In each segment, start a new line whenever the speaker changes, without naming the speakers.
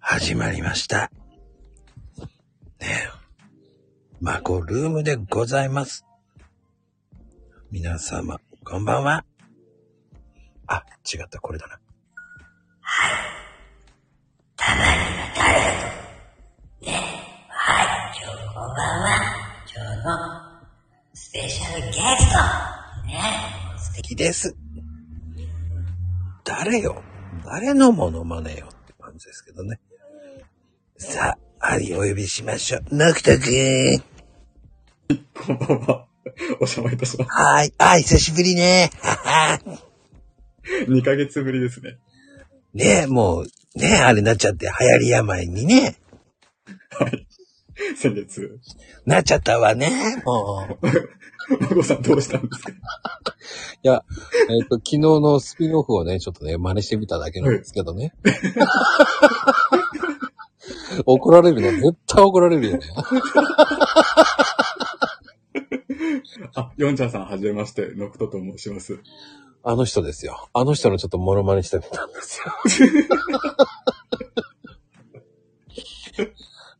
始まりました。ねえ。マコルームでございます。皆様、こんばんは。あ、違った、これだな。
スペシャルゲストね
素敵です。誰よ誰のモノマネよって感じですけどね。さあ、ありお呼びしましょう。ノクトくん。
こんばんは。お邪魔いたします。
はーい。あ、久しぶりね。 はは
2ヶ月ぶりですね。
ねえ、もう、ねえ、あれなっちゃって、流行り病にね、
先日。
なっちゃったわね。もう。
マコさんどうしたんですか
いや、えっ、と、昨日のスピンオフをね、ちょっとね、真似してみただけなんですけどね。 怒られるね。絶対怒られるよね。
あ、ヨンちゃんさんはじめまして、ノクトと申します。
あの人ですよ。あの人のちょっとモノマネしてみたんですよ。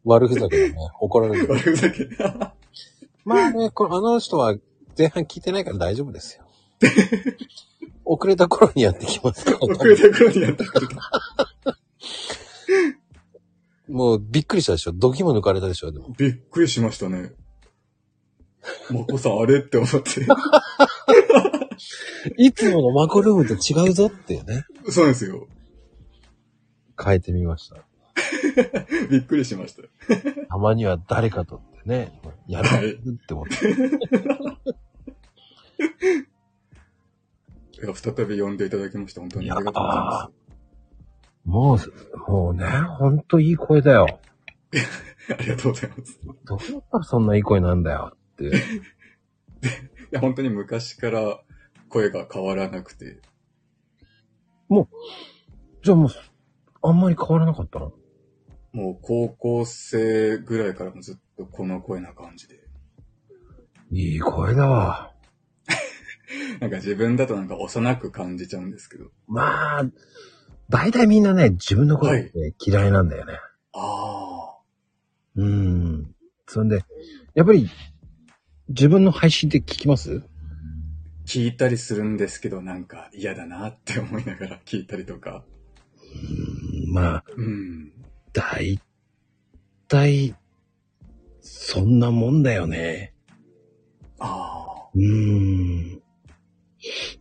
悪ふざけでね、怒られる。
悪ふざけ。あ
まあね、このあの人は前半聞いてないから大丈夫です よ。遅れた頃にやってきますから。
遅れた頃にやってくれた。
もうびっくりしたでしょ。ドキも抜かれたでしょ、でも。
びっくりしましたね。マコさんあれって思って。
いつものマコルームと違うぞっていうね。
そうなんですよ。
変えてみました。
びっくりしました。
たまには誰かとってね、やる
は
っ
い
て思 って。
いや再び呼んでいただきまして、本当にありがとうございま
あもう、もうね、ほんといい声だよ。
す。ありがとうございます。
どうやったらそんないい声なんだよっていう。
いや、本当に昔から声が変わらなくて。
じゃあもう、あんまり変わらなかったの
もう高校生ぐらいからもずっとこの声な感じで。
いい声だわ。
なんか自分だとなんか幼く感じちゃうんですけど。
まあ、大体みんなね、自分の声って嫌いなんだよね。
あ
うん。そんで、やっぱり、自分の配信って聞きます
あ。聞いたりするんですけど、なんか嫌だなって思いながら聞いたりとか。
うん、まあ、
うん。
大体、そんなもんだよね。
あ
うーん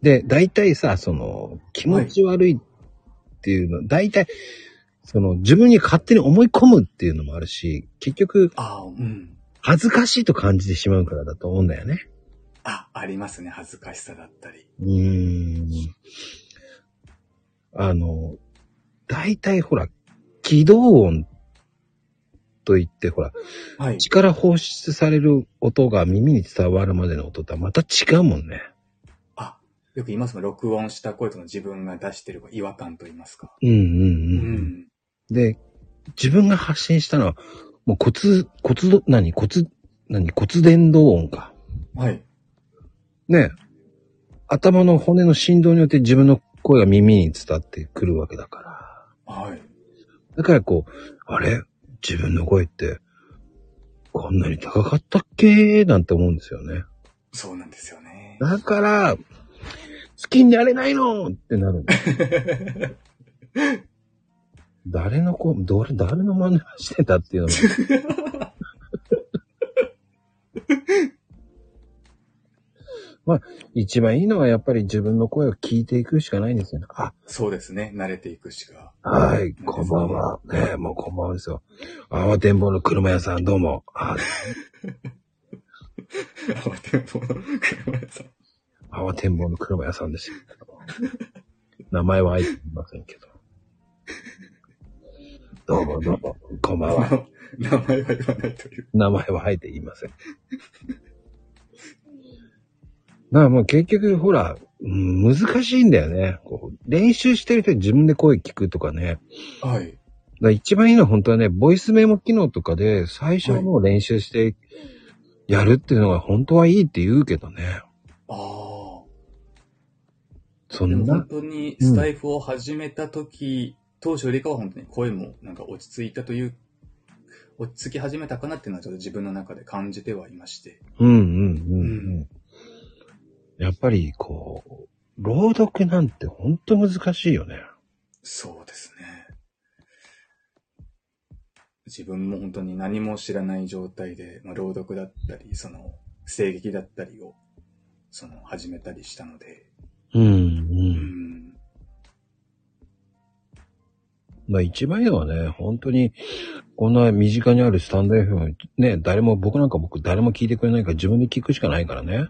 で、大体さ、その、気持ち悪いっていうの、大体、その、自分に勝手に思い込むっていうのもあるし、結局
あ。、ああ、うん。
恥ずかしいと感じてしまうからだと思うんだよね。
あ、ありますね。恥ずかしさだったり。
うーん。あの、大体ほら、起動音といって、ほら、
はい。
力放出される音が耳に伝わるまでの音とはまた違うもんね。
あ、よく言いますもん。録音した声との自分が出してる違和感と言いますか。
うんうん
う
うん。うん、。で、自分が発信したのは、もう骨、骨ど、何骨、何骨伝導音か。
はい。
ねえ頭の骨の振動によって自分の声が耳に伝わってくるわけだから。
はい。
だからこう、あれ自分の声って、こんなに高かったっけなんて思うんですよね。
そうなんですよね。
だから、好きになれないのってなるんです。 誰の子、どれ、誰の真似をしてた っていうのも一番いいのはやっぱり自分の声を聞いていくしかないんですよね。あ、
そうですね。慣れていくしか。
はい、こんばんは。ねえ、もうこんばんはですよ。あ、展望の車屋さん、どうも。あ、
あ。待って、もう車屋さん。
泡展望の車屋さんですよ。名前は入っていませんけど。どうもどうも、こんばんは。
名前は言わないという。
名前は入っていません。だからもう結局、ほら、うん難しいんだよね。こう練習してる人に自分で声聞くとかね。
は
だ
い。
から一番いいのは本当はね、ボイスメモ機能とかで最初の練習してやるっていうのが本当はいいって言うけどね。
ああ。
そ
でも
ん
本
な、
当にスタイフを始めた時当初よりかは本当に声もなんか落ち着いたという、落ち着き始めたかなっていうのはちょっと自分の中で感じてはいまして。
うんうんうんうん。やっぱりこう、朗読なんてほんと難しいよね。
そうですね。自分も本当に何も知らない状態で、まあ、朗読だったり、その、声劇だったりを、その、始めたりしたので、
うん
う
うん。
ん、
まあ一番いいのはね、本当に、こんな身近にあるスタンド FM、ね、誰も、僕なんか僕誰も聞いてくれないから自分で聞くしかないから ね。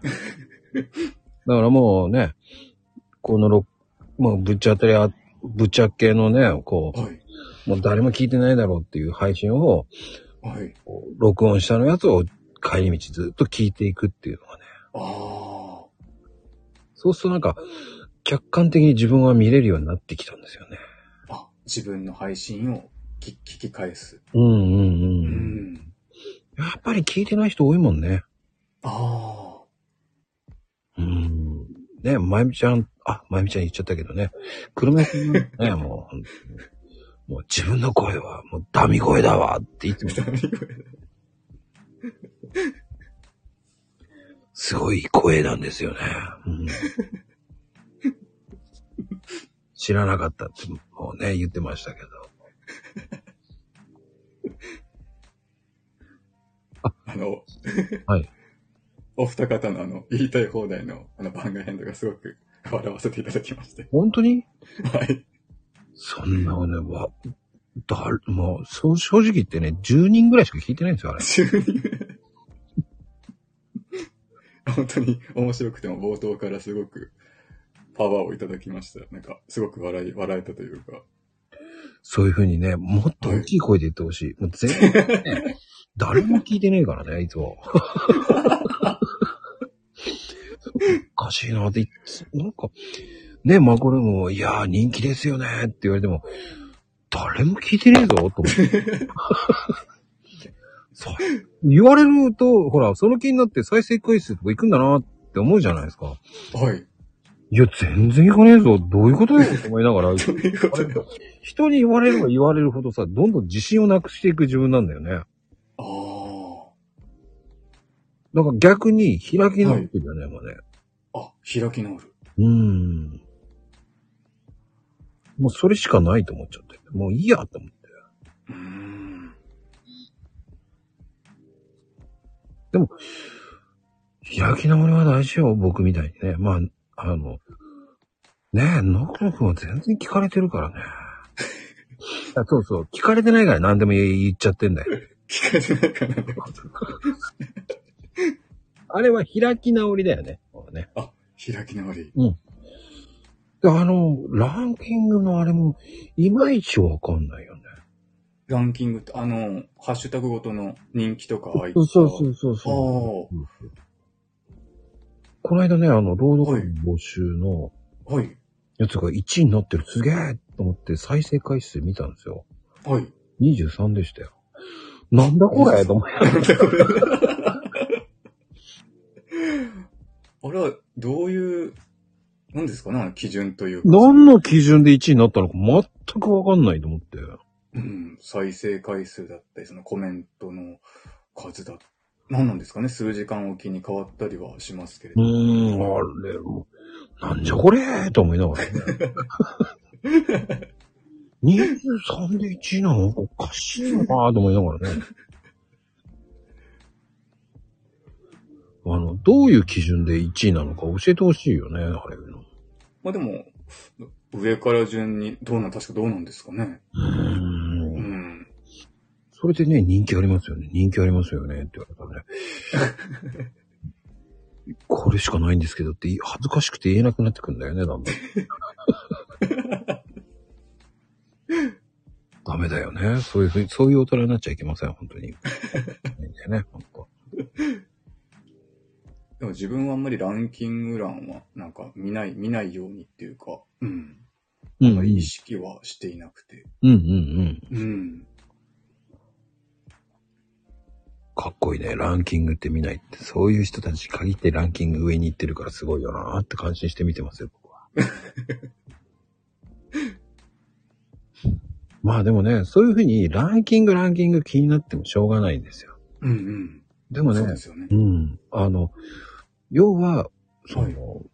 だからもうね、このろ、もうぶっちゃ当たりあ、ぶっちゃけのね、こ
はい、
う、もう誰も聞いてないだろうっていう配信を、
はい。
こう録音したのやつを帰り道ずっと聞いていくっていうのがね。
あ
そうするとなんか、客観的に自分は見れるようになってきたんですよね。
あ、あ、自分の配信を聞聞き返す。
うんうん
う
うん。
ん。
やっぱり聞いてない人多いもんね。
あ
うん。ね、まゆみちゃん、あ、まゆみちゃん言っちゃったけどね。車椅子のね、 もう本当に、もう自分の声は、もうダミ声だわっていつも、
あ、
すごい声なんですよね。うん、知らなかったって、もうね、言ってましたけど。
あの、
はい。
お二方のあの、言いたい放題のあの番外編とかすごく笑わせていただきまして。
本当に
はい。
そんなね、わ、だ、もう、そう、正直言ってね、10人ぐらいしか聞いてないんですよ、あれ。
本当に面白くても冒頭からすごくパワーをいただきました。なんか、すごく笑い、笑えたというか。
そういう風にね、もっと大きい声で言ってほしい。もう全然ね、誰も聞いてねえからね、いつも。おかしいなって、いつなんか、ね、マコルームも、いやー人気ですよねって言われても、誰も聞いてねえぞ、と思って。 そう言われると、ほら、その気になって再生回数とか行くんだなって思うじゃないですか。
はい。
いや、全然行かねえぞ。どういうことよと思いながら。
ということで。
人に言われれば言われるほどさ、どんどん自信をなくしていく自分なんだよね。
ああ。
なんか逆に開き直ってるよね、もうね。
あ、開き直る。
うーん。もうそれしかないと思っちゃって。もういいやと思って。
うーん。
開き直りは大事よ、僕みたいにね。まあ、あの、ねえ、ノクノクは全然聞かれてるからね。 あそうそう、聞かれてないから何でも言っちゃってんだよ。
聞かれてないかなって
あれは開き直りだよね。もうね
開き直り。
であの、ランキングのあれも、いまいちわかんないよね。
ランキングって、あの、ハッシュタグごとの人気とかあい
そうそうそうそ。
そう
この間ね、あの、労働会募集の
う。はい。
やつが1位になってる、すげえと思って再生回数見たんですよ。
はい。
23でしたよ。なんだこれと思って。
あれは、どういう、なんですかね、あの基準というか。
何の基準で1位になったのか全くわかんないと思って。
うん、再生回数だったり、そのコメントの数だ。何なんですかね、数時間おきに変わったりはしますけれ
う
ど。
ーん、あれも、なんじゃこれと思いながら ね。23で1位なのおかしいのかなと思いながらね。あの、どういう基準で1位なのか教えてほしいよね、あれの。
まあでも、上から順に、どうなん、確かどうなんですかね。
う
う
ーん。
ん。
それでね、人気ありますよね、人気ありますよね、って言われたら ね。これしかないんですけどって、恥ずかしくて言えなくなってくんだよね、だんだん。 ダメだよね。そういうふうに、そういう大人になっちゃいけません、本当に。 いいんだよね、本当。
でも自分はあんまりランキング欄は、なんか見ない、見ないようにっていうか、うん。
う
あんまり意
い
識はしていなくて。
うんうんうん。
うん。
かっこいいね。ランキングって見ないって、そういう人たちに限ってランキング上に行ってるからすごいよなーって感心して見てますよ、僕は。 まあでもね、そういうふうにランキングランキング気になってもしょうがないんですよ。
うんうん。
でも
そ
ね
う、ですよね
う。ん。あの、要は、その、
はい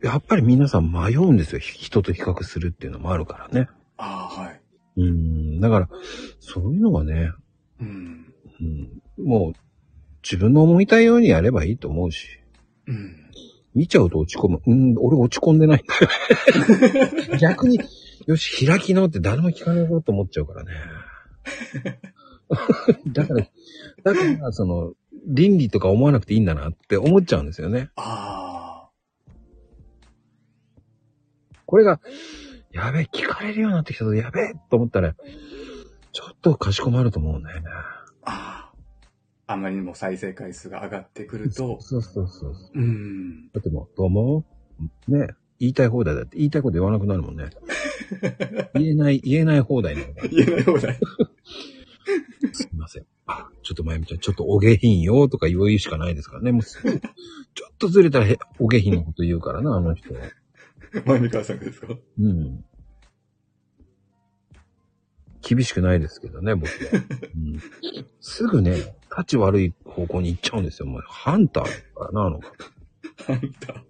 やっぱり皆さん迷うんですよ。ひ人と比較するっていうのもあるからね。
ああ、はい。
うん。だから、そういうのはね、
うん。
うん、もう、自分の思いたいようにやればいいと思うし、
うん。
見ちゃうと落ち込む。うん、俺落ち込んで ないんだよ。逆に、よし、開き直って誰も聞かないぞと思っちゃうから ね。だから、だから、その、倫理とか思わなくていいんだなって思っちゃうんですよね。
ああ。
これが、やべえ、聞かれるようになってきたぞ、やべえと思ったら、ちょっとかしこまると思うんだよね。
ああ。あまりにも再生回数が上がってくると、
そうそうそうそう。
うん。
だってもう、どうも、ね、言いたい放題だって、言いたいこと言わなくなるもん ね。言えない、言えない放題なんだよ
言えない放題。
すいません。あ、ちょっとまゆみちゃん、ちょっとお下品よとか言うしかないですからね。もうすぐ、ちょっとずれたらへお下品のこと言うからな、あの人。
前見川さんですか
うん。厳しくないですけどね、僕は。うん、すぐね、立ち悪い方向に行っちゃうんですよ。もうハンターだからな、あの子。
あんた。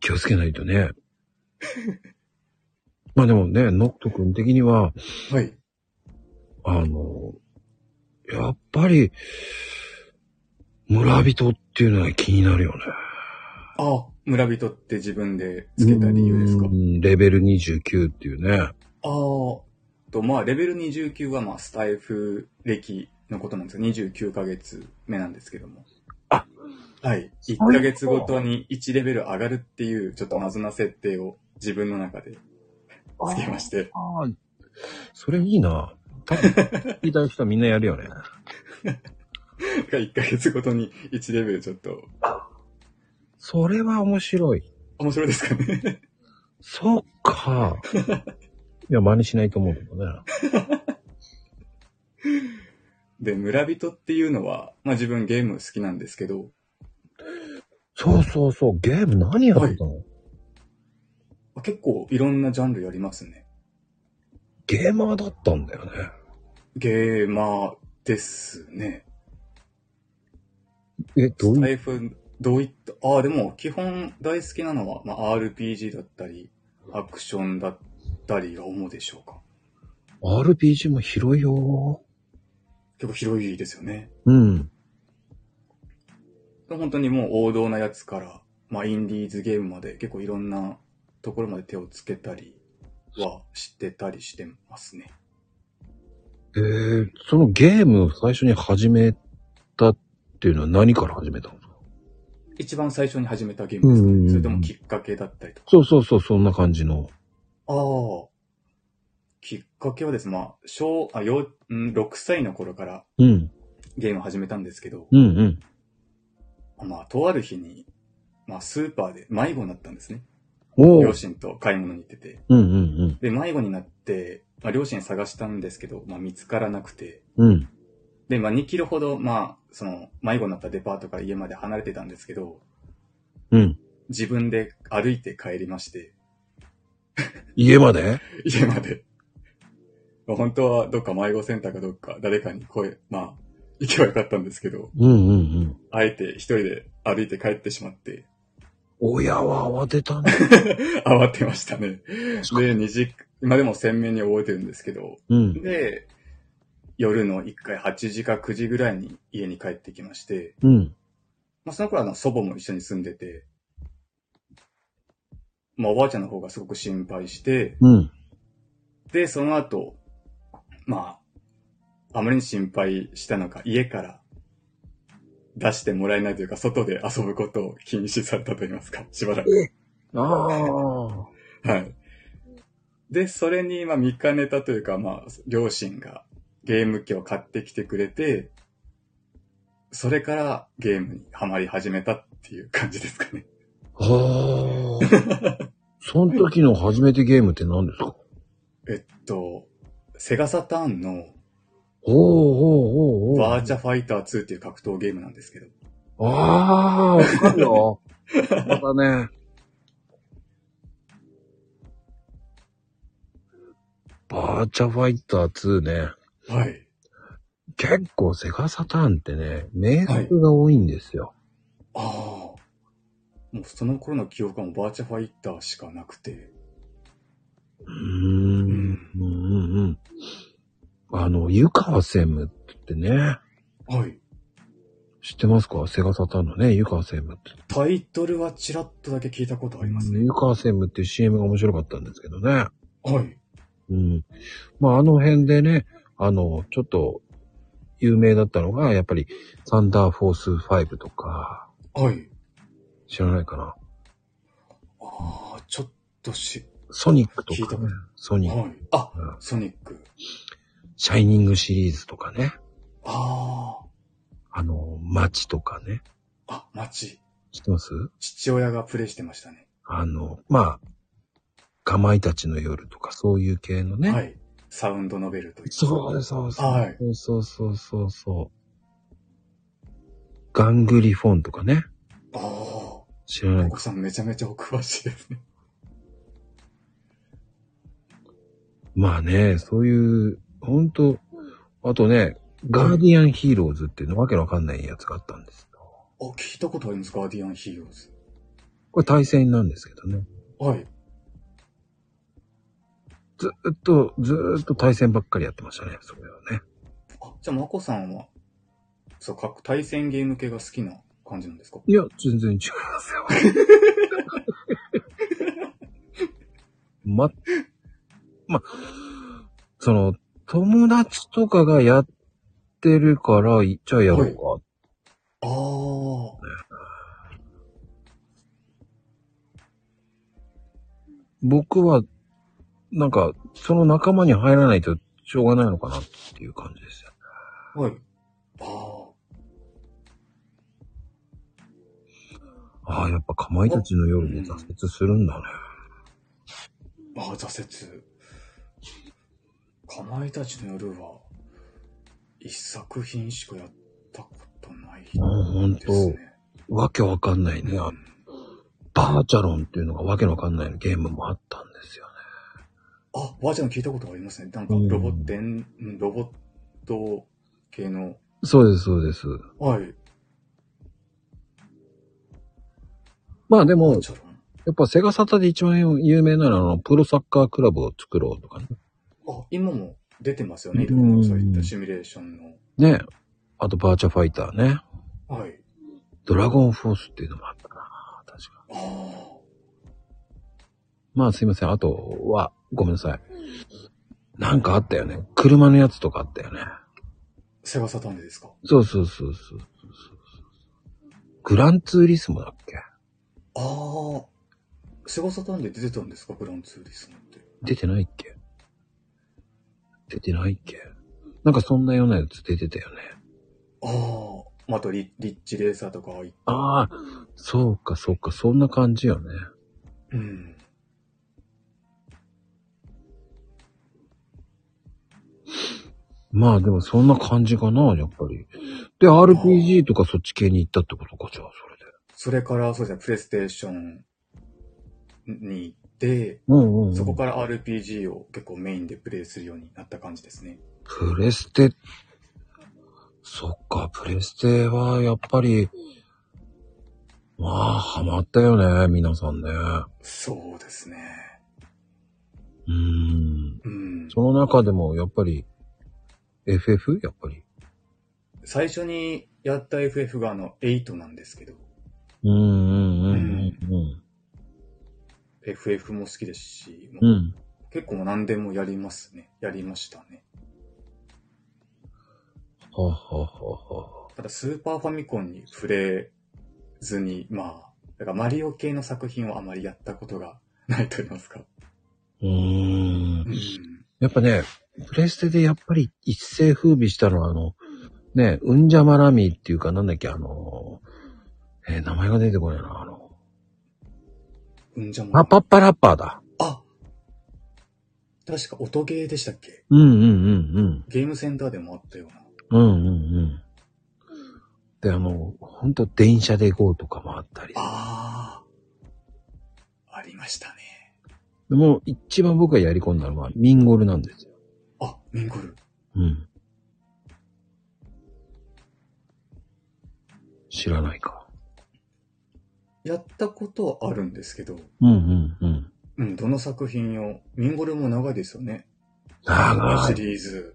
気をつけないとね。まあでもね、ノット君的には、
はい。
あの、やっぱり、村人っていうのは気になるよね。
ああ、村人って自分でつけた理由ですか
うんレベル29っていうね。
あーと、まあ、レベル29は、まあ、スタイフ歴のことなんですが、29ヶ月目なんですけども。
あ
はい。1
そういうこと
ヶ月ごとに1レベル上がるっていう、ちょっと謎な設定を自分の中でつけまして。
ああ、それいいな。多分、聞いた人はみんなやるよね。
だから1ヶ月ごとに1レベルちょっと、
それは面白い。
面白いですかね。
そっか。いや、真似しないと思うけどね。
で、村人っていうのは、まあ自分ゲーム好きなんですけど、
そうそうそう、ゲーム何やってたの、
結構いろんなジャンルやりますね。
ゲーマーだったんだよね。
ゲーマーですね。
え、どういう、
財布、どういった、ああ、でも、基本大好きなのは、まあ、RPG だったり、アクションだったりが主でしょうか。
RPG も広いよ。
結構広いですよね。
うん。
本当にもう王道なやつから、まあ、インディーズゲームまで、結構いろんなところまで手をつけたりはしてたりしてますね。
えー、そのゲームを最初に始めたっていうのは何から始めたの
一番最初に始めたゲームですか、
う
ね
んうんうん
それともきっかけだったりとか。
そうそうそう、そんな感じの。
ああ。きっかけはですね、まあ、小、あ、よ、うん、6歳の頃から
うん。
ゲームを始めたんですけど、
うんうん。
まあ、とある日に、まあ、スーパーで迷子になったんですね。
お
両
う
親と買い物に行ってて。
うんうん
で、迷子になって、まあ、両親探したんですけど、まあ、見つからなくて。
うん。うん。
で、まあ、2キロほど、まあ、その、迷子になったデパートから家まで離れてたんですけど、
うん。
自分で歩いて帰りまして、
家まで
家まで。まあ本当はどっか迷子センターかどっか誰かに声、まあ、行けばよかったんですけど、
うんうんうん。
あえて一人で歩いて帰ってしまって、
親は慌てたね。
慌てましたね。で、2時、今でも鮮明に覚えてるんですけど、
うん。
で、夜の1回8時か9時ぐらいに家に帰ってきまして、
うん。
まあ、その頃はあの祖母も一緒に住んでて、まあ、おばあちゃんの方がすごく心配して、
うん。
で、その後、まあ、あまりに心配したのか、家から出してもらえないというか、外で遊ぶことを禁止されたと言いますか、しばらく。
ああ。
はい。で、それに、まあ、見かねたというか、まあ、両親がゲーム機を買ってきてくれて、それからゲームにハマり始めたっていう感じですかね。
はあ。 その時の初めてゲームって何ですか
えっと、セガサターンの
おおおうおうおう
バーチャファイター2っていう格闘ゲームなんですけど、
ああ、わかる よ。そうだね。バーチャファイター2ね。
はい。
結構セガサターンってね、名作が多いんですよ。
ああ。もうその頃の記憶はもうバーチャファイターしかなくて。
うーん。うんうんうん。あの、湯川専務ってね、
はい。
知ってますかセガサターンのね、湯川専務って。
タイトルはちらっとだけ聞いたことありますね。
湯川専務っていう CM が面白かったんですけどね。
はい。
うん。まあ、あの辺でね、あの、ちょっと、有名だったのが、やっぱり、サンダーフォース5とか、
はい。
知らないかな。
ああ、ちょっとし、
ソニックと
聞いた
か
こと
ね、ソニック、
はい。あ、
うん
ソニック。
シャイニングシリーズとかね、
あ
あの、街とかね、
あ。あ、街。
知ってます
父親がプレイしてましたね。
あの、まあ、かまいたちの夜とか、そういう系のね。
はい。サウンドノベルという。
そうそうそう。
はい
そうそうそうそうそう。ガングリフォンとかね。
ああ。
知らな
お
い
子さんめちゃめちゃお詳しいですね。
まあね、そういう、ほんと、あとね、ガーディアンヒーローズっていうのわけのわかんないやつがあったんですよ。
あ、聞いたことありますガーディアンヒーローズ。
これ対戦なんですけどね。
はい。
ずーっと、ずーっと対戦ばっかりやってましたね、それはね。
あ、じゃあ、まこさんは、そう、か対戦ゲーム系が好きな感じなんですか
いや、全然違いますよ。ま、ま、その、友達とかがやってるから、いじゃあやろうか。
ああ。
僕は、なんか、その仲間に入らないとしょうがないのかなっていう感じですよ。
はい。ああ。
ああ、やっぱかまいたちの夜で挫折するんだね。
ああ、挫折。かまいたちの夜は、一作品しかやったことない
あほんと
ですね。
わけわかんないね。あ
うん
バーチャロンっていうのがわけのわかんないゲームもあったんですよね。
あ、ばあちゃん聞いたことありますね。なんか
うん
ロボット、うんロボット系の。
そうです、そうです。
はい。
まあでも
も、ちろん。
やっぱセガサタで一番有名なのは、あのプロサッカークラブを作ろうとかね。
あ、今も出てますよね。い
うん
ろいろそういったシミュレーションの。
ね。あとバーチャファイターね。
はい。
ドラゴンフォースっていうのもあったな。確か。
ああ。
まあすいません。あとは、ごめんなさい。なんかあったよね。車のやつとかあったよね。
セガサタンでですか
そうそうそうそうそうグランツーリスモだっけ
ああ。セガサタンで出てたんですかグランツーリスモって。
出てないっけ出てないっけなんかそんなようなやつ出てたよね。
ああ。まああとリ、リッチレーサーとか、ああい
ああ、そうかそうか、そんな感じよね。
うん。
まあでもそんな感じかな、やっぱり。で、RPG とかそっち系に行ったってことか、じゃあ、それで。
それから、そうですね、プレイステーションに行って、
うんうん、
そこから RPG を結構メインでプレイするようになった感じですね。
プレステ、そっか、プレステはやっぱり、まあ、ハマったよね、皆さんね。
そうですね。
うん。
うん。
その中でも、やっぱり、FF? やっぱり。
最初にやった FF があの8なんですけど、
うんうんうんうん。
FF も好きですし、も
う。
うん結構もう何でもやりますね。やりましたね。
はははは。
ただスーパーファミコンに触れずに、まあ、だからマリオ系の作品をあまりやったことがないと言いますか。
うーん
う。ん。
やっぱね、プレステでやっぱり一世風靡したのは、あの、ね、うんじゃまらみっていうか、なんだっけ、あの、えー名前が出てこないな、あの、
うん、じゃあもう
パッパッパラッパーだ。
あ確か音ゲーでしたっけ
うんうんうん
ゲームセンターでもあったような。
うん。うんうんうん。で、あの、ほんと電車で GO とかもあったり。
ああ。ありましたね。
でも、一番僕がやり込んだのは、ミンゴルなんですよ。
あ、ミンゴル。
うん。知らないか。
やったことはあるんですけど、
うんうんうん。
うん、どの作品を、ミンゴルも長いですよね。
長
シ
い。
リーズ。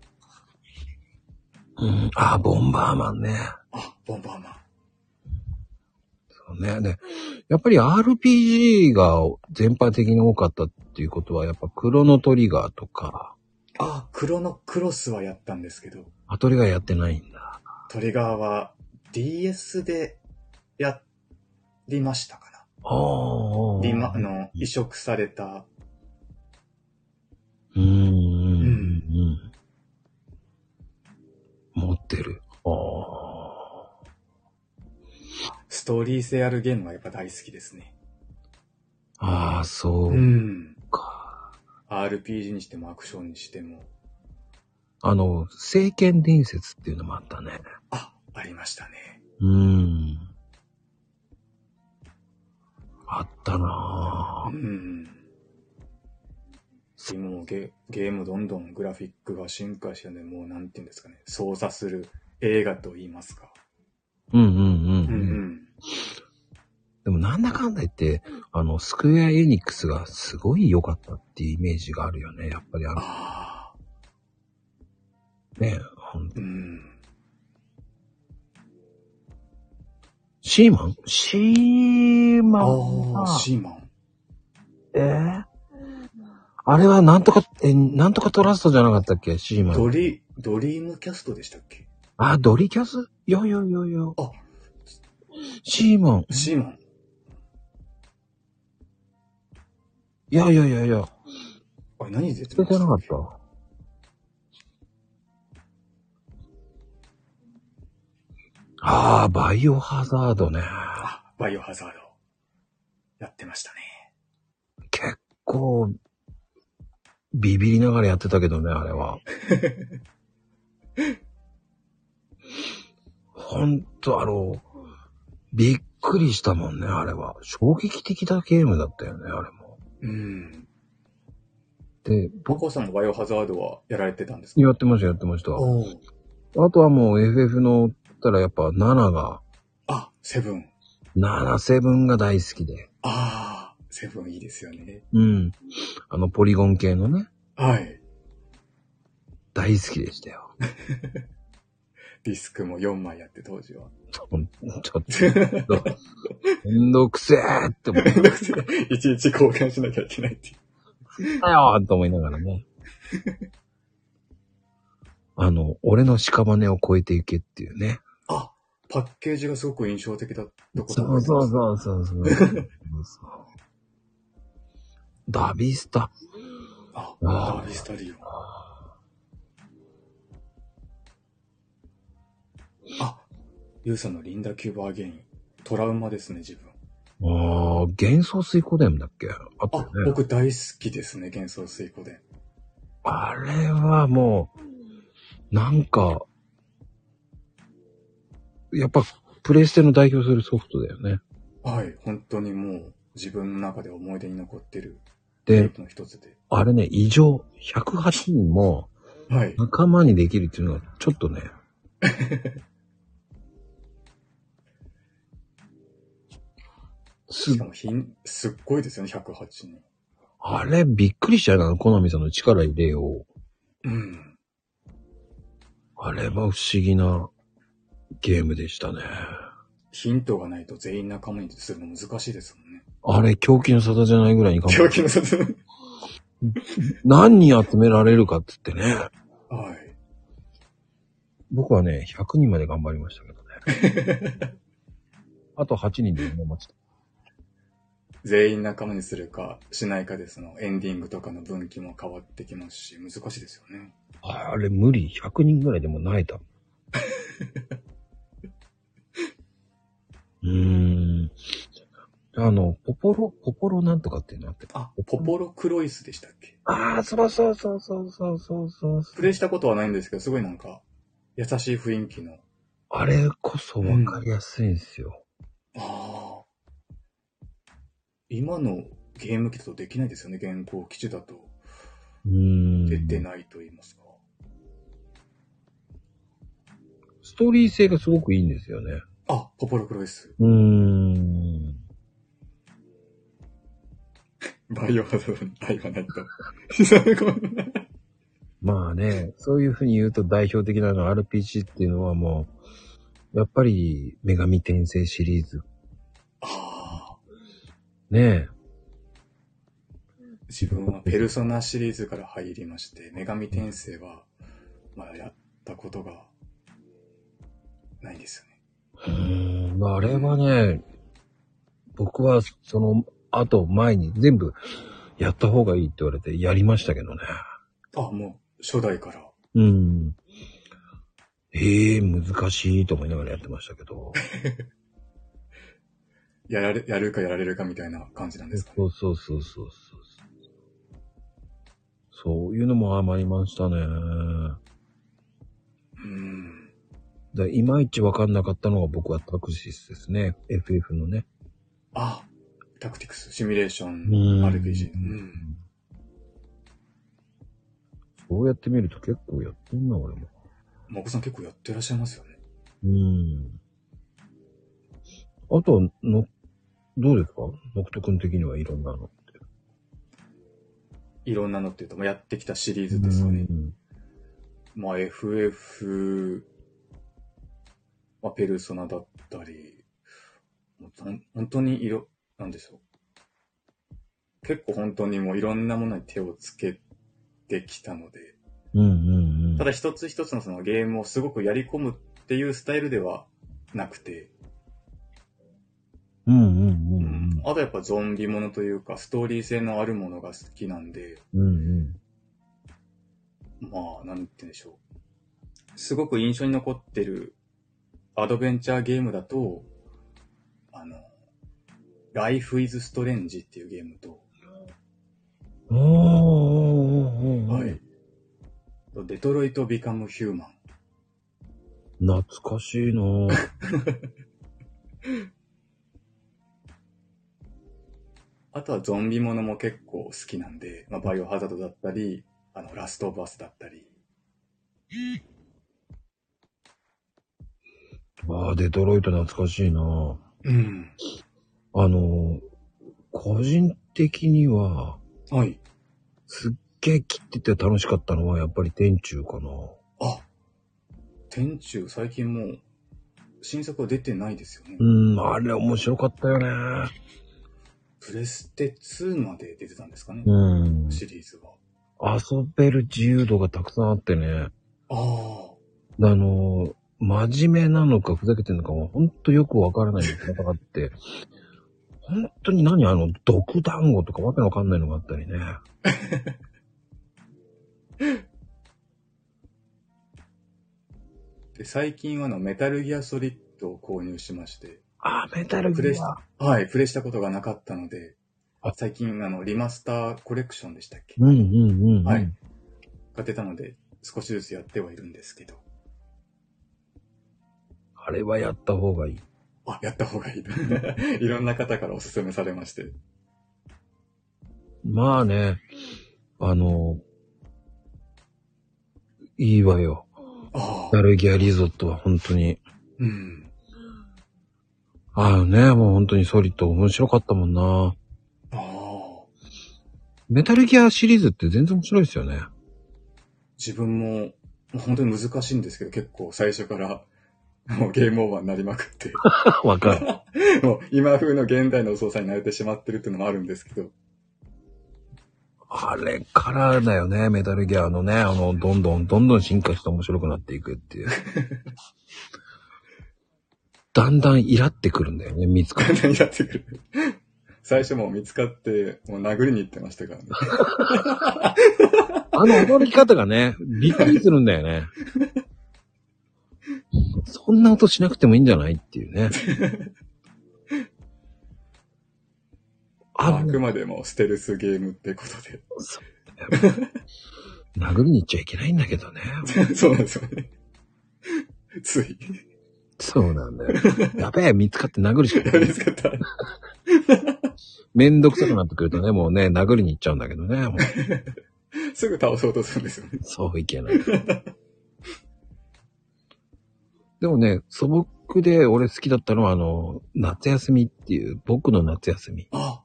うん。あ、ボンバーマンね。
あ、ボンバーマン。
そうね。で、やっぱり RPG が全般的に多かったっていうことは、やっぱクロノトリガーとか、
あ、クロノクロスはやったんですけど、
アトリガーやってないんだ。
トリガーは DS でやりましたか
ああ。
な。リマ、あの、移植された、
うんうんうん。持ってる。ああ。
ストーリー性あるゲームがやっぱ大好きですね。。
ああ、そううんか。
RPG にしてもアクションにしても、
あの、聖剣伝説っていうのもあったね。
あ、ありましたね。
うん。あった
う
なぁ。
ん。今もゲゲームどんどんグラフィックが進化してね、もうなんていうんですかね、操作する映画と言いますか。
うんうんうん。
う
うん
うんん。
でもなんだかんだ言って、あの、スクエアエニックスがすごい良かったっていうイメージがあるよね。やっぱりあの
ああ、
ね、ほんと
うん。
シーマンシーマン
ああ、
は
シーマン。
えーあれはなんとか、え、なんとかトラストじゃなかったっけシーマン。
ドリ、ドリームキャストでしたっけ
あ、ドリキャスよよよよ。
あ
シーマン。
シーマン。
いやいやいやいや、
あれ何出て
出
ま
て
し
なか
た
っ。た。ああ、バイオハザードね。
あ、バイオハザード。やってましたね。
結構、ビビりながらやってたけどね、あれ は。ほんと、あの、びっくりしたもんね、あれは。衝撃的なゲームだったよね、あれも。
うん。
で、
ポ
僕、
コさんのバイオハザードはやられてたんですか
やってました、やってました。
おー
あとはもう FF の、ったらやっぱ7が、
あ、セブン。
7、セブンが大好きで。
ああ、セブンいいですよね。
うん。あの、ポリゴン系のね、
はい。
大好きでしたよ。
ディスクも4枚やって当時は。
ちょっと、めんどくせえって思って
めんどくせえいちいち交換しなきゃいけないっていう。
だよと思いながらね。あの、俺の屍を越えていけっていうね。
あ、パッケージがすごく印象的だったこと
そうそう
う。
そうそうそうそうそう。ダビスタ。
あ、
あー
ダビスタリオン。あ、ユウさんのリンダ・キューバーゲイン。トラウマですね、自分。
ああ、幻想水湖伝だっけあった
あ、
よね。
僕大好きですね、幻想水湖で。
あれはもう、なんか、やっぱ、プレステの代表するソフトだよね。
はい、本当にもう自分の中で思い出に残ってるゲー
で、
ムの一つで。
あれね、異常108人も、
はい。
仲間にできるっていうのはちょっとね。す
しかも品、すっごいですよね、108人。
あれ、びっくりしちゃうな、好みさんの力入れよう。
うん。
あれは不思議なゲームでしたね。
ヒントがないと全員仲間にするの難しいですもんね。
あれ、狂気の沙汰じゃないぐらいに頑張
狂
っ
気の殺人。
何人集められるかって言ってね。
はい。
僕はね、100人まで頑張りましたけどね。あと8人でね、待ちた。
全員仲間にするか、しないかでそのエンディングとかの分岐も変わってきますし、難しいですよね。
あれ、無理。100人ぐらいでもう泣い た。うーん。あの、ポポロ、ポポロなんとかっていうのあって。
あ、ポポロクロイスでしたっけ
ああ、そうそうそうそうそうそうそう
プレイしたことはないんですけど、すごいなんか、優しい雰囲気の。
あれこそわかりやすいんですよ。
ああ。今のゲーム機だとできないですよね、現行機種だと。
うーん。
出てないと言いますか。
ストーリー性がすごくいいんですよね。
あ、ポポロクロです。
うーん。
バイオハザードに愛はないと。 膝のごめんな
まあね、そういうふうに言うと代表的なのは RPG っていうのはもう、やっぱり女神転生シリーズ。
ああ。
ね
自分はペルソナシリーズから入りまして、女神転生は、まあやったことが、ないんですよね。
え。うーん。まああれはね、僕はその後前に全部やった方がいいって言われてやりましたけどね。
あ、もう、初代から。
うん。ええ難しいと思いながらやってましたけ ど。
やられ、やるかやられるかみたいな感じなんですかね。
そうそうそうそうそう。そういうのも余りましたね。
うん。
でいまいちわかんなかったのが僕はタクシスですね。FF のね。
あ、タクティクス、シミュレーション、
うん
RPG。うん。
そうやってみると結構やってんな、俺も。
マコさん結構やってらっしゃいますよね。
うん。あとは、の、どうですかノクト君的にはいろんなのっ
いろんなのっていうと、まあ、やってきたシリー
て。
ズですよね。
うん
まあ FF、まあペルソナだったり、もうほん本当にいろ、なんでしょう。結構本当にもういろんなものに手をつけてきたので、
うんうんうん。
ただ一つ一つのそのゲームをすごくやり込むっていうスタイルではなくて、
うんうんうんうん。
あとやっぱゾンビものというかストーリー性のあるものが好きなんで、
うんうん。
まあ、なんて言うんでしょう。すごく印象に残ってるアドベンチャーゲームだと、あの、Life is Strange っていうゲームと、
おーおーおーおー
は。い。とデトロイト・ビカム・ヒューマン。
懐かしいなぁ。
あとはゾンビものも結構好きなんで、まあ、バイオハザードだったり、あの、ラスト・バスだったり。
ああ、デトロイト懐かしいなぁ。
うん。
あの、個人的には、
はい。
すっげえ切ってて楽しかったのは、やっぱり天中かな。
あ、天中最近もう、新作は出てないですよね。
うん、あれ面白かったよね。
プレステ2まで出てたんですかね、
うん。
シリーズは。
遊べる自由度がたくさんあってね。
あ
あの、真面目なのかふざけてんのかも、ほんとよくわからないのがあって、本当に何あの、毒団子とかわけのわかんないのがあったりね。
あ。で、最近はあの、メタルギアソリッドを購入しまして、
あ、メタル
プ
ギ
レス
ア。
はい、プレイしたことがなかったので
あ、
最近あの、リマスターコレクションでしたっけ
うんうんうんうん。
はい買ってたので、少しずつやってはいるんですけど。
あれはやった方がいい。
あ、やった方がいい。 いろんな方からおすすめされまして。
まあね、あの、いいわよ。
あ
ダ。ルギアリゾットは本当に。
うん。
ああね、もう本当にソリッド面白かったもんな。
ああ。
メタルギアシリーズって全然面白いですよね。
自分も、もう本当に難しいんですけど、結構最初から、もうゲームオーバーになりまくって。
わかる。
もう今風の現代の操作に慣れてしまってるっていうのもあるんですけど。
あれからだよね、メタルギアのね、あの、どんどんどんどん進化して面白くなっていくって いう。だんだんイラってくるんだよね、見つか
簡
る。
単にやってくる。最初もう見つかって、もう殴りに行ってましたからね。
あの驚き方がね、びっくりするんだよね。そんな音しなくてもいいんじゃないっていうね。
あ
あ、
くまでもステルスゲームってこと
殴りに行っちゃいけないんだけどね。
で。 そうなんですよね。つい、
そうなんだよ。やべえ、見つかって殴るしか
や
な
り
い。
つかった。
めんどくさくなってくるとね、もうね、殴りに行っちゃうんだけどね。もう
すぐ倒そうとするんですよね。
そういけない。でもね、素朴で俺好きだったのは、あの、夏休みっていう、僕の夏休み。
あ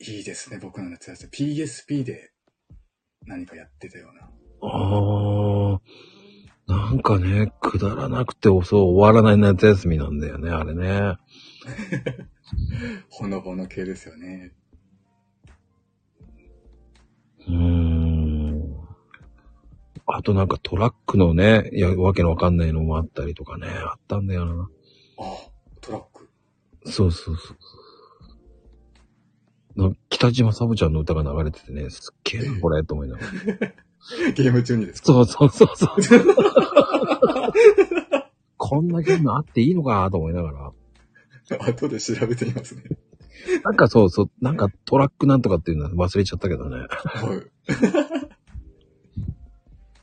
いいですね、僕の夏休み。PSP で何かやってたような。
ああ、なんかね、くだらなくてそう終わらない夏休みなんだよね、あれね。
ほのぼの系ですよね。
うーん。あとなんかトラックのね、いや、わけのわかんないのもあったりとかね、あったんだよな。
あトラック。
そうそうそう。な北島サブちゃんの歌が流れててね、すっげえな、これ、と思いながら。
ゲーム中にです か
そうそうそうそう。こんなゲームあっていいのかと思いながら。
後で調べてみますね。
なんかそうそう、なんかトラックなんとかっていうのは忘れちゃったけどね。
はい。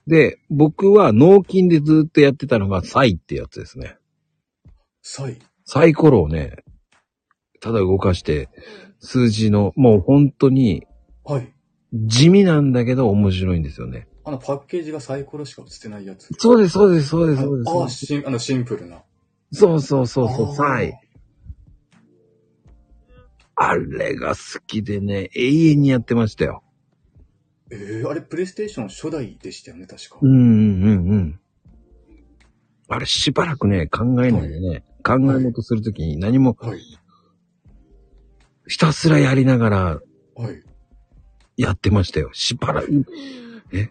で、僕は脳筋でずっとやってたのがサイってやつですね。
サイ。
サイコロをね、ただ動かして、数字の、もう本当に
はい。
地味なんだけど面白いんですよね。
あの、パッケージがサイコロしか映ってないやつ。
そうです、そうです、そうです、そうです。
ああシン、あの、シンプルな。
そうそうそうそ
あー
う、サイ。あれが好きでね、永遠にやってましたよ。
ええあれ、プレイステーション初代でしたよね、確か。
うんうんうんうん。あれしばらくね、考えないでね、考え事するときに何も
はい。
ひたすらやりながら
はい。
やってましたよ。しばらく、え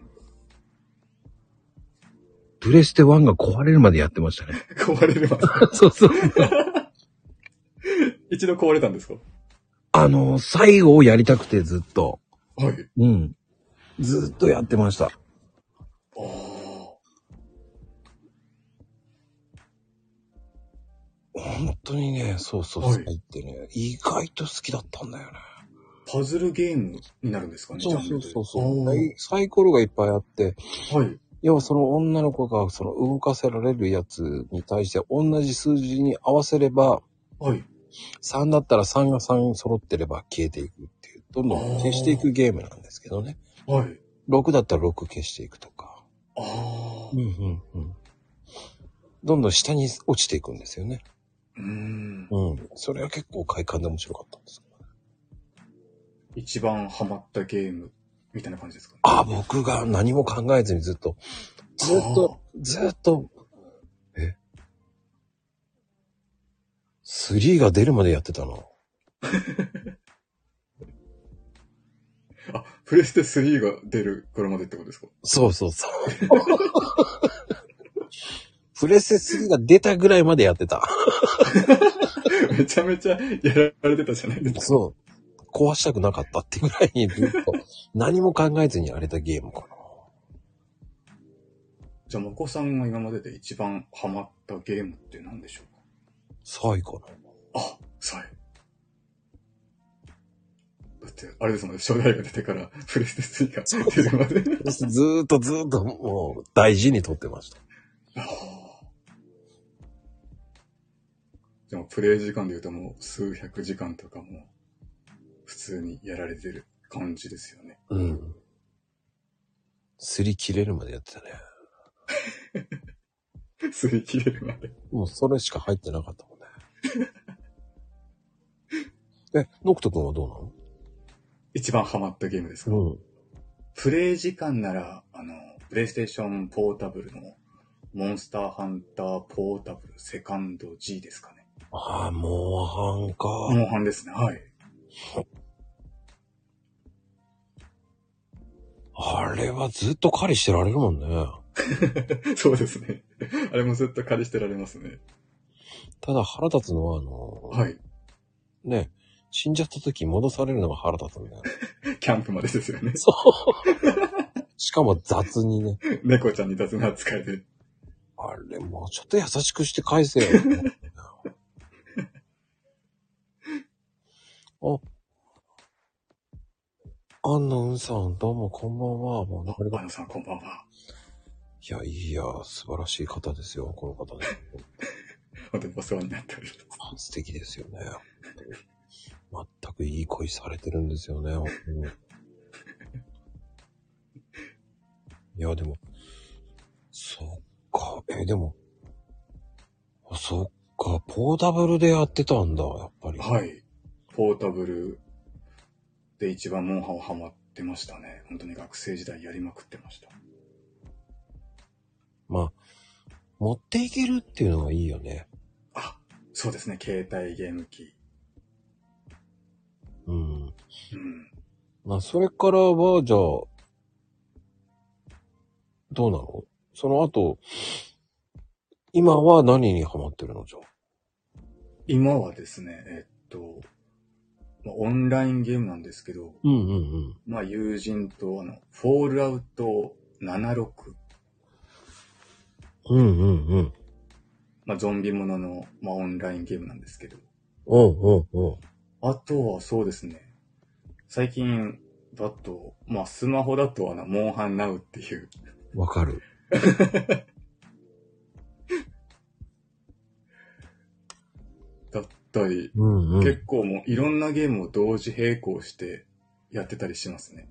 プレステ1が壊れるまでやってましたね。
壊れるまで。
そうそう。
一度壊れたんですか
あの、最後をやりたくてずっと。
はい。
うん。ずっとやってました。
ああ。
本当にね、そうそう
はい
サイってね、意外と好きだったんだよね。
パズルゲームになるんですかね、
そうそうそうそう
ジャン
サ
ルで
イ。サイコロがいっぱいあって、
あーはい。
要はその女の子がその動かせられるやつに対して同じ数字に合わせれば、
はい。
3だったら3が3揃ってれば消えていくっていう、どんどん消していくゲームなんですけどね。
はい。
6だったら6消していくとか。
ああ。
んうんうん。どんどん下に落ちていくんですよね。
うーん。
うん。それは結構快感で面白かったんです。
一番ハマったゲームみたいな感じですかね。
あ、僕が何も考えずにずっと、ずっと、ずっと、え ?3 が出るまでやってたの。
あ、プレステ3が出る頃までってことですか
そうそうそう。プレステ3が出たぐらいまでやってた。
めちゃめちゃやられてたじゃないですか。
そう。壊したくなかったってぐらいにずっと、何も考えずにやれたゲームかな。
じゃあ、もこさんが今までで一番ハマったゲームって何でしょ
サイかな。
うかあ、サイ。だって、あれですもんね、初代が出てから プレステ3が出るまで。
ずーっとずーっともう大事に撮ってました。
ああでも、プレイ時間で言うともう数百時間とかも普通にやられてる感じですよね。
うん。すり切れるまでやってたね。
すり切れるまで。
もうそれしか入ってなかったもん ね。え、ノクト君はどう
一番ハマったゲームですか
なのうん。
プレイ時間なら、あの、プレイステーションポータブルのモンスターハンターポータブルセカンド G ですかね。
ああ、モンハンか。
モンハンですね。はい。
あれはずっと狩りしてられるもんね。
そうですね。あれもずっと借りしてられますね。
ただ腹立つのは、あの、
はい。
ね、死んじゃった時戻されるのが腹立つみたいな。
キャンプまでです よね。
そう。しかも雑にね。
猫ちゃんに雑な扱いで。
あれ、もうちょっと優しくして返せよ。あ、アンナウンさん、どうもこんばんは。もうなんか
あのさん、こんばんは。
いや、いや、素晴らしい方ですよ、この方ね。
本当にお世話になっております。
素敵ですよね。くいい恋されてるんですよね、本当に。いや、でも、そっか、え、でも、あそっか、ポータブルでやってたんだ、やっぱり。
はい。ポータブルで一番モンハンはハマってましたね。本当に学生時代やりまくってました。
まあ、持っていけるっていうのがいいよね。
あ、そうですね。携帯ゲーム機。
うん。
うん。
まあ、それからは、じゃあ、どうなのその後、今は何にハマってるのじゃあ。
今はですね、えっと、まあ、オンラインゲームなんですけど、
うんうんうん。
まあ友人と、あの、フォールアウト76、
うんうんうん。
まあゾンビものの、まあオンラインゲームなんですけど、
うんうんうん。
あとはそうですね、最近だと、まあスマホだとあの、モンハンナウっていう、
わかる。
だったり、
うんう
結構もういろんなゲームを同時並行してやってたりしますね。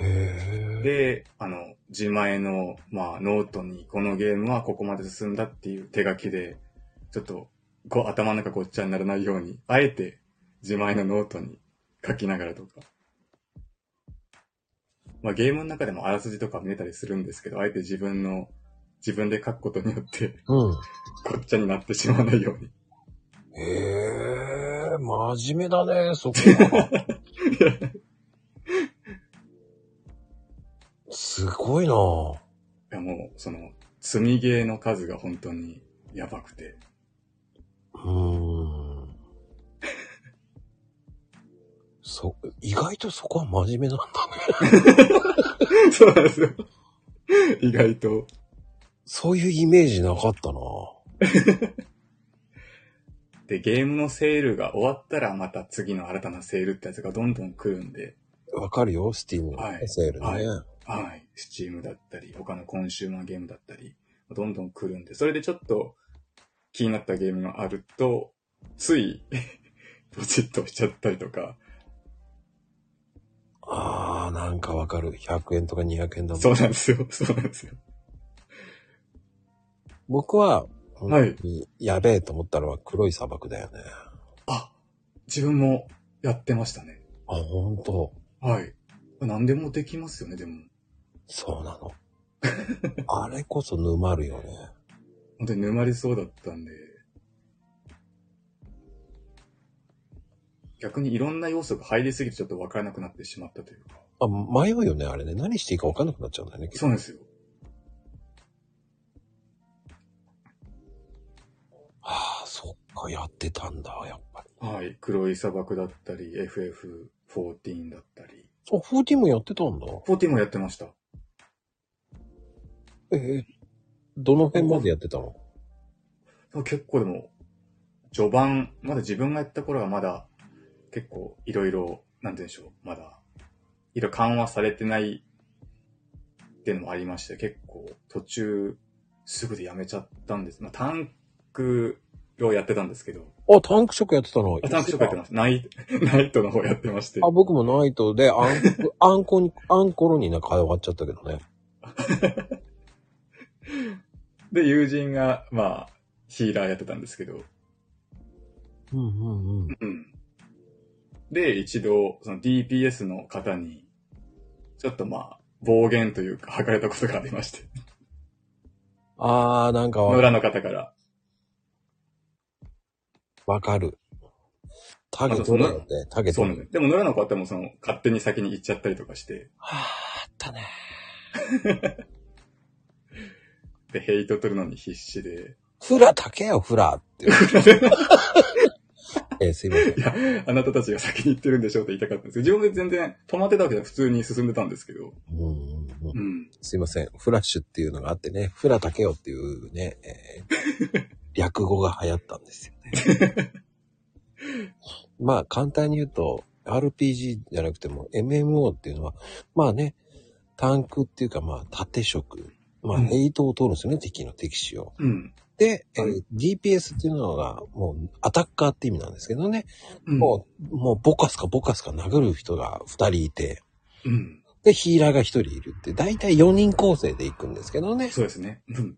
へえ。
で、あの、自前の、まあ、ノートに、このゲームはここまで進んだっていう手書きで、ちょっと、こう、頭の中ごっちゃにならないように、あえて、自前のノートに書きながらとか。まあ、ゲームの中でもあらすじとか見えたりするんですけど、あえて自分の、自分で書くことによって、
うん。
ごっちゃになってしまわないように。
へえ、真面目だね、そこは。すごいなぁ。
いや、もう、その、積みゲーの数が本当にやばくて。
うーん。そ、意外とそこは真面目なんだね。
そうなんですよ。意外と。
そういうイメージなかったな
で、ゲームのセールが終わったらまた次の新たなセールってやつがどんどん来るんで、
わかるよ、スティーム
は
の
い
セールね。
はいはい。スチームだったり、他のコンシューマーゲームだったり、どんどん来るんで、それでちょっと気になったゲームがあると、つい、 ポチッとしちゃったりとか、
ああ、なんかわかる。100円とか200円だもん。
そうなんですよ。そうなんですよ。
僕は、
はい
本当にやべえと思ったのは黒い砂漠だよね。
あ、自分もやってましたね。
あ、ほんと。
はい。何でもできますよね、でも。
そうな の。あれこそ沼るよね。
本当に沼りそうだったんで、逆にいろんな要素が入りすぎてちょっと分からなくなってしまったというか。
あ、迷うよね、あれね。何していいかわかんなくなっちゃうんだよね。
そうなんですよ。
はあ、そっか、やってたんだ、やっぱり。
はい。黒い砂漠だったり、FF14 だったり。
あ、14もやってたんだ。
14もやってました。
ええどの辺までやってたの
結構でも、序盤、まだ自分がやった頃はまだ、結構いろいろ、なんて言うんでしょう。まだ、いろいろ緩和されてないっていうのもありまして、結構途中、すぐでやめちゃったんです。まあ、タンクをやってたんですけど、
あ、タンクショックやってたの
あタンクショップやってました。ナイ ト、ナイトの方やってまして。
あ、僕もナイトで、あん、あんこに、 あんころになんか変わっちゃったけどね。
で、友人が、まあ、ヒーラーやってたんですけど、
うんうんうん。
うん。で、一度、その DPS の方に、ちょっとまあ、暴言というか、吐かれたことがありまして、
あー、なんか
野
わ
良の方から。
わかる。タゲ取るよね。タゲ
そう
取
なん
る。
です。でも野良の方もその、勝手に先に行っちゃったりとかして、
はあ、あったね。
で、ヘイト取るのに必死で、
フラけよ、フラ って。えーすいません
い。や、あなたたちが先に行ってるんでしょうって言いたかったんですけど、自分で全然止まってたわけでは普通に進んでたんですけど、
うんうんうん
うん。
すいません。フラッシュっていうのがあってね、フラけよっていうね、え ー略語が流行ったんですよね。まあ、簡単に言うと、RPG じゃなくても MMO っていうのは、まあね、タンクっていうかまあ、縦色。まあ、
うん
ヘイトを通るんですよね、敵の敵視を。
うん。
で、えー
はい
DPS っていうのが、もう、アタッカーって意味なんですけどね。
うん。
もう、もう、ボカスかボカスか殴る人が2人いて、
うん。
で、ヒーラーが1人いるって、だいたい4人構成で行くんですけどね。
そうですね。うん。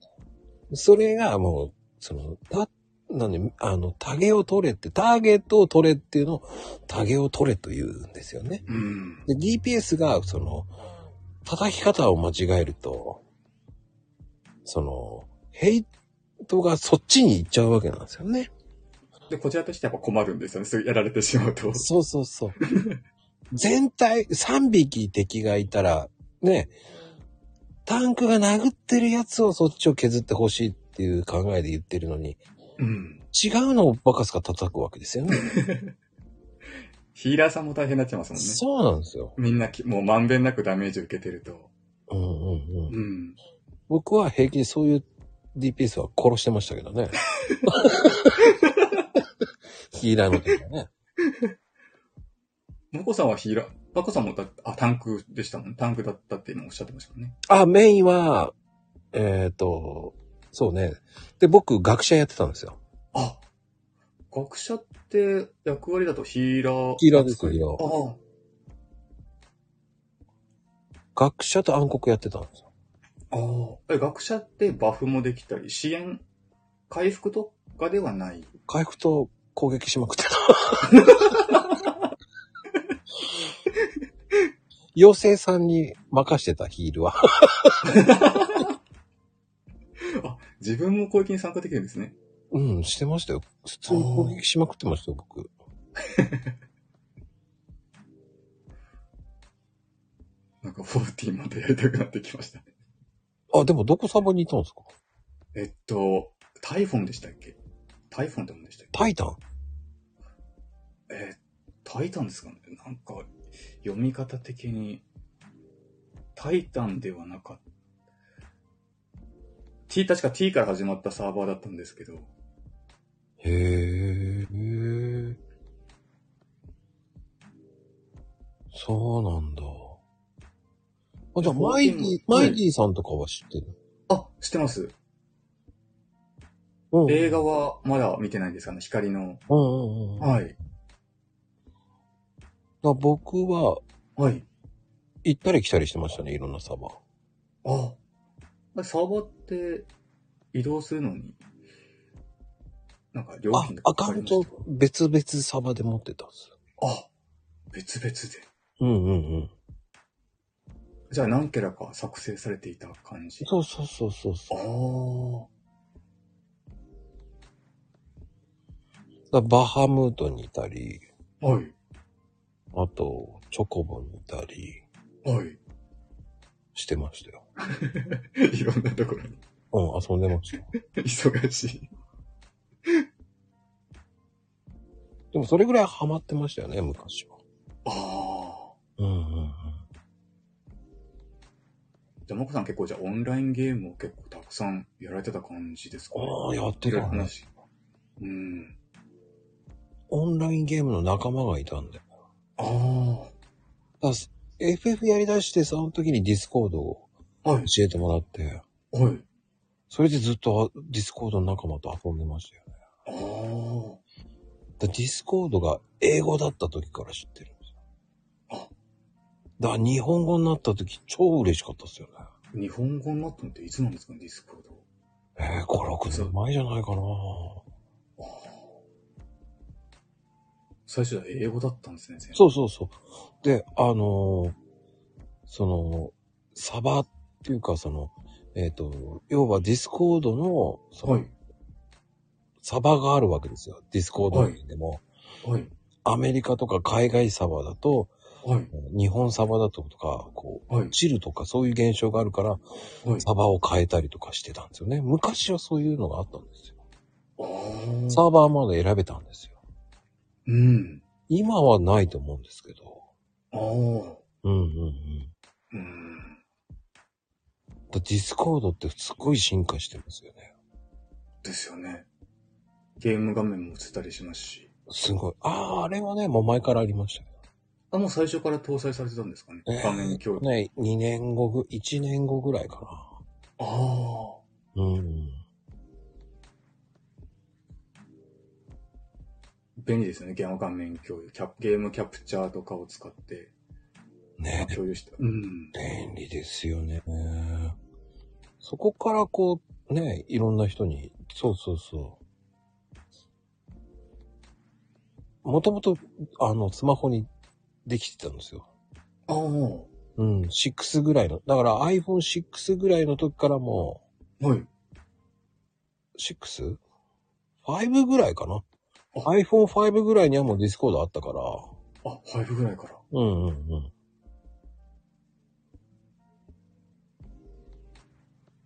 それがもう、その、た、なんで、あの、タゲを取れって、ターゲットを取れっていうのを、タゲを取れと言うんですよね。
うん。
で、DPS が、その、叩き方を間違えると、その、ヘイトがそっちに行っちゃうわけなんですよね。
で、こちらとしてはやっぱ困るんですよね。そうやられてしまうと。
そうそうそう。全体、3匹敵がいたら、ね、タンクが殴ってるやつをそっちを削ってほしいっていう考えで言ってるのに、
うん。
違うのをバカすか叩くわけですよね。
ヒーラーさんも大変になっちゃいますもんね。
そうなんですよ。
みんなき、もうまんべんなくダメージ受けてると。
うんうんうん。
うん。
僕は平気でそういう DPS は殺してましたけどね。ヒーラーの時はね。
マコさんはヒーラー、マコさんもだあ、タンクでしたもん。タンクだったって今おっしゃってましたもんね。
あ、メインは、えっ、と、そうね。で、僕、学者やってたんですよ。
あ学者って役割だとヒーラー。
ヒーラーですよヒーラー
ああ。
学者と暗黒やってたんですよ。
ああ。え、学者ってバフもできたり、支援、回復とかではない。
回復と攻撃しまくってた。 妖精さんに任してたヒールは。
自分も攻撃に参加できるんですね。
うん、してましたよ。普通に攻撃しまくってましたよ、僕。
なんか40までやりたくなってきました。
あ、でもどこサボにいたんですか
えっと、タイフォンでしたっけタイフォンってもんでしたっけ
タイタン
えータイタンですかねなんか、読み方的に、タイタンではなかった。t、確か t から始まったサーバーだったんですけど、
へえ。そうなんだ。あ、じゃあ、
いや
マイディ、
フォー
マ
ティーン
イディさんとかは知ってる
あ、知ってます。
うん。
映画はまだ見てないんですかね光
う
の。
んうんうん。だか
はい。
ら僕は、
はい。
行ったり来たりしてましたね、いろんなサバ。
あ、サーバーって移動するのに、なんか料
あ
金、が
ア
か
カ
か
ウ
り
ン
ま
ト
したか
別々サバで持ってたんですよ。
あ、別々で。
うんうんうん。
じゃあ何キャラか作成されていた感じ。
そうそうそうそうそう。
ああ。
だからバハムートにいたり、
はい。
あと、チョコボにいたり
はい。
してましたよ。
いろんなところに
うん、遊んでましたよ。
忙しい。
でもそれぐらいハマってましたよね、昔は。
ああ。
うんうんうん。
じゃあ、まこさん結構じゃあオンラインゲームを結構たくさんやられてた感じですか
ああ、やって
いろい
た
ろ
ね。
話。うん。
オンラインゲームの仲間がいたんで。
ああ。
だ FF やりだして、その時にディスコードを
はい。
教えてもらって、
はい。
それでずっとあディスコードの仲間と遊んでましたよね。
ああ。
だディスコードが英語だった時から知ってるんですよ。
あ
だから日本語になった時超嬉しかったですよね。
日本語になったのっていつなんですかね、ディスコード。
えー、5、6年前じゃないかな。
ああ。最初は英語だったんですね、全部
そうそうそう。で、あのーその、サバっていうか、その、えっ、と、要はディスコードの、その
はい。
サバがあるわけですよ。ディスコードでも、
はい。
アメリカとか海外サバだと、
はい。
日本サバだととか、こ
は
う、
い。
チルとかそういう現象があるから、
はい。
サバを変えたりとかしてたんですよね。昔はそういうのがあったんですよ。
あ
サ
あ。
ーバーまで選べたんですよ。
うん。
今はないと思うんですけど。
ああ。
うんうんうん。
うん。
だディスコードってすごい進化してますよね。
ですよね。ゲーム画面も映ったりしますし。
すごい。ああ、あれはね、もう前からありましたけ
あ、もう最初から搭載されてたんですかね。
ど。
画面共有。
えーね、2年後ぐ、1年後ぐらいか
ああ。
な。うん。
便利ですよね。ゲーム画面共有キャプ。ゲームキャプチャーとかを使って、
ね
共有した。うん。
便利ですよね。そこからこう、ね、いろんな人に、そうそうそう。もともと、あの、スマホにできてたんですよ。
ああ、
うん、6ぐらいの。だから iPhone6 ぐらいの時からも
はい。
う、6?5 ぐらいかな。
あ
iPhone5 ぐらいにはもうディスコードあったから。
あ、5ぐらいから。
うんうんうん。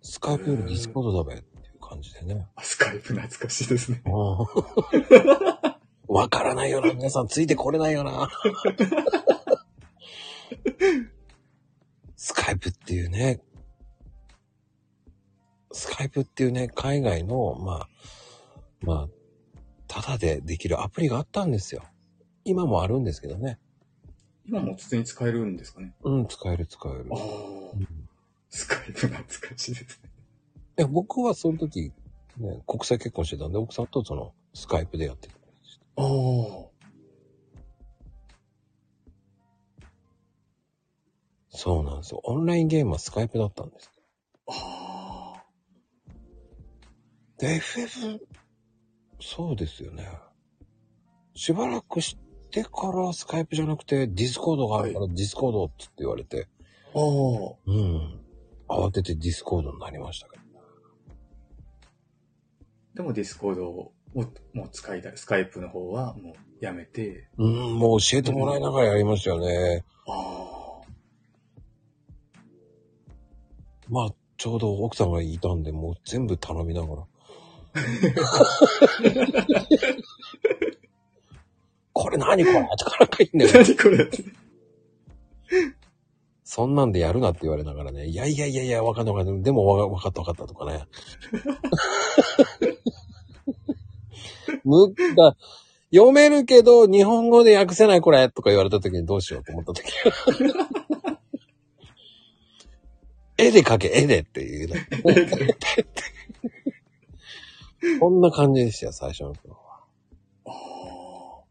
スカイプよりディスコードだべっていう感じでね。
あ、スカイプ懐かしいですね。
うんわからないよな、皆さんついてこれないよな。スカイプっていうね、スカイプっていうね、海外の、まあ、まあ、ただでできるアプリがあったんですよ。今もあるんですけどね。
今も普通に使えるんですかね。
うん、使える使える
あ。あ、
うん
スカイプ懐かしいですね。
いや、僕はその時、ね、国際結婚してたんで、奥さんとその、スカイプでやってた。
ああ。
そうなんですよ。オンラインゲームはスカイプだったんです。
あ
で、FF、そうですよね。しばらくしてからスカイプじゃなくて、ディスコードがあるからディスコードっつって言われて、
あ。ああ。
うん。慌ててディスコードになりましたけど。
でもディスコードをもう使いたい。スカイプの方はもうやめて。
うん、もう教えてもらいながらやりましたよね。
あ
まあ、ちょうど奥さんがいたんで、もう全部頼みながら。これ何これとかなんか言うんだ
あ
よね。
何これ
そんなんでやるなって言われながらね、いやいやいやいや、わかんないわかんない。でもわかわかったわかったとか ね。むだ読めるけど、日本語で訳せないこれとか言われた時にどうしようと思った時絵で描け、絵でっていうね。 こんな感じでしたよ、最初の頃は。
ああ。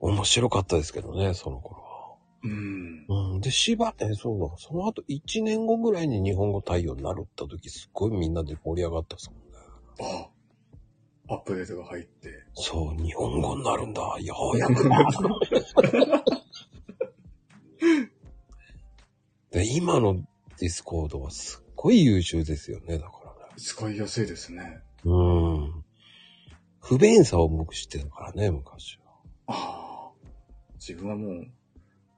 面白かったですけどね、その頃は。
うん。
うん。で、芝、え、そうだ。その後1年後ぐらいに日本語対応になるった時、すっごいみんなで盛り上がったっすもんね。
ああ。アップデートが入って。
そう、日本語になるんだ。ようや くな。で、今のディスコードはすっごい優秀ですよね、だからね。
使いやすいですね。
うん。不便さを僕知ってたからね、昔は。
ああ。自分はもう、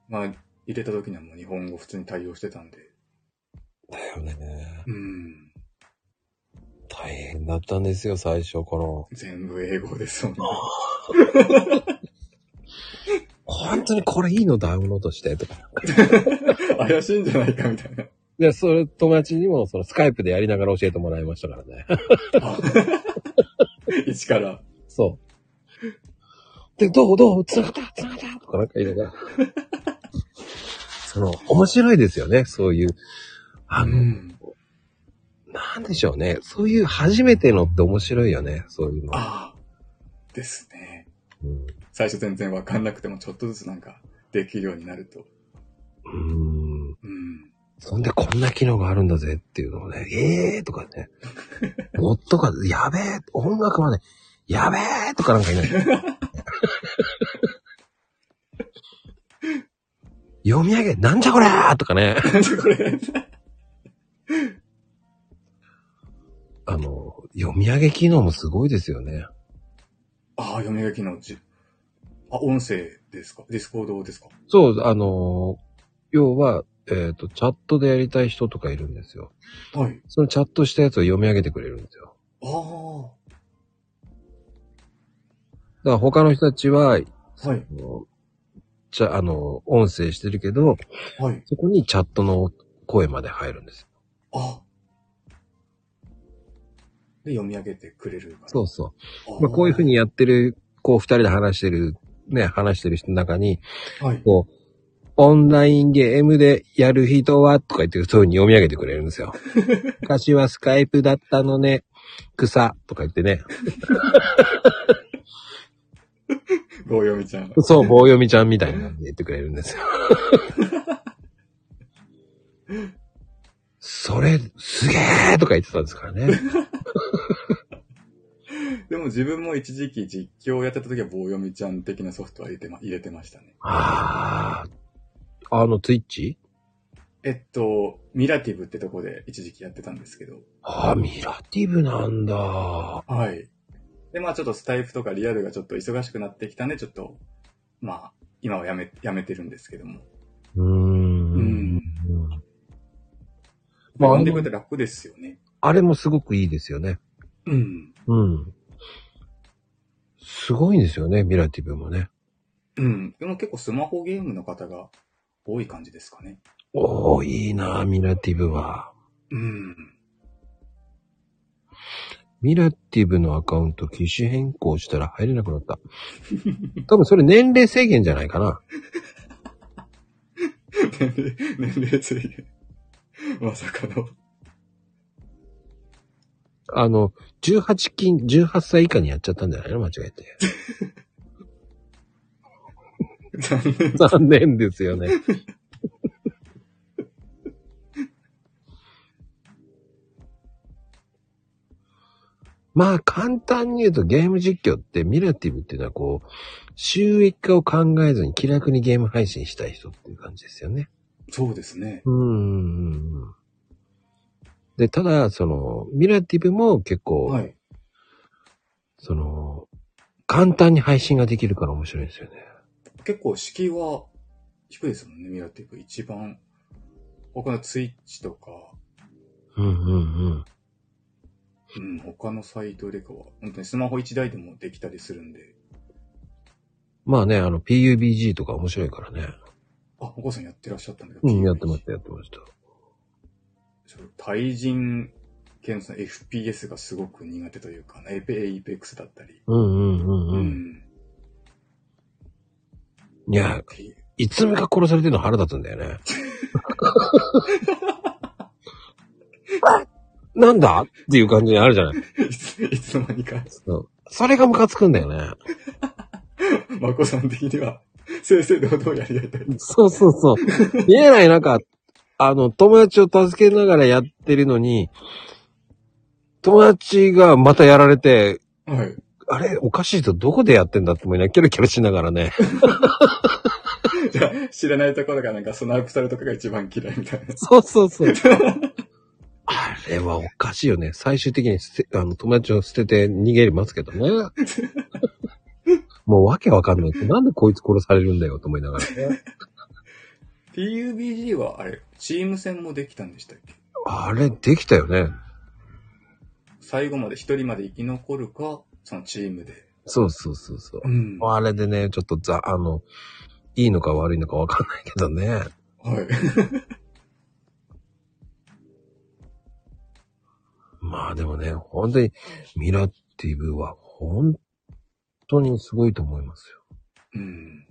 まあ、入れた時にはもう日本語普通に対応してたんで。
だよね。
うん。
大変だったんですよ、最初、この。
全部英語ですもんね。
本当にこれいいのダウンロードして、とか。
怪しいんじゃないかみたいな。
で、それ、友達にも、その、スカイプでやりながら教えてもらいましたからね。
あ一から。
そう。で、どうどう繋がった繋がったとかなんか言いながら。 その、面白いですよね、そういう。あ
う
の、
ん。
なんでしょうね。そういう初めてのって面白いよね、そういうの。
ああ。ですね。
うん
最初全然わかんなくてもちょっとずつなんかできるようになると。
うーん。
うん。
そんで、こんな機能があるんだぜっていうのをね、ええーとかね。夫が、やべえ、音楽まで、やべえとかなんか言いながら。 読み上げ、なんじゃこりゃーとかね。
これ。
あの、読み上げ機能もすごいですよね。
ああ、読み書きのじ。あ、音声ですかディスコードですか
そう、あの、要は、えっ、と、チャットでやりたい人とかいるんですよ。
はい。
そのチャットしたやつを読み上げてくれるんですよ。
ああ。
だから他の人たちは、
はい。
あのちゃ、あの、音声してるけど、
はい。
そこにチャットの声まで入るんですよ。
あで、読み上げてくれるから。
そうそ
あ
う。
ー
まあ、こういうふうに。やってる、こう二人で話してる、ね、話してる人の中に、
はい。
こう、オンラインゲームでや る人はとか言って、そういうふうに読み上げてくれるんですよ。昔はスカイプだったのね。草とか言ってね。
棒読みちゃん。
そう、棒読みちゃんみたいな感じで言ってくれるん ですよ。それ、すげーとか言ってたんですからね。
でも自分も一時期実況をやってた時は棒読みちゃん的なソフトは入れてま入れてましたね。
ああ。あの、ツイッチ
えっと、ミラティブってとこで一時期やってたんですけど。
ああ、ミラティブなんだ。
はい。で、まあちょっとスタイフとかリアルがちょっと忙しくなってきたんで、ちょっと、まあ、今はやめ、やめてるんですけども。
うーん。ま
ま
あ
あ、読んでくれて楽ですよね。
あれもすごくいいですよね。
うん。
うん。すごいんですよね、ミラティブもね。
うん。でも結構スマホゲームの方が多い感じですかね。
おー、いいな、ミラティブは。
うん。
ミラティブのアカウント機種変更したら入れなくなった。多分それ年齢制限じゃないかな。
年齢、 年齢制限。まさかの。
あの、18金、18歳以下にやっちゃったんじゃないの間違えて。
残念。
残念ですよね。 まあ簡単に言うとゲーム実況ってミラティブっていうのはこう、収益化を考えずに気楽にゲーム配信したい人っていう感じですよね。
そうですね。
うんうんうんうん。で、ただ、その、ミラティブも結構、
はい。
その、簡単に配信ができるから面白いんですよね。
結構敷居は低いですもんね、ミラティブ。一番。他のツイッチとか、
うんうんうん。
うん、他のサイトでかは、本当にスマホ1台でもできたりするんで。
まあね、あの、PUBG とか面白いからね。
あ、お母さんやってらっしゃったんだけど。
うん、やってました、やってました。
そう対人系のその FPS がすごく苦手というか、エペエイペックスだったり。
うんうんうん
う
うん。いや、
っていう
いつめか殺されてるの腹立つんだよね。 あなんだっていう感じにあるじゃない
いつ、いつの間にか、
そうそれがムカつくんだよね。
まこさん的には、正々堂々やり合いたい。
そうそう そう。見えない中、あの、友達を助けながらやってるのに、友達がまたやられて、
はい。
あれ、おかしいぞ、どこでやってんだって思いながら、キャラキャラしながらね。
じゃあ知らないところがなんかそのアップされるとかが一番嫌いみたいな。
そうそうそう。あれはおかしいよね。最終的に捨て、あの、友達を捨てて逃げますけどね。もうわけわかんないって。なんでこいつ殺されるんだよ、と思いながら。
PUBG はあれ、チーム戦もできたんでしたっけ
あれ、できたよね。
最後まで一人まで生き残るか、そのチームで。
そうそうそうそう。
んは
あれでね、ちょっとざ、あの、いいのか悪いのかわかんないけどね。
い。
まあでもね、本当に、ミラティブは本当にすごいと思いますよ。
うん。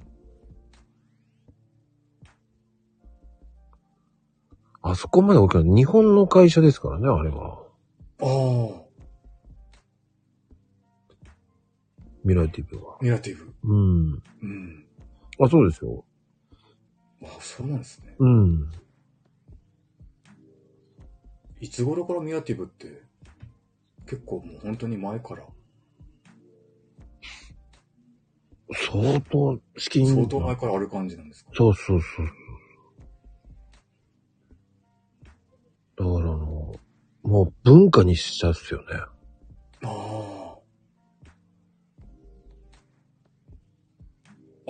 あそこまで大きな、日本の会社ですからね、あれは。
ああ、
ミラティブは。
ミラティブ。
うん。
うん。
あ、そうですよ。
あそうなんですね。
うん。
いつ頃からミラティブって、結構もう本当に前から、
相当、資金
相当前からある感じなんですか
そうそうそうそう。だからあの、もう文化にしちゃうっすよね。
ああ。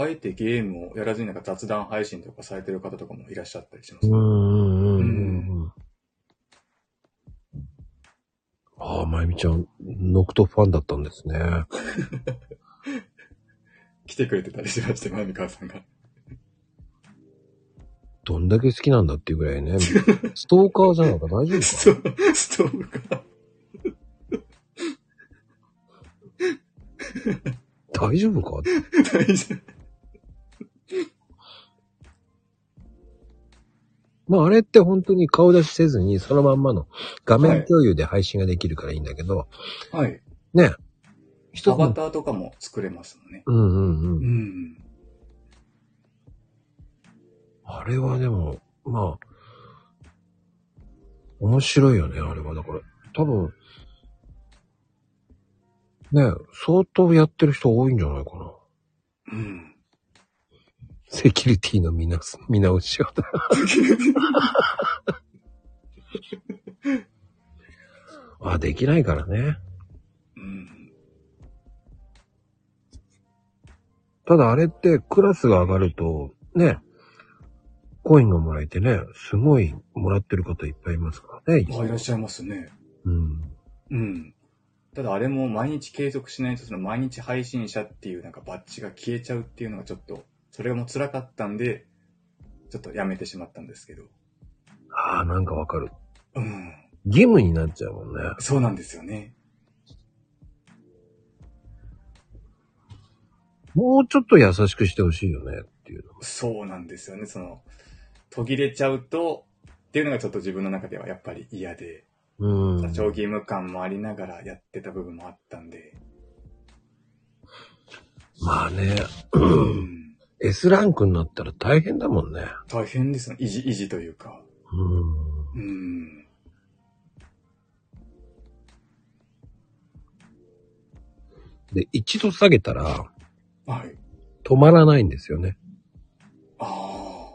あえてゲームをやらずになんか雑談配信とかされてる方とかもいらっしゃったりします。
うんうんうんうん。ああ、まゆみちゃん、ノクトファンだったんですね。
来てくれてたりしまして、前見川さんが。
どんだけ好きなんだっていうぐらい ね。ストーカーじゃないか大丈夫か
ストストーカー。
大丈夫か
大丈夫。
まああれって本当に顔出しせずにそのまんまの画面共有で配信ができるからいいんだけど、
はい。
ね。一
ア
つ
バ
の。
ターとかも作れますもんね。
うんうんう。
うんん。
あれはでも、まあ、面白いよね、あれは。だから、多分、ね、相当やってる人多いんじゃないかな。
うん。
セキュリティの見直す見直しを。 あ、できないからね。
うん。
ただあれってクラスが上がると、ね、コインがもらえてね、すごいもらってる方いっぱいいますからね。
あ、いらっしゃいますね。
うん。
うん。ただあれも毎日継続しないと、その毎日配信者っていうなんかバッジが消えちゃうっていうのがちょっと、それも辛かったんで、ちょっとやめてしまったんですけど。
ああ、なんかわかる。
うん。
義務になっちゃうもんね。
そうなんですよね。
もうちょっと優しくしてほしいよねっていうの。
そうなんですよね。その、途切れちゃうと、っていうのがちょっと自分の中ではやっぱり嫌で、
うん。
長義務感もありながらやってた部分もあったんで。
まあね、
うん。
S ランクになったら大変だもんね。
大変ですね。維持、維持というか。
うん。
うん。
で、一度下げたら
はい。
止まらないんですよね。
あ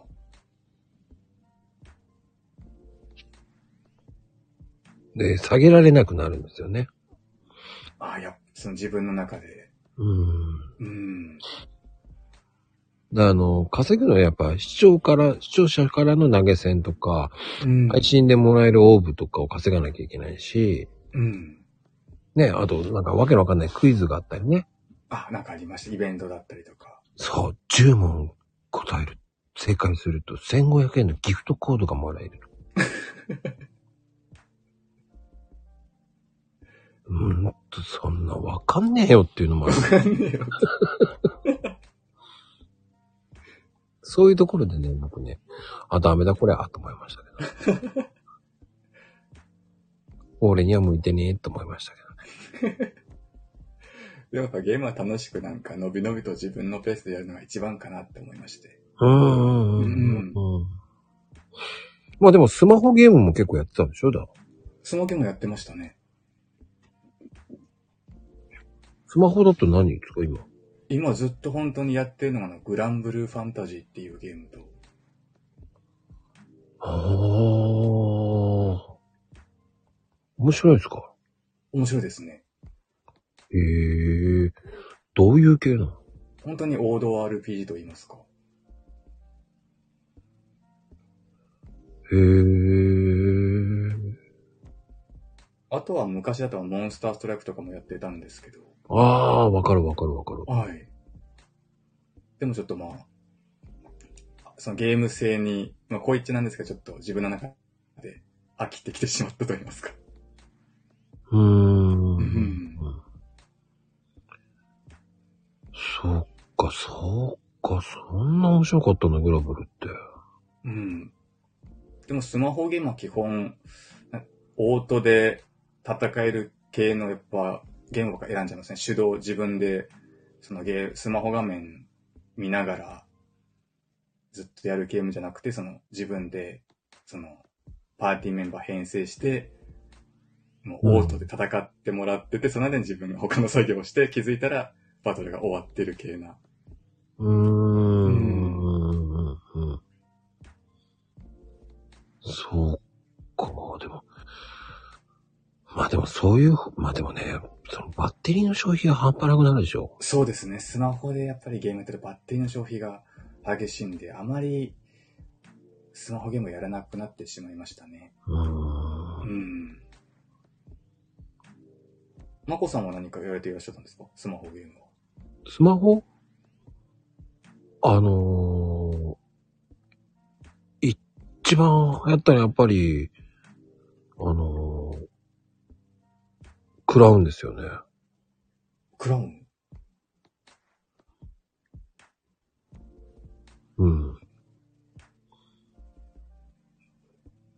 で、下げられなくなるんですよね。
あ。ああ、やっぱ、その自分の中で。
うん。
うん。
あの、稼ぐのはやっぱ視聴から、視聴者からの投げ銭とか、
うん。
配信でもらえるオーブとかを稼がなきゃいけないし、
うん。
ね、あとなんかわけのわかんないクイズがあったりね。
あ、なんかありました。イベントだったりとか。
そう、10問答える。正解すると1500円のギフトコードがもらえる。うーんと、そんなわかんねえよっていうのもある。そういうところでね、僕ね、あ、ダメだこれ、あ、と思いましたけど。俺には向いてねえと思いましたけど。
でもやっぱゲームは楽しくなんか、のびのびと自分のペースでやるのが一番かなって思いまして。
うんうんう
んうんん
うん。まあでもスマホゲームも結構やってたんでしょだから
スモーケもやってましたね。
スマホだと何ですか今。
今ずっと本当にやってるのがあのグランブルーファンタジーっていうゲームと、
ああ。面白いですか
面白いですね。
へえ。どういう系なの
本当に王道 RPG と言いますか。
へえ。
あとは昔だとモンスターストライクとかもやってたんですけど。
ああ、わかるわかるわかる。
はい。でもちょっとまあ、そのゲーム性に、まあこう言っちゃなんですけど、ちょっと自分の中で飽きてきてしまったと言いますか。
うーん。
うん
そっか、そっか、そんな面白かったんだ、グラブルって。
うん。でもスマホゲームは基本、なオートで戦える系のやっぱゲームばっか選んじゃいますね。手動自分で、そのゲースマホ画面見ながらずっとやるゲームじゃなくて、その自分で、そのパーティーメンバー編成して、もうオートで戦ってもらってて、その間に自分が他の作業をして気づいたらバトルが終わってる系な。
うーん。うんそっか、でも。まあでもそういう、まあでもね、そのバッテリーの消費が半端なくなるでしょ。
そうですね。スマホでやっぱりゲームやってるバッテリーの消費が激しいんで、あまりスマホゲームやらなくなってしまいましたね。
うー。
うんん。まこさんは何かやられていらっしゃったんですかスマホゲームは。
スマホあのー、一番流行ったのはやっぱり、あのー、クラウンですよね。
クラウン
うん。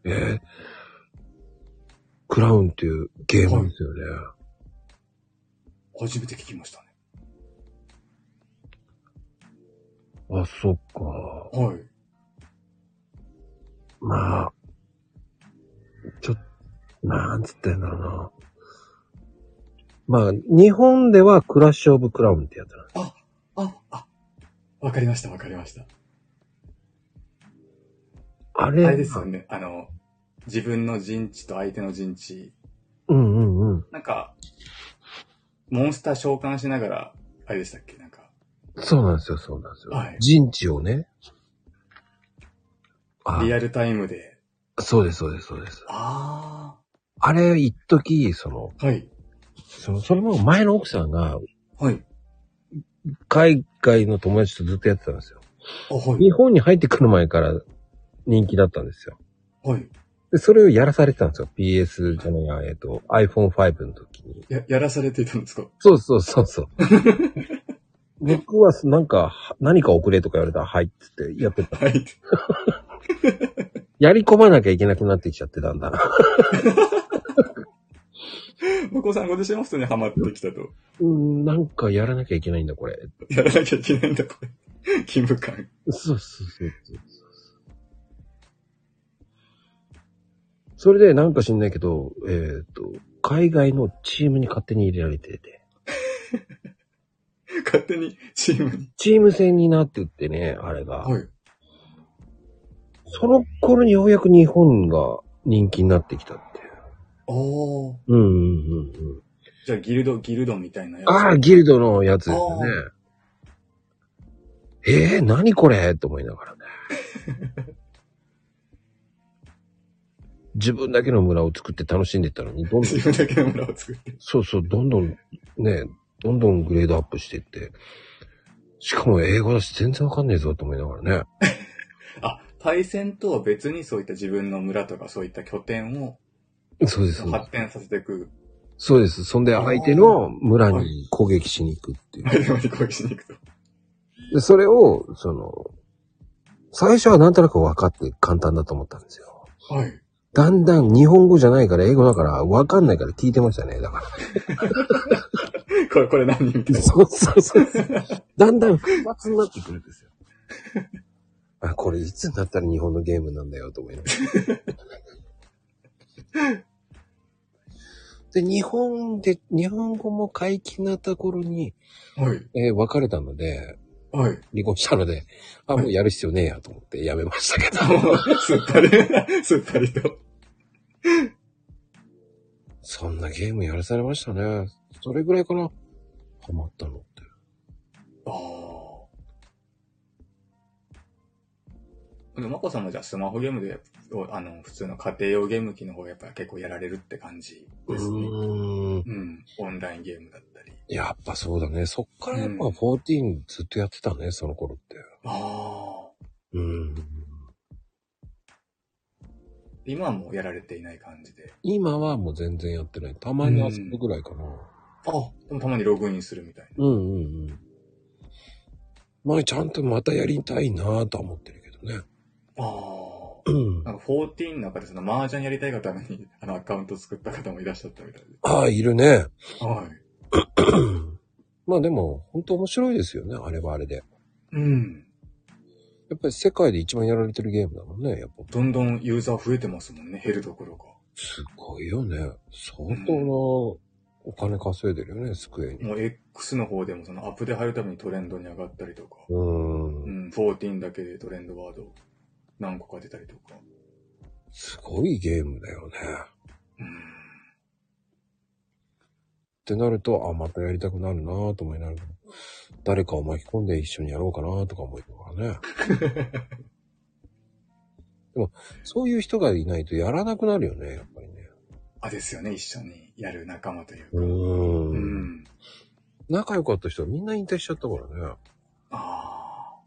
えークラウンっていうゲームですよね。
初めて聞きましたね。
あ、そっか。
はい。
まあ、ちょっと、なんつってんだろうな。まあ、日本ではクラッシュオブクラウンってやつなんです。
あ、あ、わかりました、わかりました。
あ
あ
れ
れですよね。あの、自分の陣地と相手の陣地。
うんうんうん。
なんか、モンスター召喚しながら、あれでしたっけなんか。
そうなんですよ、そうなんですよ。
はい
陣地をね。あ
リアルタイムで。
そうです、そうです、そうです。
あ
あれ、一時その、
あ。はい。
その、それも前の奥さんが、
はい。
海外の友達とずっとやってたんですよ。
あ、はい。
日本に入ってくる前から人気だったんですよ。
はい。
で、それをやらされてたんですよ。PS じゃないや、えっと、iPhone5 の時に。
や、やらされていたんですか
そうそうそうそう。僕は、なんか、は何か送れとか言われたら、はいって言ってやってた。
はい。
やり込まなきゃいけなくなってきちゃってたんだん。
向こうさんご自身も普通にハマってきたと。
うん、なんかやらなきゃいけないんだ、これ。
やらなきゃいけないんだ、これ。 義務感。
そうそうそうそうそう。それでなんか知んないけど、えっ、と、海外のチームに勝手に入れられてて、
勝手にチームに。
チーム戦になってってね、あれが。
はい。
その頃にようやく日本が人気になってきたっていう。
おー。
うんうんうんうん。
じゃあ、ギルド、ギルドみたいなやつ。
ああ、ギルドのやつですよね。えー、何これと思いながらね。 自分だけの村を作って楽しんでったのに、どんどん
自分だけの村を作って。
そうそう、どんどん、ね、どんどんグレードアップしていって。しかも英語だし全然わかんねえぞと思いながらね。
あ、対戦とは別にそういった自分の村とかそういった拠点を
そうです。そうです
発展させていく。
そうです。そんで相手の村に攻撃しに行くっていう。
相手まで攻撃しに行くと。
で、それを、その、最初はなんとなく分かって簡単だと思ったんですよ。
はい。
だんだん日本語じゃないから英語だから分かんないから聞いてましたね。だか
これ、これ何みたい
ら。
な。
そうそうそう。 だんだん複雑になってくるんですよ。あ、これいつになったら日本のゲームなんだよと思いながら。 で、日本で、日本語も解禁になった頃に、
はい。
えー別れたので、
はい。
離婚したので、あ、もうやる必要ねえやと思ってやめましたけど。
もう、すったり、すったりと。
そんなゲームやらされましたね。それぐらいかな。ハマったのって。
ああ。で、まこさんもじゃあスマホゲームで、あの、普通の家庭用ゲーム機の方がやっぱ結構やられるって感じ
う
ですね。
ーん。
うん。オンラインゲームだったり。
やっぱそうだね。そっからやっぱ
うん
14ずっとやってたね、その頃って。
ああ。
うん。
今はもうやられていない感じで。
今はもう全然やってない。たまに遊ぶぐらいかな。
あでもたまにログインするみたい
う
な。
ん、うん、うんうんまあちゃんとまたやりたいなぁとは思ってるけどね。
ああ。
うん。
なんか14の中でその麻雀やりたいがために あのアカウント作った方もいらっしゃったみたいで。
ああ、いるね。
はい。
まあでも、本当面白いですよね。あれはあれで。
うん。
やっぱり世界で一番やられてるゲームだもんね。やっぱ。
どんどんユーザー増えてますもんね、減るどころか。
すごいよね。相当なお金稼いでるよね、スクエに。
もう X の方でもそのアップで入るためにトレンドに上がったりとか、
う
う
ーん。
ん、14だけでトレンドワード何個か出たりとか。
すごいゲームだよね。っ
うん。
てなると、あ、またやりたくなるなぁと思いながら、誰かを巻き込んで一緒にやろうかなぁとか思いながらね。 でも、そういう人がいないとやらなくなるよね、やっぱりね。
あ、ですよね、一緒にやる仲間というか。
うー。
うんん。
仲良かった人はみんな引退しちゃったからね。
あ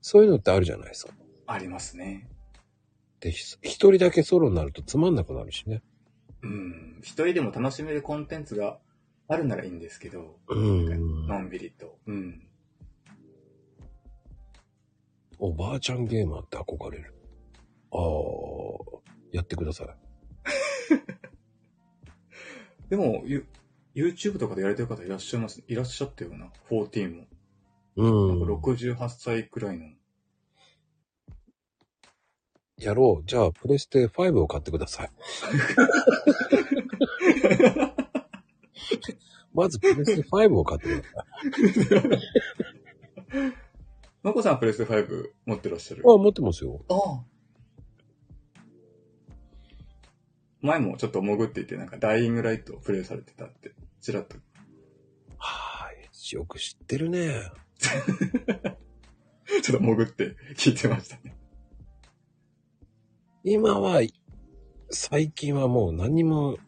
そういうのってあるじゃないですか。
あ、ありますね。
で、ひ一人だけソロになるとつまんなくなるしね。
うん。一人でも楽しめるコンテンツがあるならいいんですけど、
うん
のんびりと。うん。
おばあちゃんゲーマーって憧れる。ああ、やってください。
でも、ゆ YouTube とかでやれてる方いらっしゃいます、いらっしゃったような、14も。
うん。
68歳くらいの。
やろう。じゃあ、プレステ5を買ってください。まず、プレステ5を買ってください。
まこさんはプレステ5持ってらっしゃる
あ、。持ってますよ。
ああ。前もちょっと潜っていて、なんかダイイングライトをプレイされてたって、ちらっと。
はい。よく知ってるね。
ちょっと潜って 聞いてましたね。
今は、最近はもう何も、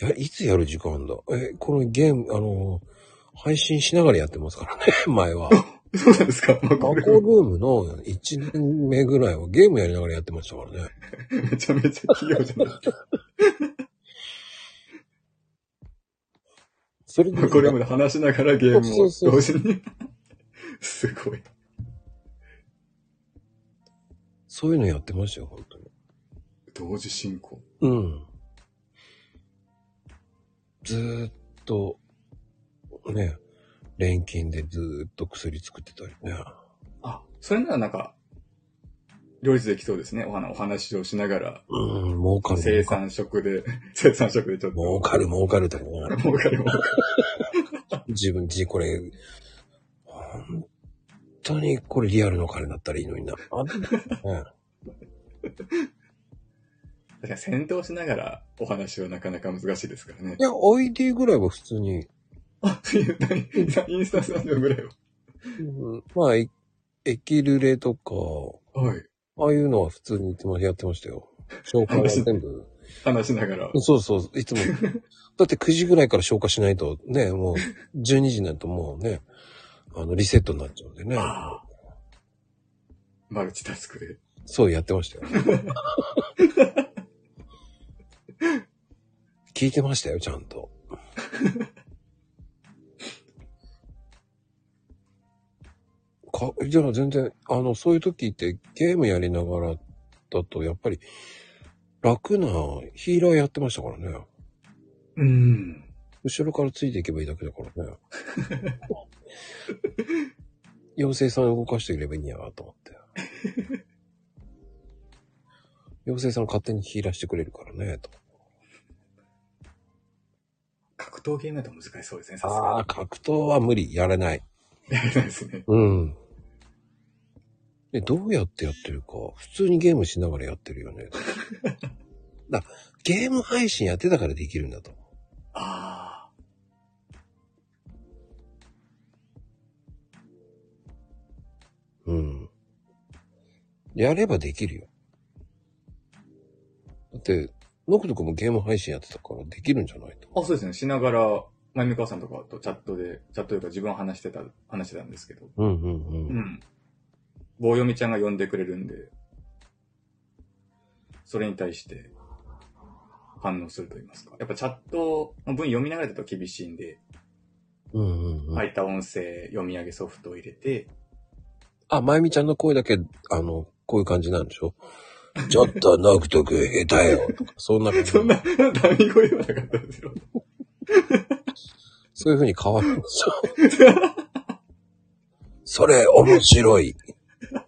いや、いつやる時間だえ、このゲーム、あの、配信しながらやってますからね、 前は。
そうなんですかマ
マコ
コ
ル
ルー
ームの1年目ぐらいはゲームやりながらやってましたからね。
ムめちゃめちゃ器用じゃない ですか。
それで
マコルームで話しながらゲームを
そうそ
同
う
時に。 すごい。
そういうのやってましたよ、本当に。
同時進行。
うん。ずーっと、ね、錬金でずーっと薬作ってたりね。
あ、それならなんか、両立できそうですね。お花、お話をしながら、
うん、儲かる。
生産食で、 生産食でちょっと。
儲かる、儲かるだよね。
儲かる。儲 かる
自分自これ、本当にこれリアルの金だったらいいのにな。あね
確かに戦闘しながらお話はなかなか難しいですからね
い。や、ID ぐらいは普通に、
あ、そういう、何インスタンス何秒ぐらい
うんまあ、エエキルレとか、
は。はい。
ああいうのは普通にいつもやってましたよ。消化は全部。
話しながら。
そうそう、いつも。だって9時ぐらいから消化しないと、ね、もう12時になるともうね、あの、リセットになっちゃうんでね。
あマルチタスクで。
そうやってましたよ。聞いてましたよ、ちゃんと。か、じゃあ全然、あの、そういう時ってゲームやりながらだと、やっぱり楽なヒーラーやってましたからね。
うん。
後ろからついていけばいいだけだからね。 妖精さんを動かしていればいいんやと思って。 妖精さん勝手にヒーラーしてくれるからね、と。
格闘ゲームだと難しそうですね、さす
あ
が
あ、格闘は無理、やれない。
に。やれないですね。
うん。で、どうやってやってるか、普通にゲームしながらやってるよね。 だゲーム配信やってたからできるんだと。
ああ。
うん。やればできるよ。だって、ノクト君もゲーム配信やってたからできるんじゃないと。
あ、そうですね。しながら、まゆみかわさんとかとチャットで、チャットというか自分は話してた、話してたんですけど。
うんうん
う
うん。
ん。棒読みちゃんが呼んでくれるんで、それに対して反応すると言いますか。やっぱチャットの文読みながらだと厳しいんで、
うんうんうん。
空いた音声読み上げソフトを入れ て、
あ、まゆみちゃんの声だけ、あの、こういう感じなんでしょちょっとノクト君下手よ。とか、 そんな感じ。
そんな、ダミ声ではなかったですよ。
そういう風に変わるんですよ。それ面白い。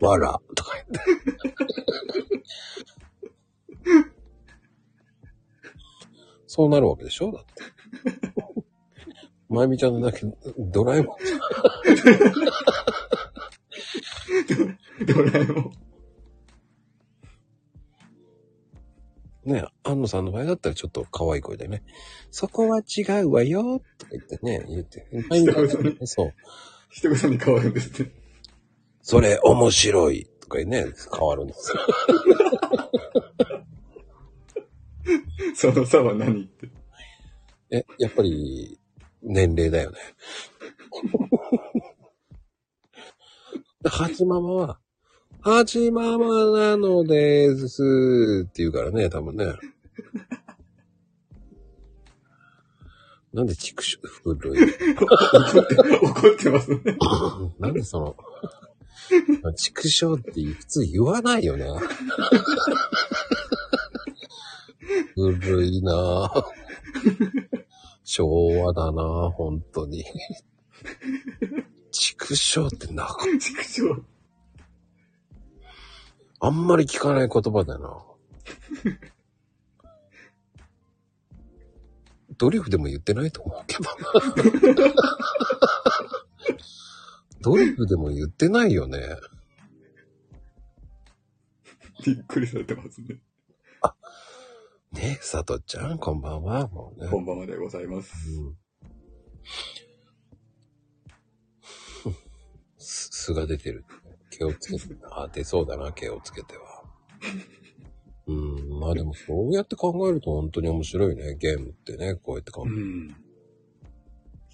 わら。とか言って。そうなるわけでしょだって。まゆみちゃんのだけドラえもん。
ドラえもん。
ね、安野さんの場合だったらちょっと可愛い声でね。そこは違うわよ。とか言ってね、言って。まゆみちゃんだけね そう。
一言に変わるんですね。
それ面白いとかね、変わるんですよ。
その差は何って。
え、やっぱり、年齢だよね。はちママは、はちママなのですって言うからね、多分ね。なんで畜生古い。
怒って、怒ってますね。
なんでその、 畜生って普通言わないよね。 古いなぁ。 昭和だなぁ、本当に。畜生ってなか、
畜生。
あんまり聞かない言葉だな。ドリフでも言ってないと思うけど。 ドリフでも言ってないよね。
びっくりされてますね。
ねえ、さとちゃん、こんばんは。もうね。
こんばんはでございます。
うんす素が出てる。毛をつけて。あ、出そうだな、毛をつけては。うん、まあでもそうやって考えると本当に面白いね、ゲームってね、こうやって考え
う
る。
ん。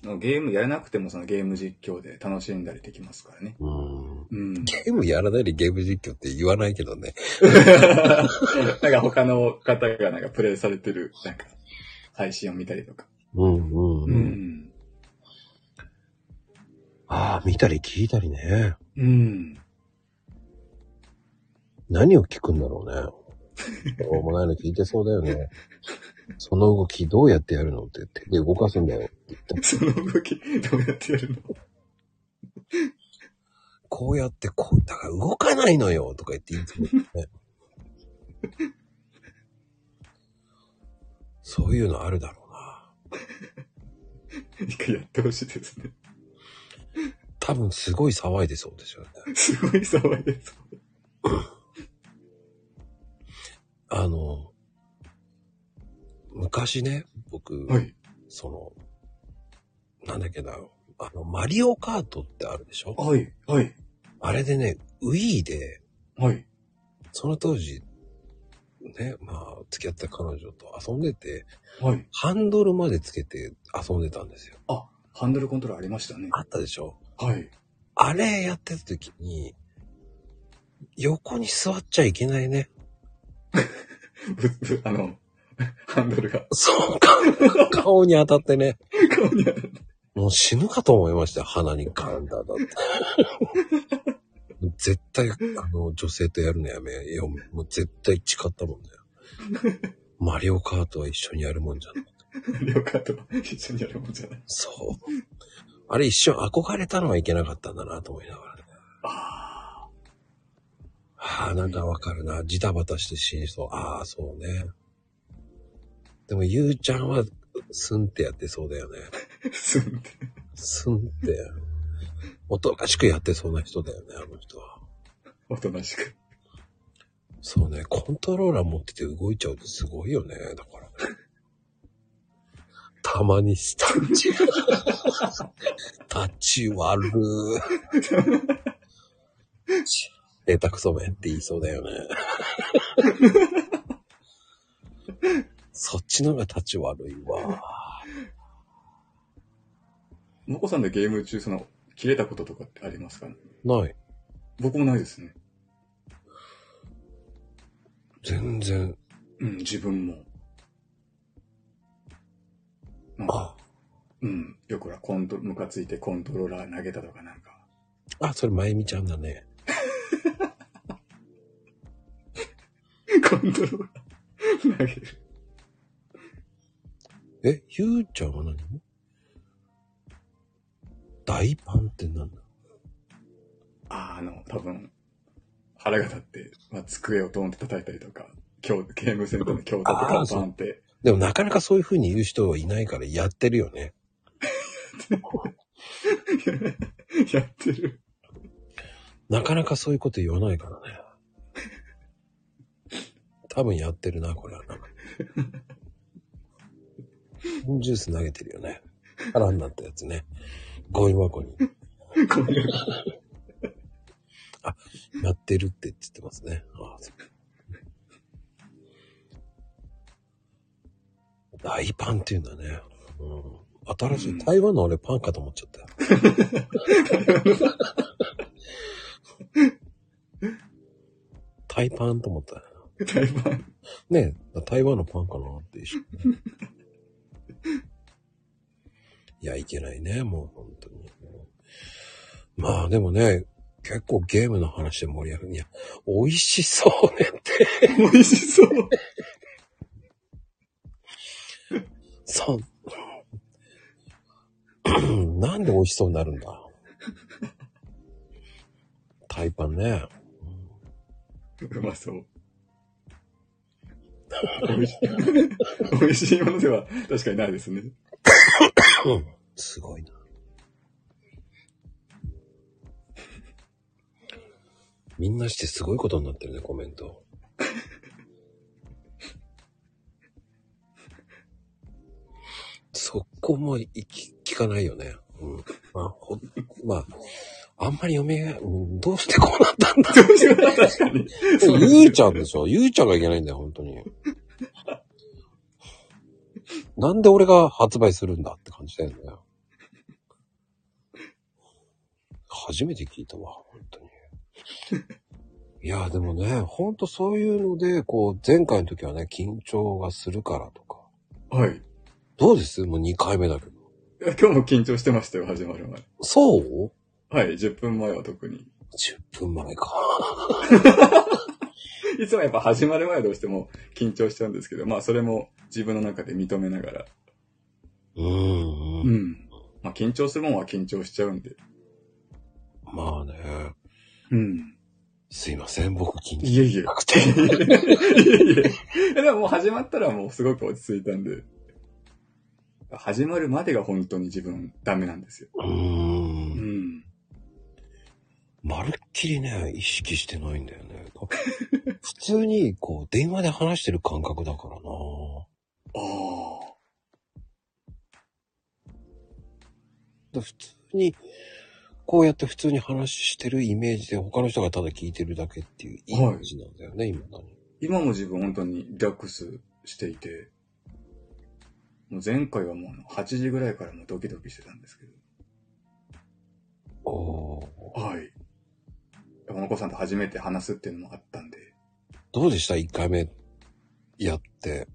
そのゲームやらなくてもそのゲーム実況で楽しんだりできますからね。
うん。
うん。
ゲームやらないでゲーム実況って言わないけどね。
なんか他の方がなんかプレイされてる、なんか、配信を見たりとか。
うんうんう。
うんん。
ああ、見たり聞いたりね。
うん。
何を聞くんだろうね。どうもないの聞いてそうだよね。その動きどうやってやるのって手で動かすんだよって言って。
その動き、どうやってやるの
こうやってこう、だから動かないのよとか言って言うんですよね。そういうのあるだろうな。
一回やってほしいですね。
多分すごい騒いでそうですよね。
すごい騒いでそ
あの、昔ね、僕、
う。はい。
その、なんだっけな、あの、マリオカートってあるでしょ
はい。はい。
あれでね、Wii で、
はい。
その当時、ね、まあ、付き合った彼女と遊んでて、
はい。
ハンドルまでつけて遊んでたんですよ。
ハンドルコントロールありましたね。
あったでしょ
はい。
あれやってた時に、横に座っちゃいけないね。
ぶぶあの、ハンドルが
そうか。顔に当たってね。
顔にある。
もう死ぬかと思いましたよ。鼻にガンだだって。 絶対、あの、女性とやるのやめよう。もう絶対誓ったもんね。 マリオカートは一緒にやるもんじゃない。
了解と一緒にやるもんじゃない。
そう。あれ一瞬憧れたのはいけなかったんだなと思いながらね。
あ
ああ、なんかわかるな。ジタバタして死にそう。ああ、そうね。でも、ゆうちゃんは、スンってやってそうだよね。
あ、すんって。
スンって、おとなしくやってそうな人だよね、あの人は。
おとなしく。
そうね、コントローラー持ってて動いちゃうってすごいよね、だから、ね。たまにスタッチ、タッチ悪ー。下手くそめって言いそうだよね。そっちの方が立ち悪いわ。
もこさんでゲーム中、その、切れたこととかってありますかね
ない。
僕もないですね。
全然。
うん、自分も。なんか
あ、
うん。よくほら、コント、ムカついてコントローラー投げたとかなんか。
あ、それまゆみちゃんだね。
コントローラー投げる。
え、ゆうちゃんは何大パンってなんだ
ああ、あの、多分、腹が立って、まあ、机をドーンって叩いたりとか、今日、ゲームセンターの今日
あー
叩
そう
バンって。
でもなかなかそういう風に言う人はいないからやってるよね。
やってる。
なかなかそういうこと言わないからね。多分やってるな、これはな。 ジュース投げてるよね。腹になったやつね。ゴミ箱に。
こういう
あ、やってるって言ってますね。あそう大パンって言うんだね。うん、新しい、台湾の俺パンかと思っちゃったよ。 台パンと思ったよ。
台湾。
ねえ、台湾のパンかなって一緒に ね。いや、いけないね、もう本当に。まあでもね、結構ゲームの話で盛り上がる。いや、美味しそうねって。
美味しそう。
そん、 なんで美味しそうになるん だ。タイパンね。
うまそう。美味しい。美味しいものでは確かにないですね。
すごいな。みんなしてすごいことになってるね、コメント。そこもいき聞かないよね。うん。まあ、ほまあ、あんまり読みが、うんどうしてこうなったんだ
確かに。そうです
ゆうちゃんでしょゆうちゃんがいけないんだよ、本当に。なんで俺が発売するんだって感じだよね。初めて聞いたわ、本当に。いや、でもね、本当そういうので、こう、前回の時はね、緊張がするからとか。
はい。
どうですもう2回目だけど。
今日も緊張してましたよ、始まる前。
そう
はい、10分前は特に。
?10 分前か。
いつもやっぱ始まる前はどうしても緊張しちゃうんですけど、まあそれも自分の中で認めながら。
うーん。
ん。まあ緊張するもんは緊張しちゃうんで。
まあね、
うん。
すいません、僕緊張し
いえいえ
な。くて。
いえいえ。でももう始まったらもうすごく落ち着いたんで。始まるまでが本当に自分ダメなんですよ。
うーん
う。ん。
まるっきりね、意識してないんだよね。 こ普通に、こう、電話で話してる感覚だからな
ああ。
だ普通に、こうやって普通に話してるイメージで、他の人がただ聞いてるだけっていうイメージなんだよね、今の。
今も自分本当にリラックスしていて、もう前回はもう8時ぐらいからもうドキドキしてたんですけ
おー
ど。はい。山子さんと初めて話すっていうのもあったんで。
どうでした ?1 回目やって。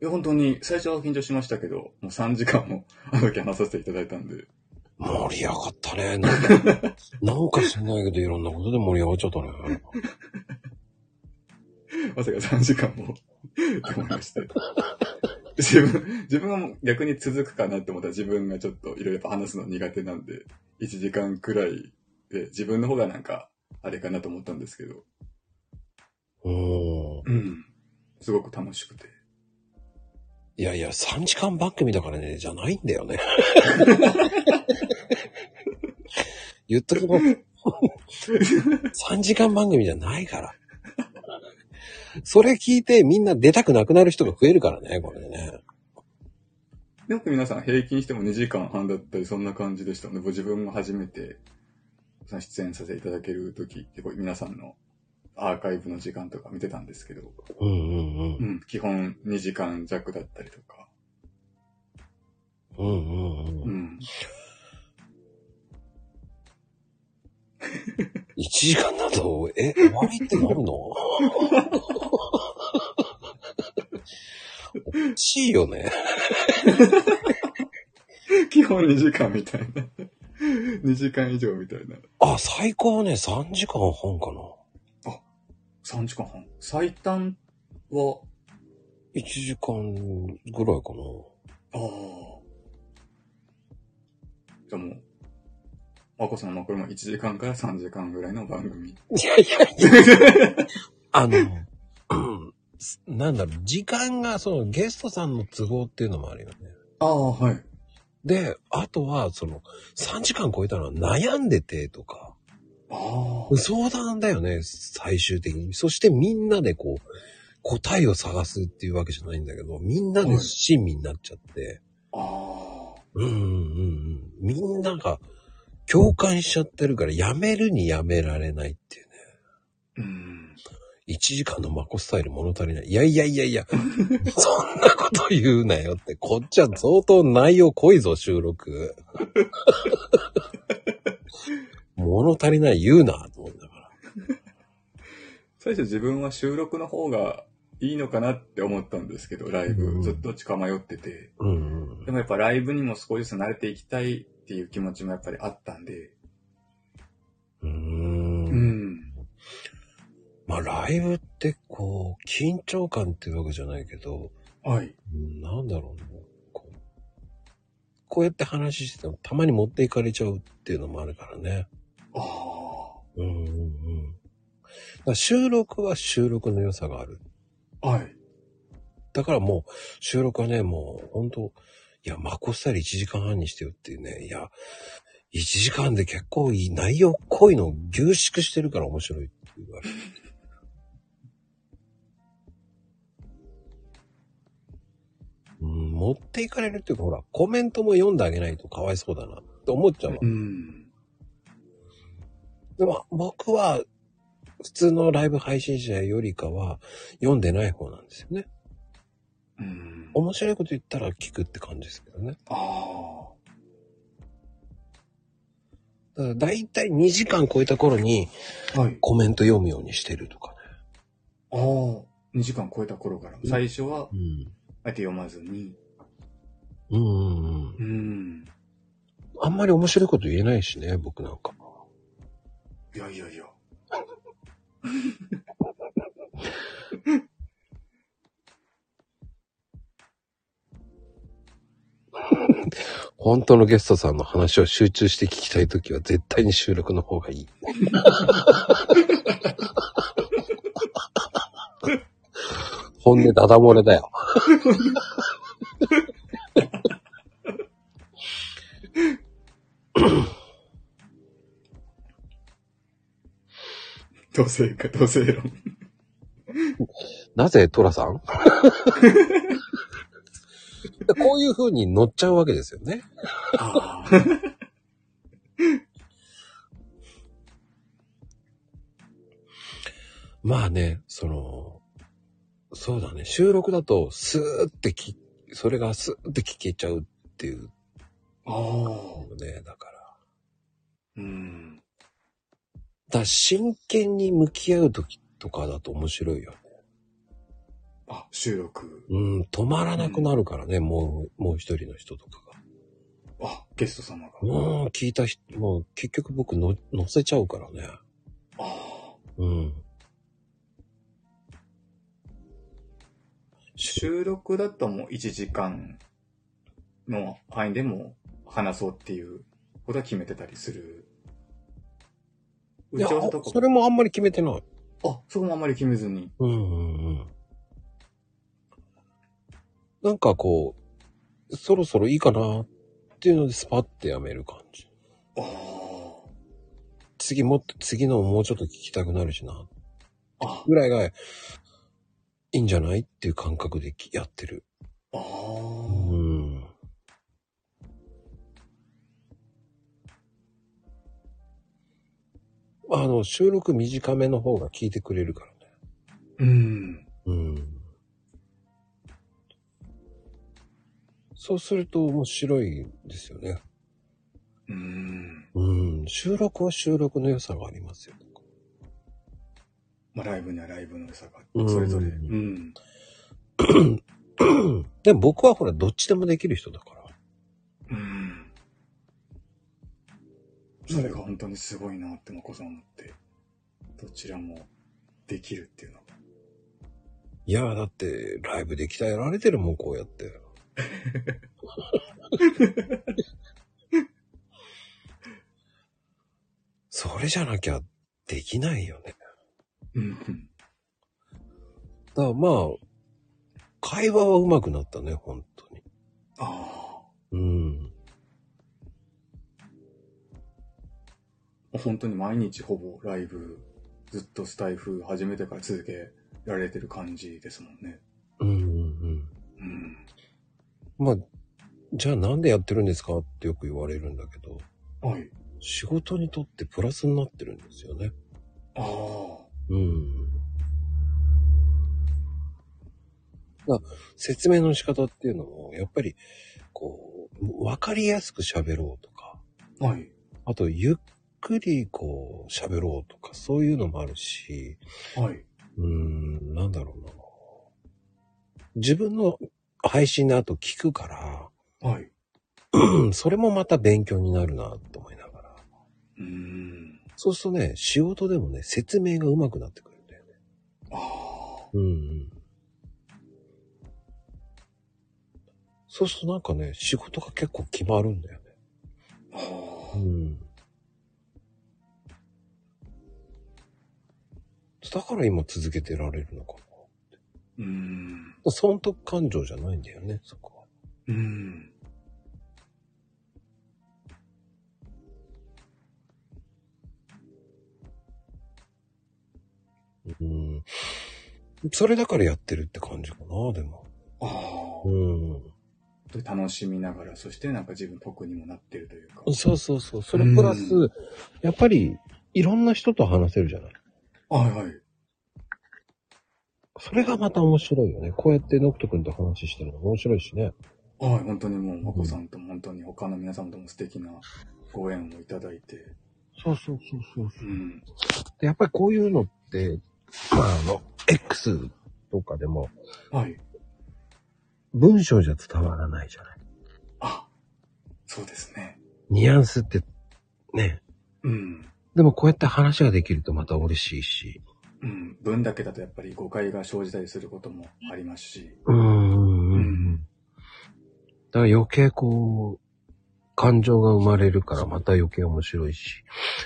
いや、本当に最初は緊張しましたけど、もう3時間も あの時話させていただいたんで。
盛り上がったね。なんか、なんか知んないけど、いろんなことで盛り上がっちゃったね。
まさか3時間も と思いました。 自分、自分はもう逆に続くかなって思ったら自分がちょっといろいろ話すの苦手なんで、1時間くらいで自分の方がなんかあれかなと思ったんですけど、
うーん。
うん。すごく楽しくて。
いやいや、3時間番組だからね、じゃないんだよね。 言っときます。3時間番組じゃないから。それ聞いてみんな出たくなくなる人が増えるからね、これね。
よく皆さん平均しても2時間半だったりそんな感じでしたので、僕自分も初めてその出演させていただけるとき、結構皆さんのアーカイブの時間とか見てたんですけど、
うん
う
うん
ん、基本2時間弱だったりとか、
うん。うんうんう。
うん
1
ん、
時間だと、え、終わりってなるの おかしいよね。
基本2時間みたいな。2時間以上みたいな。
あ、最高はね、3時間半かな。
3時間半。最短は、
1時間ぐらいかな。
ああ。じゃあもう、まこさんはこれも1時間から3時間ぐらいの番組。
いやいやいや。 あの、うんなんだろう、時間がそのゲストさんの都合っていうのもあるよね。
ああ、はい。
で、あとはその3時間超えたのは悩んでてとか、
あ
相談だよね、最終的に。そしてみんなでこう、答えを探すっていうわけじゃないんだけど、みんなで親身になっちゃって、
あ。ああ。
うんうんうんうん。みんなが共感しちゃってるから、やめるにやめられないっていうね。
うん。
1時間のマコスタイル物足りない。いやいやいやいや、 そんなこと言うなよって、こっちは相当内容濃いぞ、収録。 物足りない言うな、と思いながら。
最初自分は収録の方がいいのかなって思ったんですけど、ライ
うん
ブ。ずっとどっちか迷ってて。
うんうん
で。もやっぱライブにも少しずつ慣れていきたいっていう気持ちもやっぱりあったんで、
ううー。
うんん。
まあ、ライブってこう、緊張感っていうわけじゃないけど、
はい。
うんなんだろうな。こう、こうやって話してても、たまに持っていかれちゃうっていうのもあるからね。
ああ。
うんうんうん。だから収録は収録の良さがある。
はい。
だからもう、収録はね、もう、本当いや、マコスタイル1時間半にしてよっていうね、いや、1時間で結構いい内容濃いのを凝縮してるから面白いって言われる。うん、持っていかれるっていうか、ほら、コメントも読んであげないとかわいそうだなって思っちゃうわ。
うん。
でも、僕は、普通のライブ配信者よりかは、読んでない方なんですよね。
うん。
面白いこと言ったら聞くって感じですけどね。
ああ。
だから大体2時間超えた頃に
はい。
コメント読むようにしてるとかね。
ああ。2時間超えた頃から。最初は、
うん。
あえて読まずに。
うんうんうん。
うん。
あんまり面白いこと言えないしね、僕なんか。
いやいやいや。
本当のゲストさんの話を集中して聞きたいときは絶対に収録の方がいい。本音ダダ漏れだよ。
同性か、同性論。
なぜトラさ んこういう風に乗っちゃうわけですよね。
ああ。
まあね、その、そうだね、収録だとスーってき、それがスーって聞けちゃうっていう
あ あ。
のね、だから。だか
うん。
ら真剣に向き合う時とかだと面白いよね。
あ、収録。
うん、止まらなくなるからね、もう、もう一人の人とかが。
あ、ゲスト様が。
うーん、聞いた人、もう結局僕の乗せちゃうからね。
ああ。
うん。
収録だともう1時間の範囲でも話そうっていうことは決めてたりする。
い
打
や、
ち合わせ
あ
と
そ
か
れもあんまり決めてない。
あ、そこもあんまり決めずに。
うんうんうん。なんかこう、そろそろいいかなっていうのでスパッてやめる感じ。
あ
次もっと、次のもうちょっと聞きたくなるしな。
あ。あ
ぐらいが、いいんじゃないっていう感覚できやってる。
あ
う
ー。
ん。あの、収録短めの方が聞いてくれるからね。
うん。
うんそうすると面白いんですよね。
うん。
うん。収録は収録の良さがありますよ。
まあ、ライブにはライブの良さ
うん
が、それぞれ。うん。
でも僕はほら、どっちでもできる人だから。
うん。それが本当にすごいなって、まこさん思って。どちらもできるっていうのが。
いやー、だって、ライブで鍛えられてるもん、こうやって。それじゃなきゃできないよね。
うん。
だからまあ、会話は上手くなったね、本当に。
あ
うん。
あ。本当に毎日ほぼライブ、ずっとスタイフ始めてから続けられてる感じですもんね。
うんうんうん。
うん。
まあ、じゃあなんでやってるんですかってよく言われるんだけど、
はい。
仕事にとってプラスになってるんですよね。
ああ。
うん。まあ、説明の仕方っていうのも、やっぱり、こう、わかりやすく喋ろうとか、
はい。
あと、ゆっくりこう、喋ろうとか、そういうのもあるし、
はい。
うーん、なんだろうな。自分の配信の後聞くから、
はい。
うんそれもまた勉強になるなと思いながら。
うーん。
そうするとね、仕事でもね、説明が上手くなってくるんだよね。うんうん。そうするとなんかね、仕事が結構決まるんだよね。うん。だから今続けてられるのか
うん。
な。損得感情じゃないんだよね、そこは。
うん。
うん。それだからやってるって感じかな、でも。
ああ。
うん。
本当に楽しみながら、そしてなんか自分得にもなってるというか。
そうそうそう。それプラス、
う
やっぱり、いろんな人と話せるじゃない。
はいはい。
それがまた面白いよね。こうやってノクト君と話してるの面白いしね。
はい、本当にもう、まこさんとも本当に他の皆様とも素敵なご縁をいただいて。
そうそうそうそう。
うん。
やっぱりこういうのって、まああの、X とかでも、
はい。
文章じゃ伝わらないじゃない。
あ、そうですね。
ニュアンスって、ね。
うん。
でもこうやって話ができるとまた嬉しいし。
うん。文だけだとやっぱり誤解が生じたりすることもありますし。
うーん。。
うん
だから余計こう、感情が生まれるからまた余計面白いし。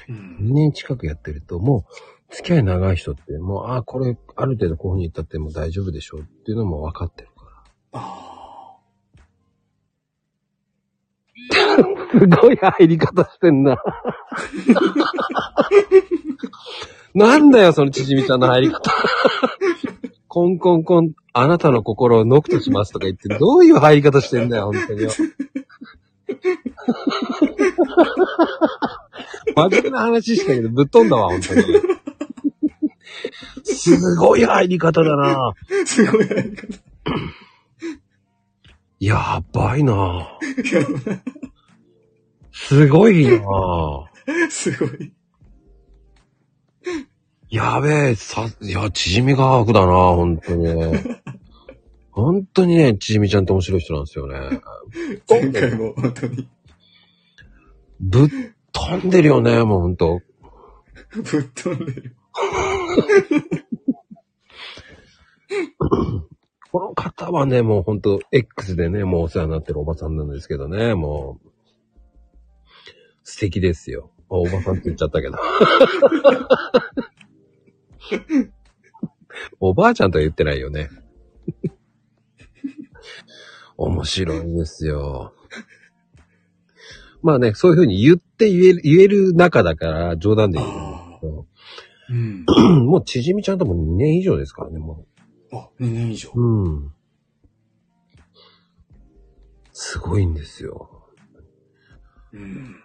う
2
ん。
年近くやってると、もう、付き合い長い人って、もう、ああ、これ、ある程度こういう風に言ったってもう大丈夫でしょうっていうのも分かってるか
あ
ら。すごい入り方してんな。なんだよ、その縮みちゃんの入り方。コンコンコン、あなたの心をノクとしますとか言って、どういう入り方してんだよ、本当によ。真面目な話したけど、ぶっ飛んだわ、本当に。すごい入り方だな。
あ。すごいやり方。
やばいなぁすごいなぁ
すごい。
やべえ、さ、いや、縮み画伯だなぁ本当に。本当にね、縮みちゃんって面白い人なんですよね。
前回も本当に
ぶっ飛んでるよね、もう本当。
ぶっ飛んでる。
この方はね、もう本当 X でね、もうお世話になってるおばさんなんですけどね、もう、素敵ですよ。あおばさんって言っちゃったけど。おばあちゃんとは言ってないよね。面白いですよ。まあね、そういうふうに言って言える、言える仲だから冗談で言うんですけど
うん。
もう縮みちゃんとも2年以上ですからね、もう。
あ、2年以上。
うん。すごいんですよ。
うん。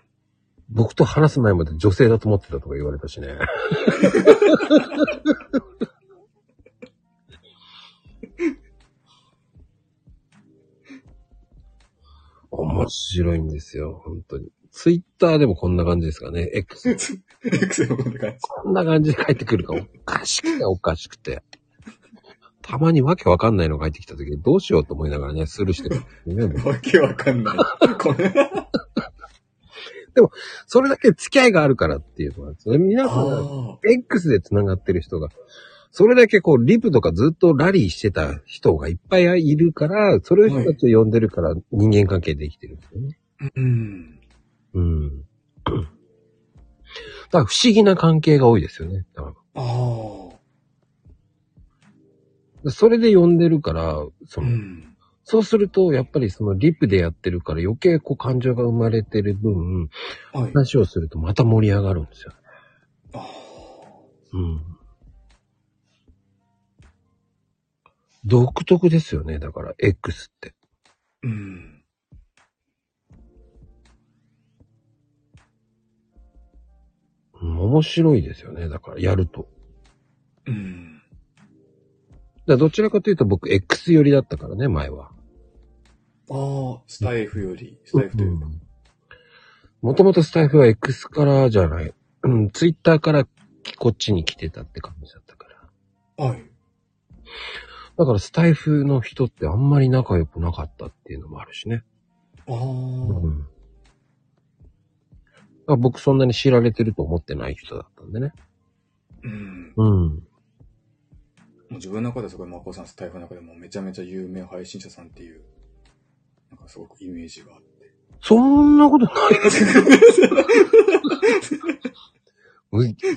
僕と話す前まで女性だと思ってたとか言われたしね。面白いんですよ、本当に。ツイッターでもこんな感じですかね。X
X もこんな感
こんな感じで帰ってくるから、おかしくておかしくて。たまにわけわかんないのが入ってきた時にどうしようと思いながらね、スルーしてくる、ね。
じ。わけわかんない。これ。
それだけ付き合いがあるからっていうのは、それ皆さんが
あ
X で繋がってる人が、それだけこう、リプとかずっとラリーしてた人がいっぱいいるから、それを人たちを呼んでるから人間関係できてるんですよね。
あ。うん。
うん。だから不思議な関係が多いですよね。だから
ああ。
それで呼んでるから、そうの、
ん。
そうすると、やっぱりそのリプでやってるから余計こう感情が生まれてる分、
はい。
話をするとまた盛り上がるんですよ。
ああ。
うん。独特ですよね、だから X って。
うん。
うん面白いですよね、だからやると。
うん。
だからどちらかというと僕 X 寄りだったからね、前は。
ああ、スタイフより、スタイフというか。
もともとスタイフは X からじゃない。うん、ツイッターからこっちに来てたって感じだったから。
はい。
だからスタイフの人ってあんまり仲良くなかったっていうのもあるしね。
ああ。
うん。あ僕そんなに知られてると思ってない人だったんでね。
うん。も
うん。
う自分の中ではすごいマコさん、台風の中でもめちゃめちゃ有名配信者さんっていう、なんかすごくイメージがあって。
そんなことないです。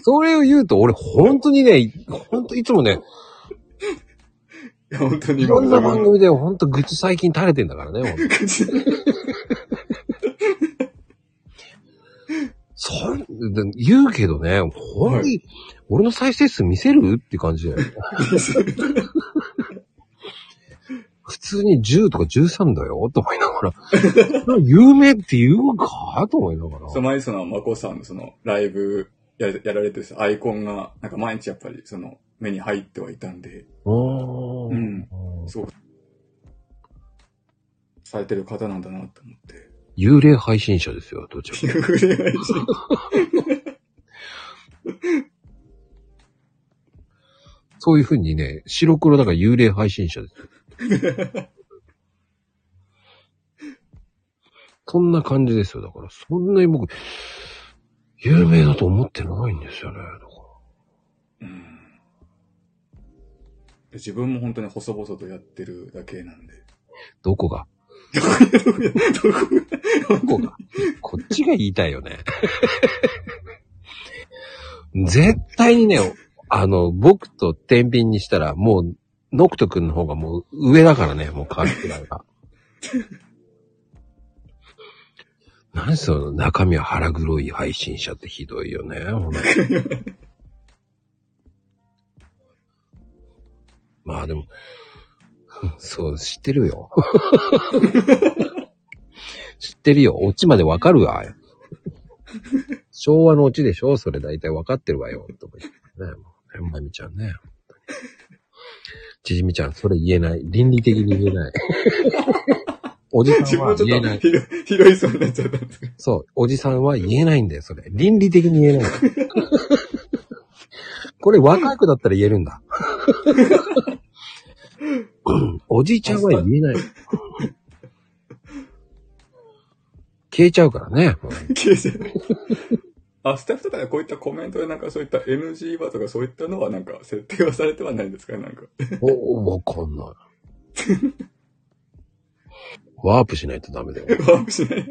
それを言うと、俺、本当にね、本当いつもね、
いや、本当に
いろんな番組で本当愚痴最近垂れてんだからね、ほんとそん、言うけどね、ほんと
は
に、俺の再生数見せるって感じだよ。普通に10とか13だよ、と思いながら。有名って言うかと思いながら。
その前にその、マコさんのその、ライブややられてるアイコンが、なんか毎日やっぱりその、目に入ってはいたんで、
う
うん
ん
されてる方なんだなと思って。
幽霊配信者ですよ、どちらか。そういうふうにね、白黒だから幽霊配信者です。そんな感じですよ。だから、そんなに僕、有名だと思ってないんですよね。だから
うんで自分も本当に細々とやってるだけなんで。
どこが
どこ
どこがこっちが言いたいよね。絶対にね、あの、僕と天秤にしたら、もう、ノクト君の方がもう上だからね、もうカリスマが。何その中身は腹黒い配信者ってひどいよね、ほんとにまあでも、 そう、知ってるよ。 知ってるよ。オチまでわかるわ。昭和のオチでしょそれ大体わかってるわよ。とか言ってね。もうまみちゃんね。ちじみちゃん、それ言えない。倫理的に言えない。おじさ
自
んは
分ち
言
ょ
え
っ
な
と
い。
ひどい、ひどいそうになっちゃったんですけど。
そう、おじさんは言えないんだよ、それ。倫理的に言えない。これ若い子だったら言えるんだ。うんおじいちゃんは言えない。消えちゃうからね。もう
消えちゃうあ、スタッフとかでこういったコメントでなんかそういった NG バーとかそういったのはなんか設定はされてはないんですかねなんか。
お、わかんない。ワープしないとダメだよ。
ワープしない。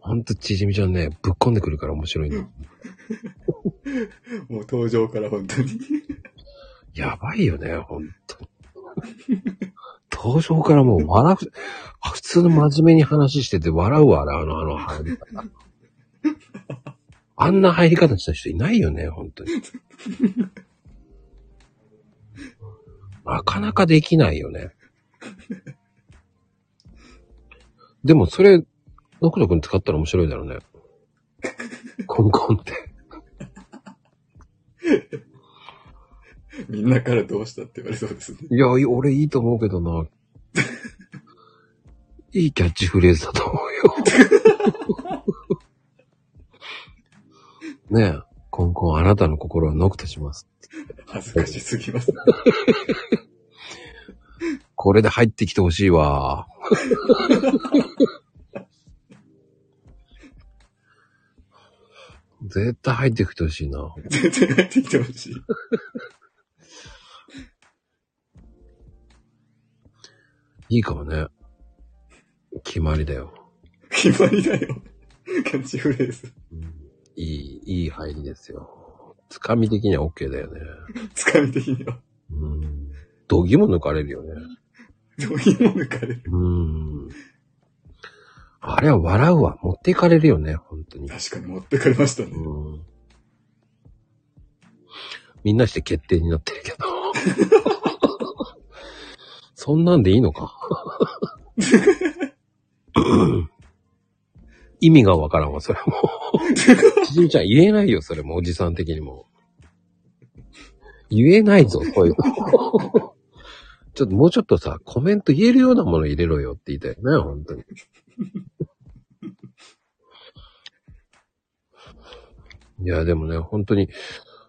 ほんと、ちじみちゃんね、ぶっこんでくるから面白いの。
もう登場から本当に。
やばいよね、ほんと。登場からもう笑う、普通の真面目に話してて笑うわ、あの、あの入り方。あんな入り方した人いないよね、本当に。なかなかできないよね。でもそれ、ノクノ君使ったら面白いだろうね。コンコンって。
みんなからどうしたって言われそうですね。
いや、い俺いいと思うけどな。いいキャッチフレーズだと思うよ。ねえ、コンコンあなたの心はノクとします。
恥ずかしすぎます。
これで入ってきてほしいわ。絶対入ってきてほしいな。
全然入ってきてほしい。
いいかもね。決まりだよ。
決まりだよ。キャッチフレーズ。
うんいい、いい入りですよ。つかみ的には OK だよね。
つかみ的には。
うん。度肝抜かれるよね。
どういうも抜かれる。
うん。あれは笑うわ。持っていかれるよね、本当に。
確かに持ってかれましたね。
うん。みんなして決定になってるけど。そんなんでいいのか。意味がわからんわ、それも。ちじみちゃん言えないよ、それも、おじさん的にも。言えないぞ、そういうのちょっともうちょっとさ、コメント言えるようなもの入れろよって言いたいよね、本当に。いや、でもね、本当に、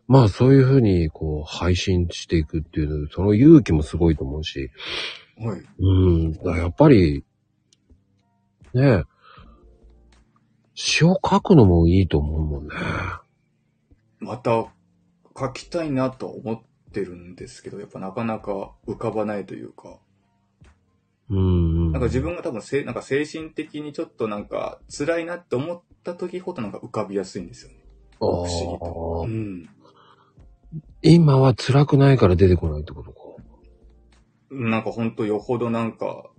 まあそういうふうに、こう、配信していくっていう、その勇気もすごいと思うし、
はい。
うん、だからやっぱり、ねえ。詩を書くのもいいと思うもんね。
また書きたいなとは思ってるんですけど、やっぱなかなか浮かばないというか、
うん。
なんか自分が多分せ、なんか精神的にちょっとなんか辛いなって思った時ほどなんか浮かびやすいんですよね。
不
不思議と。うん。
今は辛くないから出てこないってことか。
なんかほんとよほどなんか、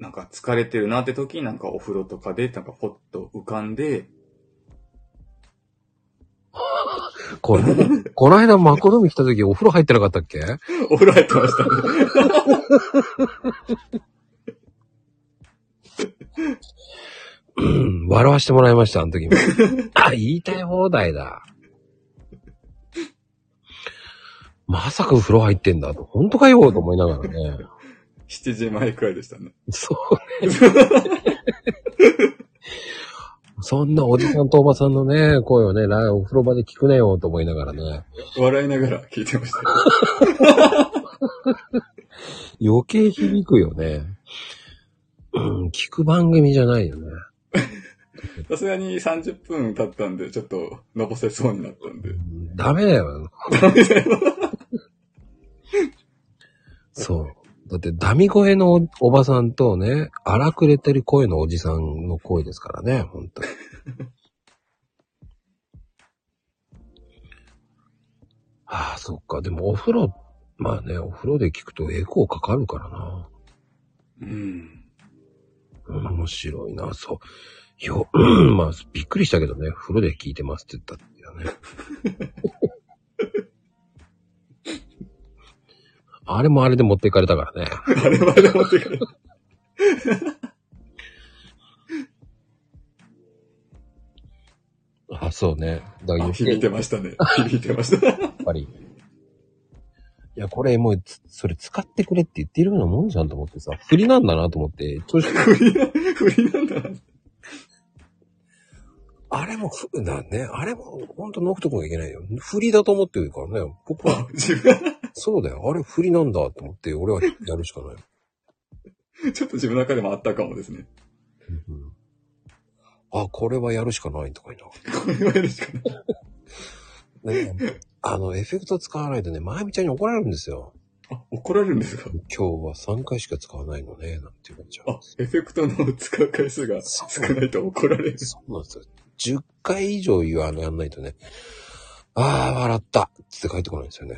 なんか疲れてるなって時になんかお風呂とかでなんかポッと浮かんで、
これ、この間マコドミ来た時お風呂入ってなかったっけ
お風呂入ってましたね。
うん、笑わしてもらいました、あの時も。あ、言いたい放題だ。まさか風呂入ってんだと、本当かよ、と思いながらね。
7時前くらいでしたね。
そうね。そんなおじさんとおばさんのね、声をね、ラお風呂場で聞くなよ、と思いながらね。
笑いながら聞いてました。
余計響くよね。うん、聞く番組じゃないよね。
さすがに30分経ったんで、ちょっとのぼせそうになったんで。
ダメだよ。そう。だって、ダミ声のおおばさんとね、荒くれてる声のおじさんの声ですからね、本当に。ああ、そっか。でもお風呂、まあね、お風呂で聞くとエコーかかるからな。
うん。
うん面白いな、そう。よ、まあ、びっくりしたけどね、風呂で聞いてますって言ったんだよね。 あれもあれで持っていかれたからね。
あれまで持ってくる。
あ、そうね。だから
あ
余計
響いて
やっ
ましたね。響いてました。
ぱり。いや、これもうつ、それ使ってくれって言ってるようなもんじゃんと思ってさ、振りなんだなと思って、調子
不利なんだな。
あれもふ、だね、あれも、ほんとノクト君がいけないよ。振りだと思ってるからね、僕は、
あ自分、
そうだよ、あれ振りなんだと思って、俺はやるしかない。
ちょっと自分の中でもあったかもですね。
うんあ、これはやるしかないとか言
これはやるしかない。
いな。ね、あの、エフェクト使わないとね、まゆみちゃんに怒られるんですよ。
あ、怒られるんですか
今日は3回しか使わないのね、なんて言われちゃう
あ。、エフェクトの使う回数が少ないと怒られる。
そうなんですよ。10回以上言わやんないとね、ああ、笑ったって帰ってこないんですよね。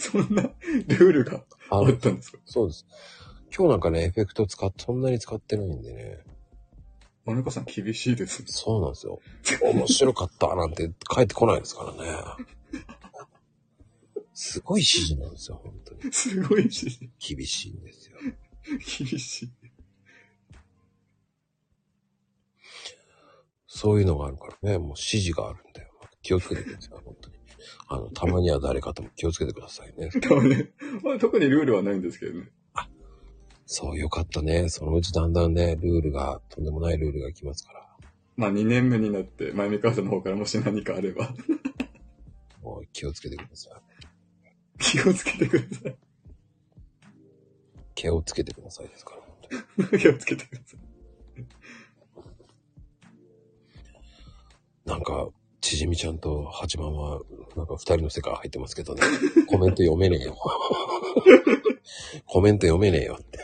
そんなルールが
あ
あ
の
っ、たんですか
そうです。今日なんかね、エフェクト使っ、そんなに使ってないんでね、
マヌカさん厳しいですね。
そうなんですよ。面白かったなんて帰ってこないですからね。すごい指示なんですよ、本当に。
すごいし、
厳しいんですよ。
厳しい。
そういうのがあるからね、もう指示があるんだよ。気をつけてください、本当に。あの、たまには誰かとも気をつけてくださいね。
多分ね、まあ、特にルールはないんですけどね。
そう、よかったね。そのうちだんだんね、ルールが、とんでもないルールが来ますから。
まあ2年目になって、まゆみかわさんの方からもし何かあれば、
もう気をつけてください。
気をつけてくださ
気をつけてくださいですから。本当に
い。気をつけてください。
なんか、ちじみちゃんと八番は、なんか二人の世界入ってますけどね。コメント読めねえよ。 コメント読めねえよって。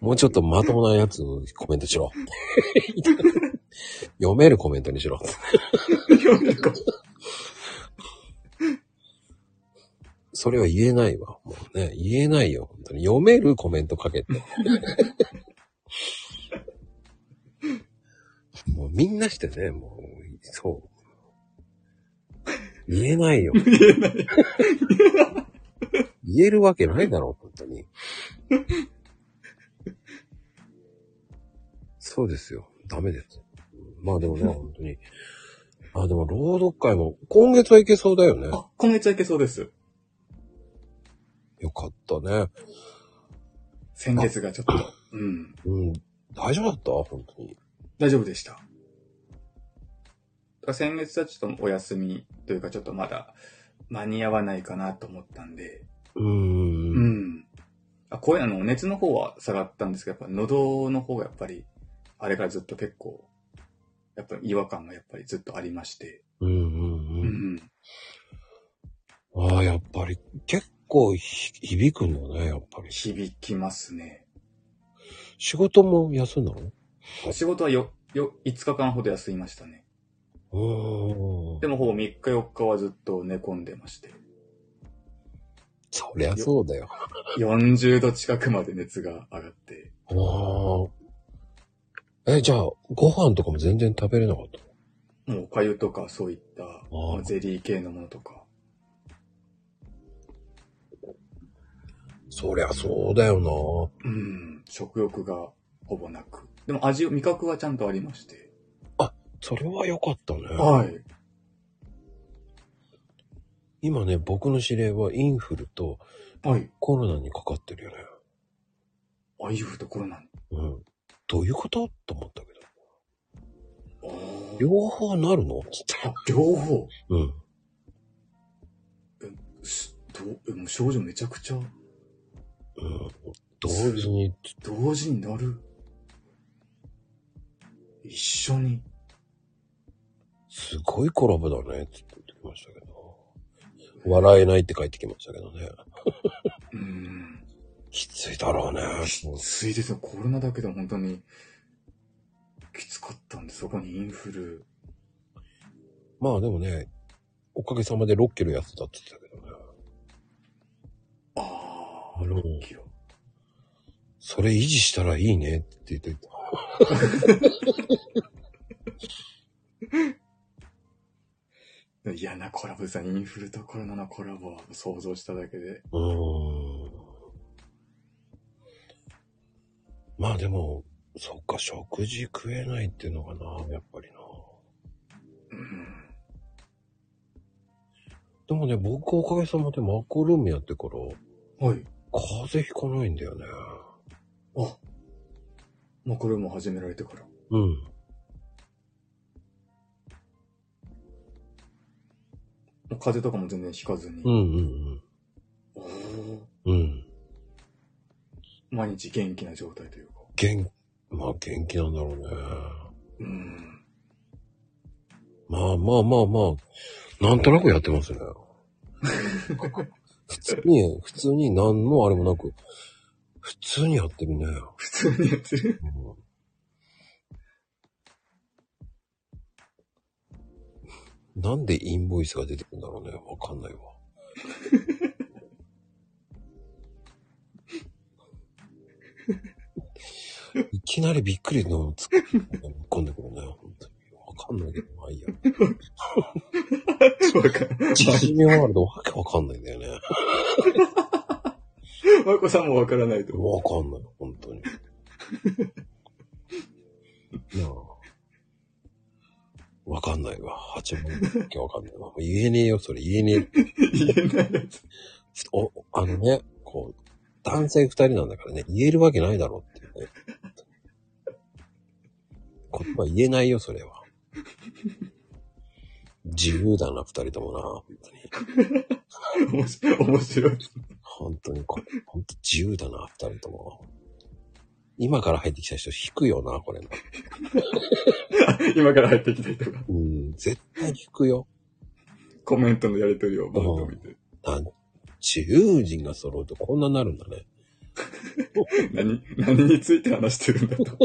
もうちょっとまともなやつコメントしろ。 読めるコメントにしろ。
読めるか。
それは言えないわ。もうね、言えないよ。本当に読めるコメントか けて。もうみんなしてね、もう、そう。言えないよ。言えない。言えるわけないだろう、本当に。そうですよ。ダメです。まあでも ね、本当に。あ、でも朗読会も今月はいけそうだよね。
あ、今月はいけそうです。
よかったね。
先月がちょっと。うん。
うん。大丈夫だった本当に。
大丈夫でした。だから先月はちょっとお休みというか、ちょっとまだ間に合わないかなと思ったんで。
うーん。
うん。ああ声、あの、熱の方は下がったんですけど、やっぱ喉の方がやっぱり、あれからずっと結構、やっぱり違和感がやっぱりずっとありまして。
うん
う
うんんうん。ああ、やっぱり結構ひ響くんだね、やっぱり。
響きますね。
仕事も休んだ
仕事はよ、よ、5日間ほど休みましたね。
のうん。
でもほぼ3日4日はずっと寝込んでまして。
そりゃそうだよ。
40度近くまで熱が上がって。
ああ。え、じゃあ、ご飯とかも全然食べれなかった
もうおかゆとかそういった、
ー
まあゼリー系のものとか。
そりゃそうだよな。
うん、食欲がほぼなく。でも味、味覚はちゃんとありまして。
それは良かったね。
はい。
今ね、僕の指令はインフルと
はい。
コロナにかかってるよね。
あ、いうところなん
うん。どういうことと思ったけど。
あー
両方なるのつって。
あ両方。
うん。
すどうもう症状めちゃくちゃ
うん。同時に、
同時になる。一緒に。
すごいコラボだね。つって言ってきましたけど。笑えないって帰ってきましたけどね。
うん。
きついだろうね。
きついですよ。コロナだけでも本当にきつかったんで、そこにインフル。
まあでもね、おかげさまで6キロ痩せたって言ってたけどね。
ああ、
なるほど
6キロ。
それ維持したらいいねって言ってた。
嫌なコラボですよインフルとコロナのコラボは想像しただけで。
うーん。まあでも、そっか、食事食えないっていうのがな、やっぱりな。
うん。
でもね、僕おかげさまでマッコルームやってから、
はい。
風邪ひかないんだよね。
あ、まあこれも始められてから。
うん。
もう風邪とかも全然ひかずに。
うんうん
おー
うん。うん。
毎日元気な状態というか。
元、まあ元気なんだろうね。
うん。
まあまあまあまあ、なんとなくやってますね。普通に、普通に何のあれもなく、普通にやってるね。
普通にやってる。
うんなんでインボイスが出てくるんだろうね。わかんないわ。いきなりびっくりのつっ込んでくるね。本当にわかんないけど、まあいいや。
わかんない。
写真ワールドわけわかんないんだよね。
まこさんもわからないと。
わかんない、本当に。 なあ。わかんないわ。八分だけわかんないわ。言えねえよ、それ言えねえ。
言えないやつ。
お、あのね、こう、男性二人なんだからね、言えるわけないだろうっていうね。言葉言えないよ、それは。自由だな、二人ともな、本当に。
面白い。面白い。
本当にこれ、本当自由だな、二人とも。今から入ってきた人引くよな、これな。
今から入ってきた人が、
うん、絶対引くよ。
コメントのやりとりをバッと見て。
なん、自由人が揃うとこんなになるんだね。
何、何について話してるんだと。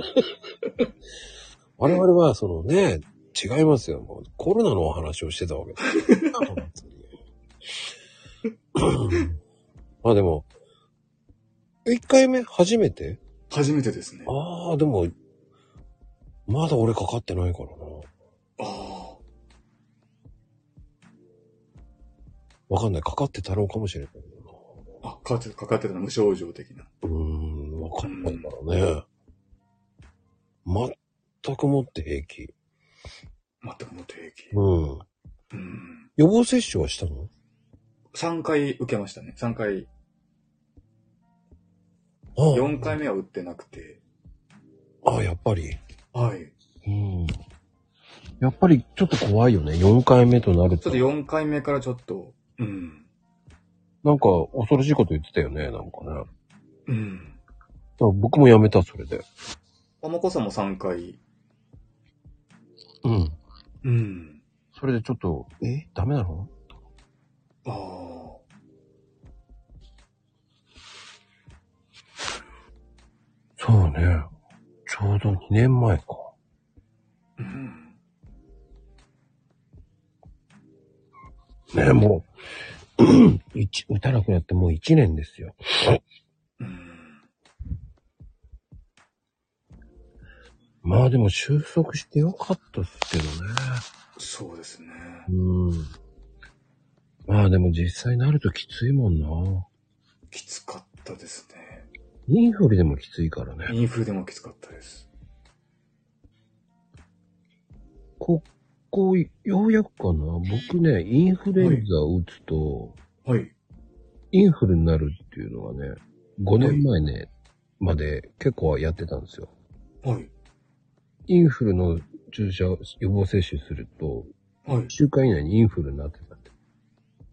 我々は、そのね、違いますよ。もうコロナのお話をしてたわけです。本当にま あでも、1回目初めて
初めてですね。あ
ああ、でも、まだ俺かかってないからな。
あ。
わかんない。かかってたろうかもしれないけどな。
あ、かかってかかってたの無症状的な。
うーん、わかんないんだろうね。全くもって平気。
全くもって平気。
うん。
うん。
予防接種はしたの
3回受けましたね。3回。
ああ
4回目は打ってなくて。
ああ、やっぱり。
はい。
うん。やっぱりちょっと怖いよね。4回目となる
ち
と。
ょっと4回目からちょっと、うん。
なんか恐ろしいこと言ってたよね、なんかね。
うん。
僕もやめた、それで。
おまこさんも3回。
うん。
うん。
それでちょっと、えダメなの
ああ。
そうね。ちょうど2年前か。
うん。
ねもう、 一打たなくなってもう1年ですよ。
うん。
まあでも収束してよかったっすけどね。
そうですね。
うん。まあでも実際になるときついもんな。
きつかったですね。
インフルでもきついからね。
インフルでもきつかったです。
ここ、ようやくかな。僕ね、インフルエンザを打つと、
はい。
インフルになるっていうのはね、5年前ね、まで結構やってたんですよ。
はい。
インフルの注射、予防接種すると、
はい
1。週間以内にインフルになってたって。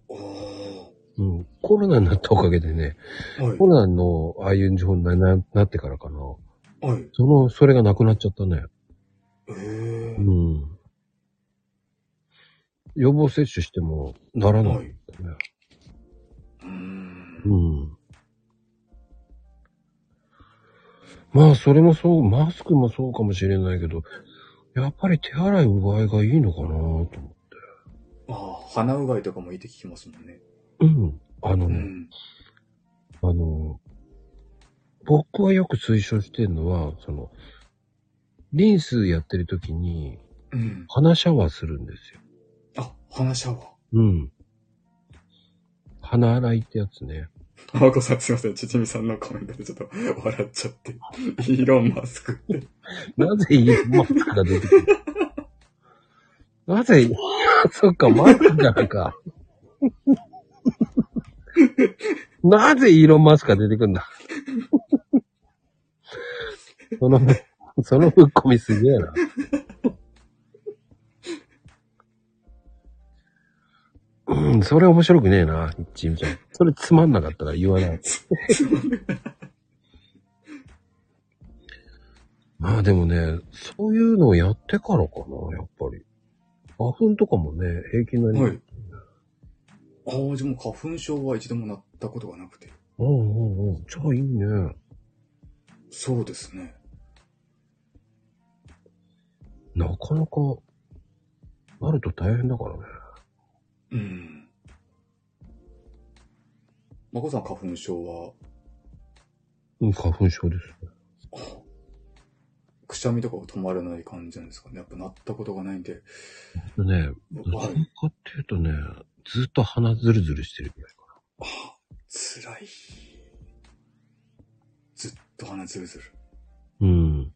おお。
うん。コロナになったおかげでね、
はい
コ。ロナのああいう情報になななってからかな。
はい。
その、それがなくなっちゃったね。
ええ
う。ん。予防接種してもならない、
は
ね
い。うん
うん。まあ、それもそう、マスクもそうかもしれないけど、やっぱり手洗いうがいがいいのかなと思って。
ああ、鼻うがいとかもいいって聞きますもんね。
うん。あの
う
ね、
ん。
あの、僕はよく推奨してるのは、その、リンスやってる時に
うん。
鼻シャワーするんですよ。
あ、鼻シャワ
うん。鼻洗いってやつね。
ー。浜子さんすいません。ちちみさんのコメントでちょっと 笑っちゃって。イーロンマスクって。
なぜイーロンマスクが出てくる なぜ、そっか、マスクからか。なぜイーロンマスクが出てくるんだその、そのぶっ込みすげえな。うん、それ面白くねえな、ちみちゃん。それつまんなかったから言わない。まあでもね、そういうのをやってからかな、やっぱり。花粉とかもね、平気になり
はい。ああ、じゃあもう花粉症は一度もなったことがなくて。
うんうんうん。じゃあいいね。
そうですね。
なかなか、なると大変だからね。
うん。まこさん花粉症は、
うん、花粉症です。
くしゃみとかは止まらない感じなんですかね。やっぱなったことがないんで。
でね、どっ
は
ち
い。
かっていうとね、ずっと鼻ズルズルしてるぐらいか
ああ、辛い。ずっと鼻ずるずる。
な。うん。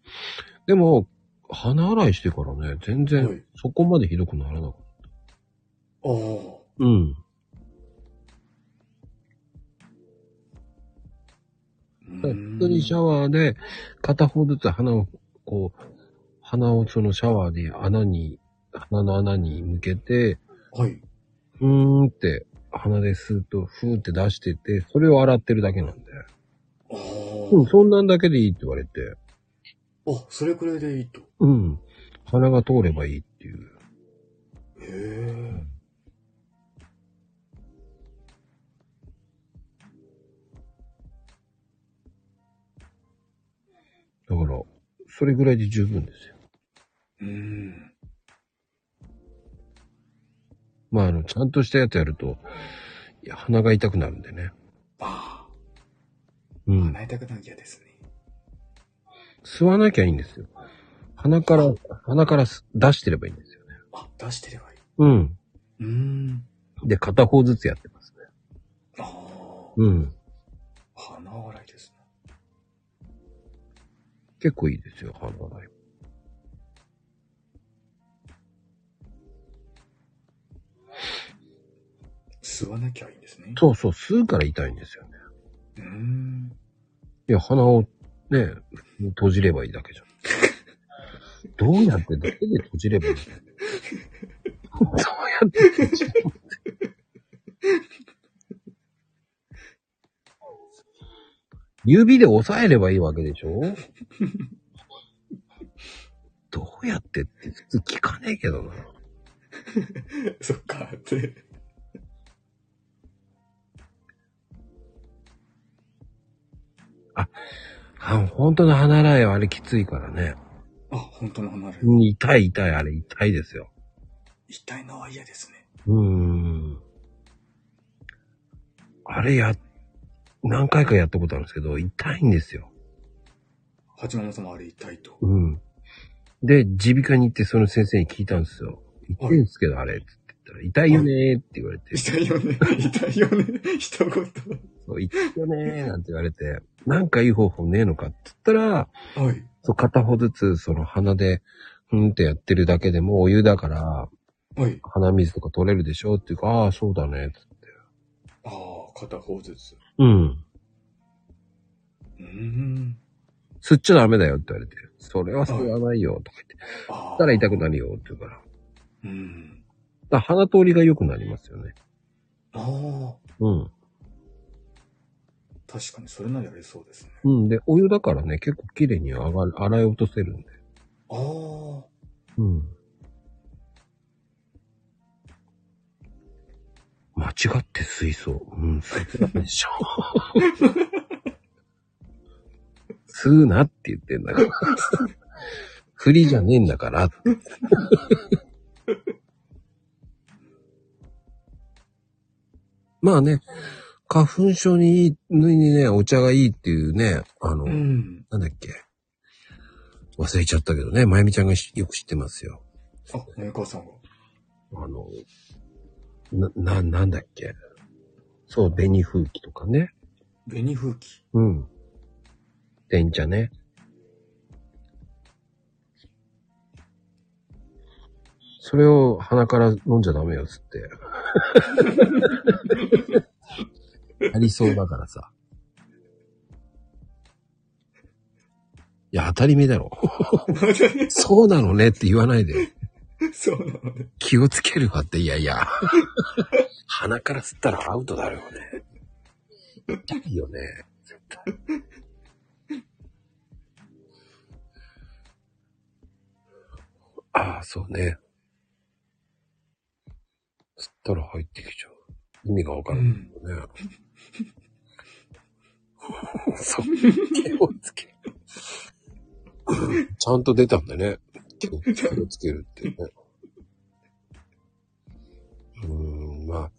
でも、鼻洗いしてからね、全
はい
然、そこまでひどくならなかっ
ああ。
た。うん。
う
普
ん
通にシャワーで、片方ずつ鼻を、こう、鼻をそのシャワーで穴に、鼻の穴に向けて、
はい。
ふーんって鼻で吸うと、ふーって出してて、それを洗ってるだけなんで。
ああ、
うん、そんなんだけでいいって言われて、
あ、それくらいでいいと。
うん、鼻が通ればいいっていう。
へえ。
だから、それぐらいで十分ですよ。
うん。
まあ、あの、ちゃんとしたやつやると、いや鼻が痛くなるんでね。
あ
う
あ、
ん。
鼻痛くなる嫌ですね。
吸わなきゃいいんですよ。鼻から、鼻からす出してればいいんですよね。
あ、出してればいい。
うん。
うーん。
で、片方ずつやってますね。
ああ、
うん。
鼻洗いですね。
結構いいですよ、鼻洗い。
吸わなきゃいいんですね。
そうそう、吸うから痛いんですよね。
うーん。
いや、鼻をね、閉じればいいだけじゃん。どうやってだけで閉じればいいの どうやって閉じればいい指で押さえればいいわけでしょどうやってって普通聞かねえけどな。
そっか、って。
あ本当の歯習いはあれきついからね。
あ、本当の離れ。
うん痛い痛いあれ痛いですよ。
痛いのは嫌ですね。
うーん。あれや、何回かやったことあるんですけど、痛いんですよ。
八幡さんもあれ痛いと。
うん。で、耳鼻科に行ってその先生に聞いたんですよ。痛いんですけど、あれ。って言ったら、痛いよねーって言われて、
痛いよね。痛いよね。 一言。
そう痛いよねーなんて言われて、なんかいい方法ねえのかって言ったら、
はい。
そう、片方ずつ、その鼻で、ふんってやってるだけでもお湯だから、
はい。
鼻水とか取れるでしょっていうか、ああ、そうだね、つって。
ああ、片方ずつ。
うん。
うーん。
吸っちゃダメだよって言われて、それは吸わないよ、とか言って、
あ
吸
あ。
ったら痛くなるよ、って言うから。だか
うん。
ら鼻通りが良くなりますよね。
ああ。
うん。
確かにそれならやりそうですね。
うん。で、お湯だからね、結構綺麗に上がる、洗い落とせるんで。
ああ。
うん。間違って水槽。うん、吸ってたでしょ。 吸うなって言ってんだ から。振りじゃねえんだから。まあね、花粉症にいい、にね、お茶がいいっていうね、あの、
うん。
なんだっけ。忘れちゃったけどね、まゆみちゃんがしよく知ってますよ。
あ、メーカーさんが。
あの、な、な、なんだっけ。そう、紅風紀とかね。
紅風紀。
うん。電茶ね。それを鼻から飲んじゃダメよ、つって。 ありそうだからさ。いや、当たり前だろ。 そうなのねって言わないで。
そうなのね。
気をつけるわって、いやいや。鼻から吸ったらアウトだろうね。いいよね。絶対ああ、そうね。吸ったら入ってきちゃう。意味がわからないよね。そう、気をつけ。ちゃんと出たんだね。気を気をつけるってね。うーん、まあ、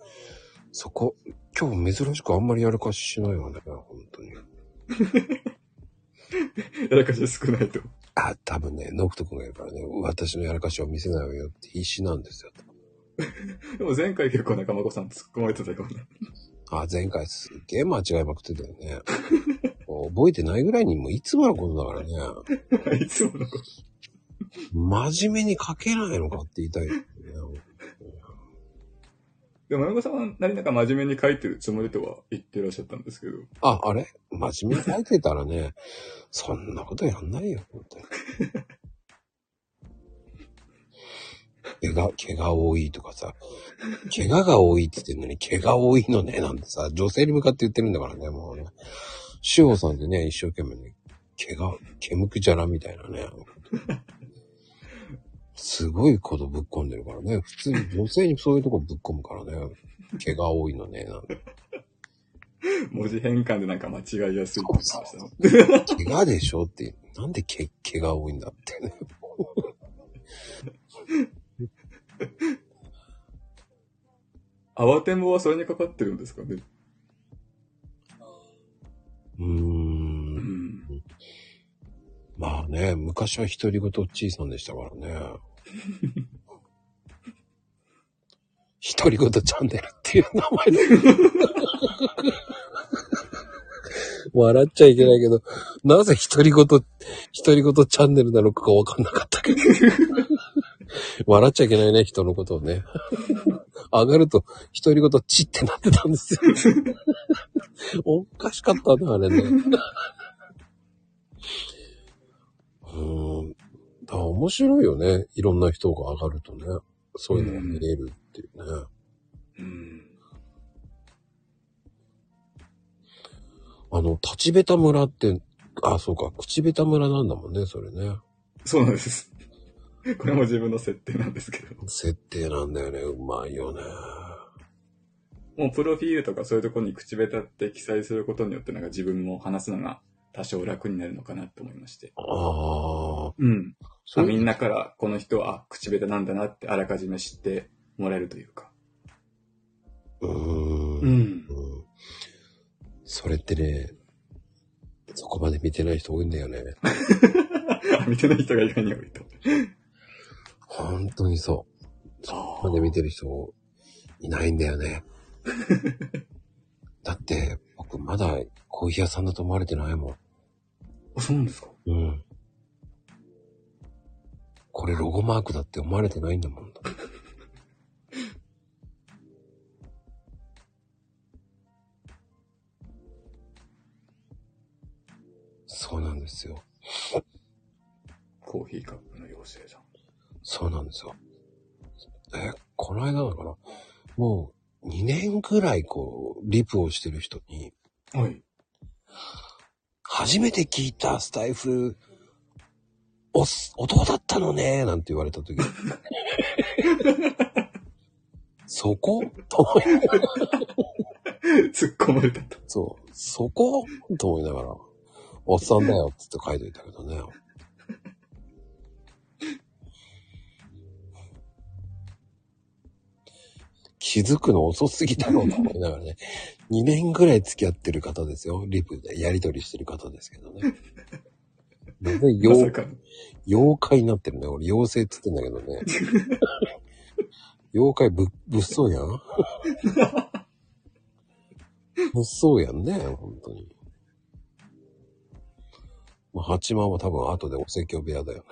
そこ、今日珍しくあんまりやるかしないよね、本当に。
やらかし少ないと。
あ、多分ね、ノクト君がいるからね、私のやらかしを見せないわよって必死なんですよ。
でも前回結構中間子さん突っ込まれてたからね。
あ、前回すっげえ間違いまくってたよね。もう覚えてないぐらいにもういつものことだからね、
いつものこと。
真面目に書けないのかって言いたいよね。
でも、まゆこさんは何なんか真面目に書いてるつもりとは言ってらっしゃったんですけど。
あ、あれ真面目に書いてたらね、そんなことやんないよ、本当に。怪我、怪我多いとかさ、怪我が多いって言ってんのに、怪我多いのね、なんてさ、女性に向かって言ってるんだからね、もうね。志保さんでね、一生懸命ね、怪我、煙くじゃらみたいなね。すごいことぶっ込んでるからね。普通に女性にそういうとこぶっ込むからね。怪我多いのね、なんて。
文字変換でなんか間違いやすいって言ってましたね。
怪我でしょって、なんでけ毛が多いんだってね。
慌てんぼはそれにかかってるんですかね。
うー。
うんん。
まあね、昔は独り言ちいさんでしたからね。独り言チャンネルっていう名前の。笑っちゃいけないけど、なぜ独り言、独り言チャンネルなのかがわかんなかったけど。笑っちゃいけないね、人のことをね。上がると、独り言チってなってたんですよ。おかしかったな、あれね。うーん。だから面白いよね。いろんな人が上がるとね。そういうのが見れるっていうね。
うん。
あの、立ちべた村って、あ、そうか、口べた村なんだもんね、それね。
そうなんです。これも自分の設定なんですけど。
設定なんだよね、うまいよね。
もうプロフィールとかそういうところに口下手って記載することによってなんか自分も話すのが多少楽になるのかなと思いまして。
ああ、
うん。
そ
みん
な。
なからこの人はあ口下手なんだなってあらかじめ知ってもらえるというか。
うーん。
ん。
うんそれってね、そこまで見てない人多いんだよね。
見てない人が意外に多いと。
本当にそう。そこまで見てる人いないんだよ ね。だって、僕まだコーヒー屋さんだと思われてないも
あ、そうなんですか
ん。うん。これロゴマークだって思われてないんだもん。そうなんですよ。
コーヒーカップの妖精じゃん。
そうなんですよ。え、この間なのかなもう2年ぐらいこう、リプをしてる人に、
はい。
初めて聞いたスタイフ、おす、男だったのね、なんて言われた時そこと思いながら、
突っ込まれたと。
そう、そこと思いながら、おっさんだよっつって書いといたけどね。気づくの遅すぎだろうと思いながらね。2年ぐらい付き合ってる方ですよ。リプでやりとりしてる方ですけどね。全然
まさ
妖
かの。
妖怪になってるね。俺妖精っつってんだけどね。妖怪ぶ、物騒やん物騒やんね、本当に。まあ、八幡は多分後でお説教部屋だよ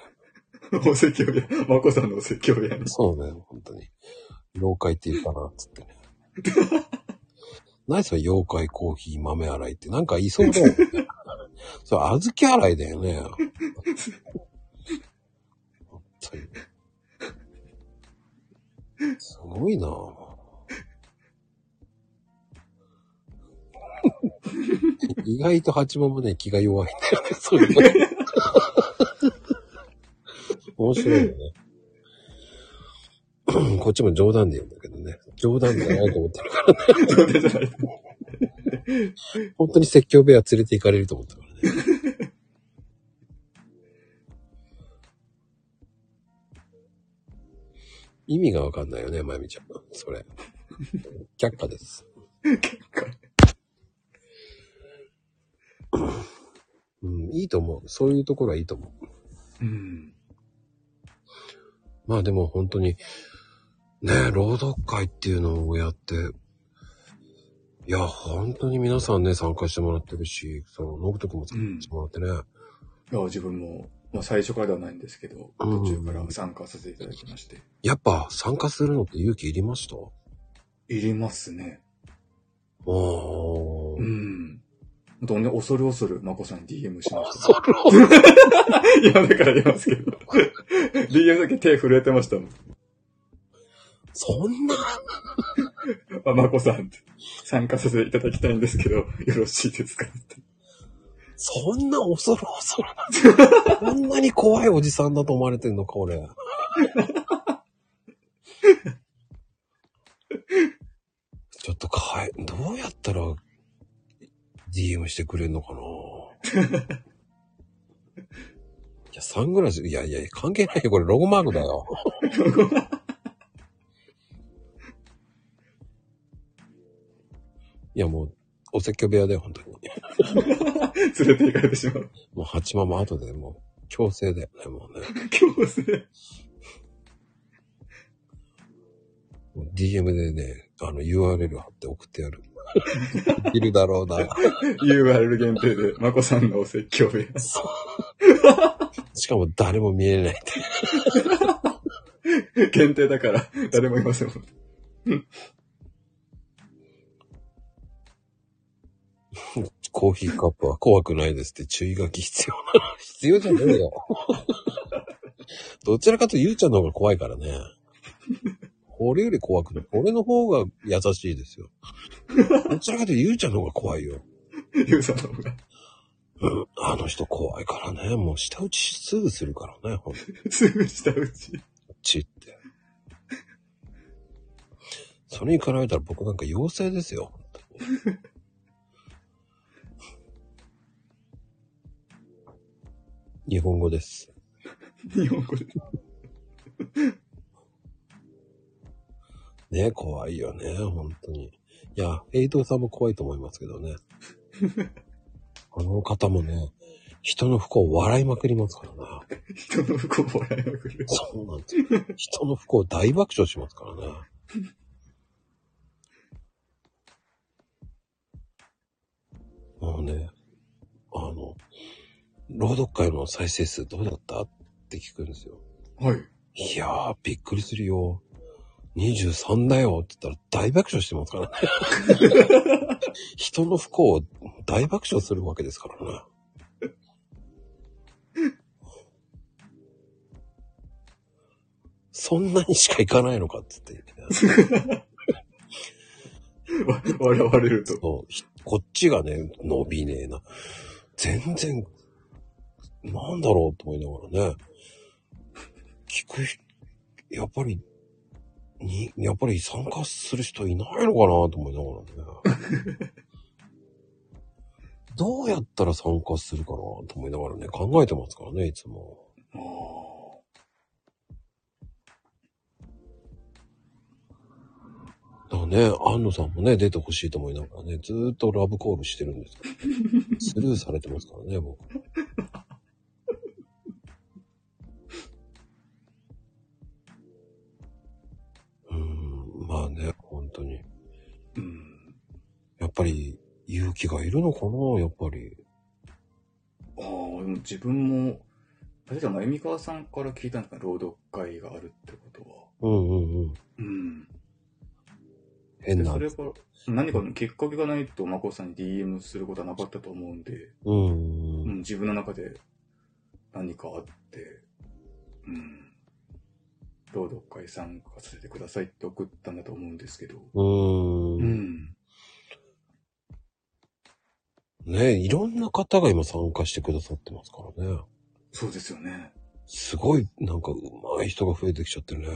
ね。
お説教部屋。まこさんのお説教部屋に。
そうね、本当に。妖怪って言うかな、つってね。何それ、妖怪コーヒー豆洗いって。なんかいそうだよね。それ、小豆洗いだよね。本当に。すごいな ぁ。意外と八幡もね、気が弱いんだよね、そういうの面白いよね。 こっちも冗談で言うんだけどね。冗談じゃないと思ってるから、
そうじゃない。
本当に説教部屋連れて行かれると思ったからね。意味がわかんないよね、まゆみちゃん。それ。却下です。うん、いいと思う。そういうところはいいと思う。
うん。
まあでも本当に、ねえ、朗読会っていうのをやって、いや、本当に皆さんね、参加してもらってるし、その、ノブト君も参加してもらってね、
いや、自分も、まあ最初からではないんですけど、
うん
途中から参加させていただきまして。
やっぱ参加するのって勇気いりました
いりますね。
あー
うん。本当に恐る恐る、まこさんに DM しました。
それは
いや、だから言いますけど。DM だけ手震えてましたもん。
そんな、
あ、まこさんって、参加させていただきたいんですけど、よろしいですかって。
そんな恐る恐る。こんなに怖いおじさんだと思われてんのか、俺。ちょっとかえ、どうやったら DM してくれんのかないや、サングラス、いやいや、関係ないよ。これロゴマークだよ。いや、もう、お説教部屋だよ、本当に。
連れて行かれてしまう。
もう八幡も後でもう強制だよね、もうね。
強制。
もう DM でね、あの URL 貼って送ってやる。いるだろうな。
URL 限定で、まこさんのお説教部屋。
しかも誰も見えないって。
限定だから、誰もいませんもん。
コーヒーカップは怖くないですって注意書き必要な。必要じゃねえよ。どちらかというとゆうちゃんの方が怖いからね。俺より怖くない。俺の方が優しいですよ。どちらかというとゆうちゃんの方が怖いよ。
ゆうさんの方が。
うん、あの人怖いからね、もう下打ちすぐするからね、ほんと
すぐ下打ち。
ちって。それにかられたら僕なんか妖精ですよ、本当に。日本語です。
日本語で。
ね、怖いよね、本当に。いや、エイトさんも怖いと思いますけどね。あの方もね、人の不幸を笑いまくりますからね。
人の不幸を笑いまくる。
そうなんですよ。人の不幸を大爆笑しますからね。 もうね、あの、朗読会の再生数どうだったって聞くんですよ。
はい。
いやー、びっくりするよ。23だよって言ったら大爆笑してますからね。人の不幸を大爆笑するわけですからね。そんなにしか行かないのかって言って、
わ笑われると。
そうひこっちがね、伸びねえな。全然、なんだろうと思いながらね。聞く人、やっぱり、に、やっぱり参加する人いないのかなと思いながらね。どうやったら参加するかなと思いながらね、考えてますからね、いつも。
あ
だからね、安野さんもね、出てほしいと思いながらね、ずーっとラブコールしてるんですけど、スル ーされてますからね、僕。うーん、まあね、本当に。
ーうん。
やっぱり、勇気がいるのかな、やっぱり。
ああ、でも自分も、例えば前美川さんから聞いたんですか朗読会があるってことは。
うんうんうん。
うん。
変
で
な。
そうれ
ん
から、何かのきっかけがないと、まこさんに DM することはなかったと思うんで、
うんう。
うんん、自分の中で何かあって、うん。朗読会参加させてくださいって送ったんだと思うんですけど。
う
う
ーん。
ん。
ねいろんな方が今参加してくださってますからね。
そうですよね。
すごい、なんか、上手い人が増えてきちゃってるね。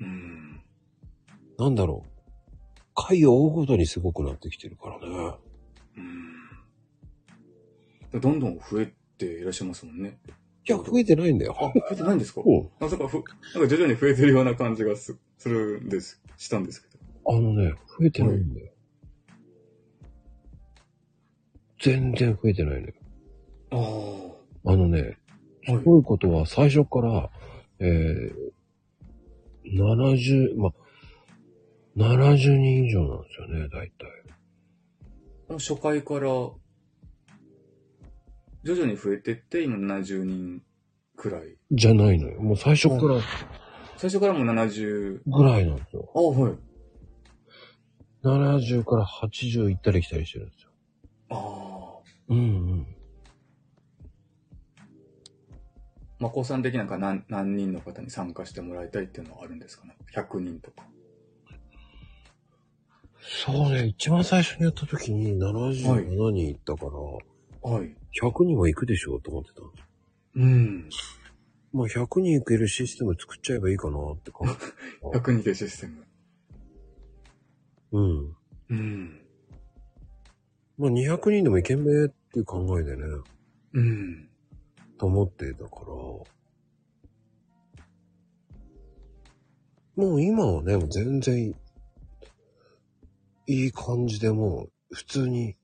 うん。
なんだろう。回を追うごとにすごくなってきてるからね。
うん。どんどん増えていらっしゃいますもんね。
いや、増えてないんだよ。
あ、増えてないんですか
うん
なんかふ、なんか徐々に増えてるような感じがすするんです、したんですけど。
あのね、増えてないんだよ。全然増えてないのよ。
ああ。
あのね、
はい
すごいことは最初から、えー、70、ま、70人以上なんですよね、大体。
初回から、徐々に増えてって、今70人くらい。
じゃないのよ。もう最初から
最初からもう70、
ぐらいなんですよ。
あ、はい。
70から80行ったり来たりしてるんですよ。
ああ。
うんうん。
まこさん的なんか何何人の方に参加してもらいたいっていうのはあるんですかね ?100 人とか。
そうね、一番最初にやった時に77人行ったから、
はい。
100人は行くでしょうと思ってたんです。
うん。
まあ100人行けるシステム作っちゃえばいいかなって感じ。
100人でシステム。
うん。
うん。
まあ200人でも行けんべーっていう考えでね、
うん。
と思ってたから。もう今はね、もう全然、いい感じでもう、普通に、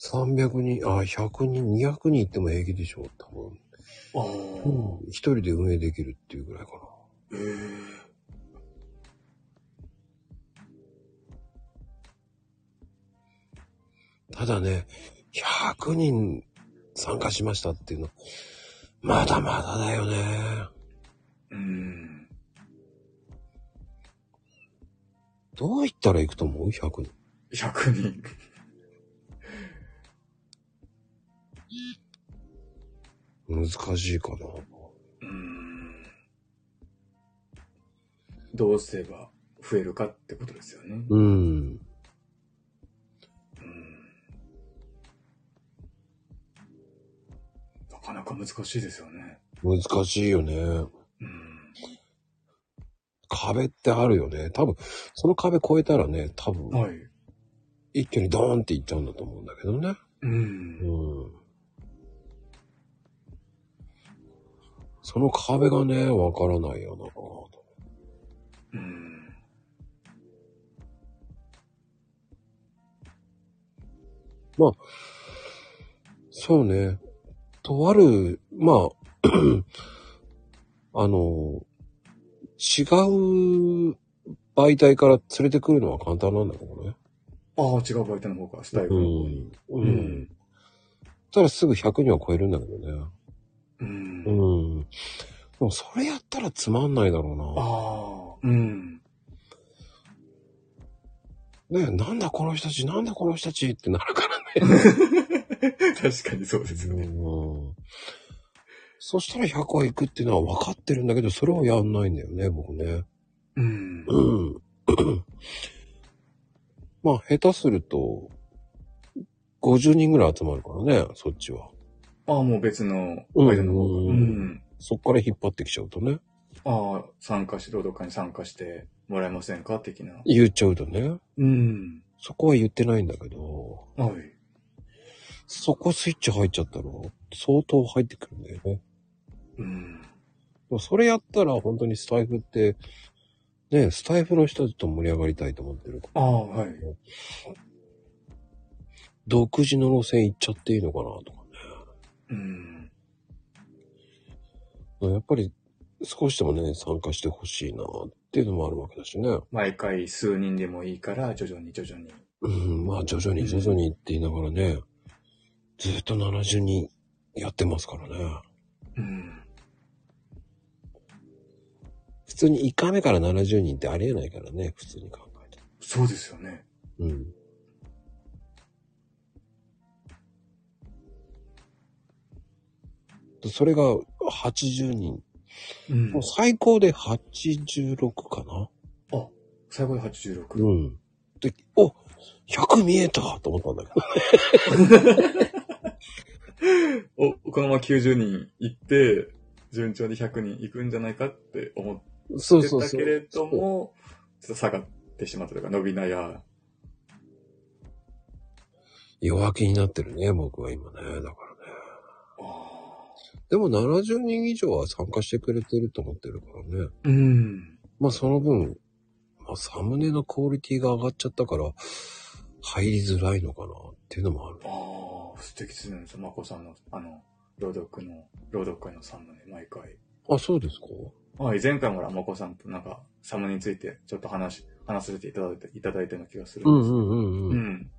300人、あ、100人、200人行っても平気でしょう、多分。
ああ。
うん一人で運営できるっていうぐらいかな。
ええ
ただね、100人参加しましたっていうの、まだまだだよね。
うん。
どう言ったら行くと思う ?100 人。
100人。
難しいかな。
うん。どうすれば増えるかってことですよね。
うん。
うん。かなか難しいですよね。
難しいよね。
うん。
壁ってあるよね。多分、その壁越えたらね、多分、
はい。
一挙にドーンっていっちゃうんだと思うんだけどね。う
う。
んん。その壁がね、わからないよな。
うん。
そうね。とあ る、まあ、あの、違う媒体から連れてくるのは簡単なんだけどね。
ああ、違うバイトの方か、スタイルの方に。
う。う
うん
ん。。たらすぐ100には超えるんだけどね。
うん。
うん。でもそれやったらつまんないだろ
ああ、うん。
うな。ねえなんだこの人たち、なんだこの人たちってなるからね。
確かにそうですよね。
うん。そしたら100は行くっていうのは分かってるんだけど、それをやんないんだよね、僕ね。
うん。
うん。 まあ、下手すると、50人ぐらい集まるからね、そっちは。
ああ、もう別の
うん
バイトの方が。
うん
うん。
そっから引っ張ってきちゃうとね。
ああ、参加し、労働会に参加してもらえませんか的な。
言っちゃうとね。
うん。
そこは言ってないんだけど、
はい。
そこスイッチ入っちゃったら、相当入ってくるんだよね。
うん。
でもそれやったら本当にスタイフって、ね、スタイフの人たちと盛り上がりたいと思ってるから
ああ、はい。
独自の路線行っちゃっていいのかなとか
うん。
ね。やっぱり少しでもね、参加してほしいなっていうのもあるわけだしね。
毎回数人でもいいから、徐々に徐々に。
うん、まあ徐々に徐々にって言いながらね、ずっと70人やってますからね。
うん。
普通に1回目から70人ってありえないからね、普通に考えて。
そうですよね。
うん。それが80人。
うん
もう。最高で86かな。
最後で86。
うん。で、お !100 見えたと思ったんだけど。
お、このまま90人行って、順調に100人行くんじゃないかって思って
そ
たけれど。も、ちょっと下がってしまったとか、伸び悩。
弱気になってるね、僕は今ね。だからね。
ああ。
でも70人以上は参加してくれてると思ってるからね。
うん。
まあその分、まあ、サムネのクオリティが上がっちゃったから、入りづらいのかなっていうのもある。
ああ、素敵ですね。まこさんの、あの、朗読の、朗読会のサムネ、毎回。
あ、そうですか
はい、前回もほら、まこさんとなんか、サムネについて、ちょっと話、話させていただいて、いただいたような気がする
うんん
です
うんうん
う
うん。
ん。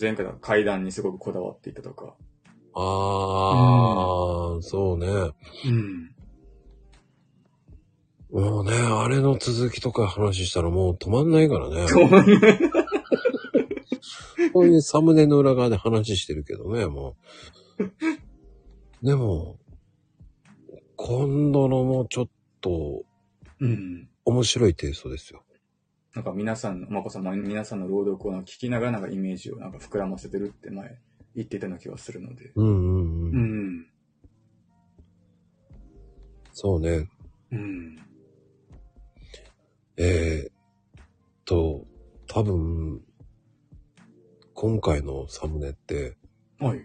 前回の階段にすごくこだわっていたとか。
ああ、そうね。
うん。
もうね、あれの続きとか話したらもう止まんないからね。こういうサムネの裏側で話してるけどね、も う。でも、今度のもちょっと
うん。
面白いテイストですよ。
なんか皆さんの、まこさんも皆さんの朗読をなんか聞きながらなんかイメージをなんか膨らませてるって前言っていたような気がするので。
うんうん
う
うん。
ん。
そうね。
うん。
えー、っと、多分、今回のサムネって、
はい。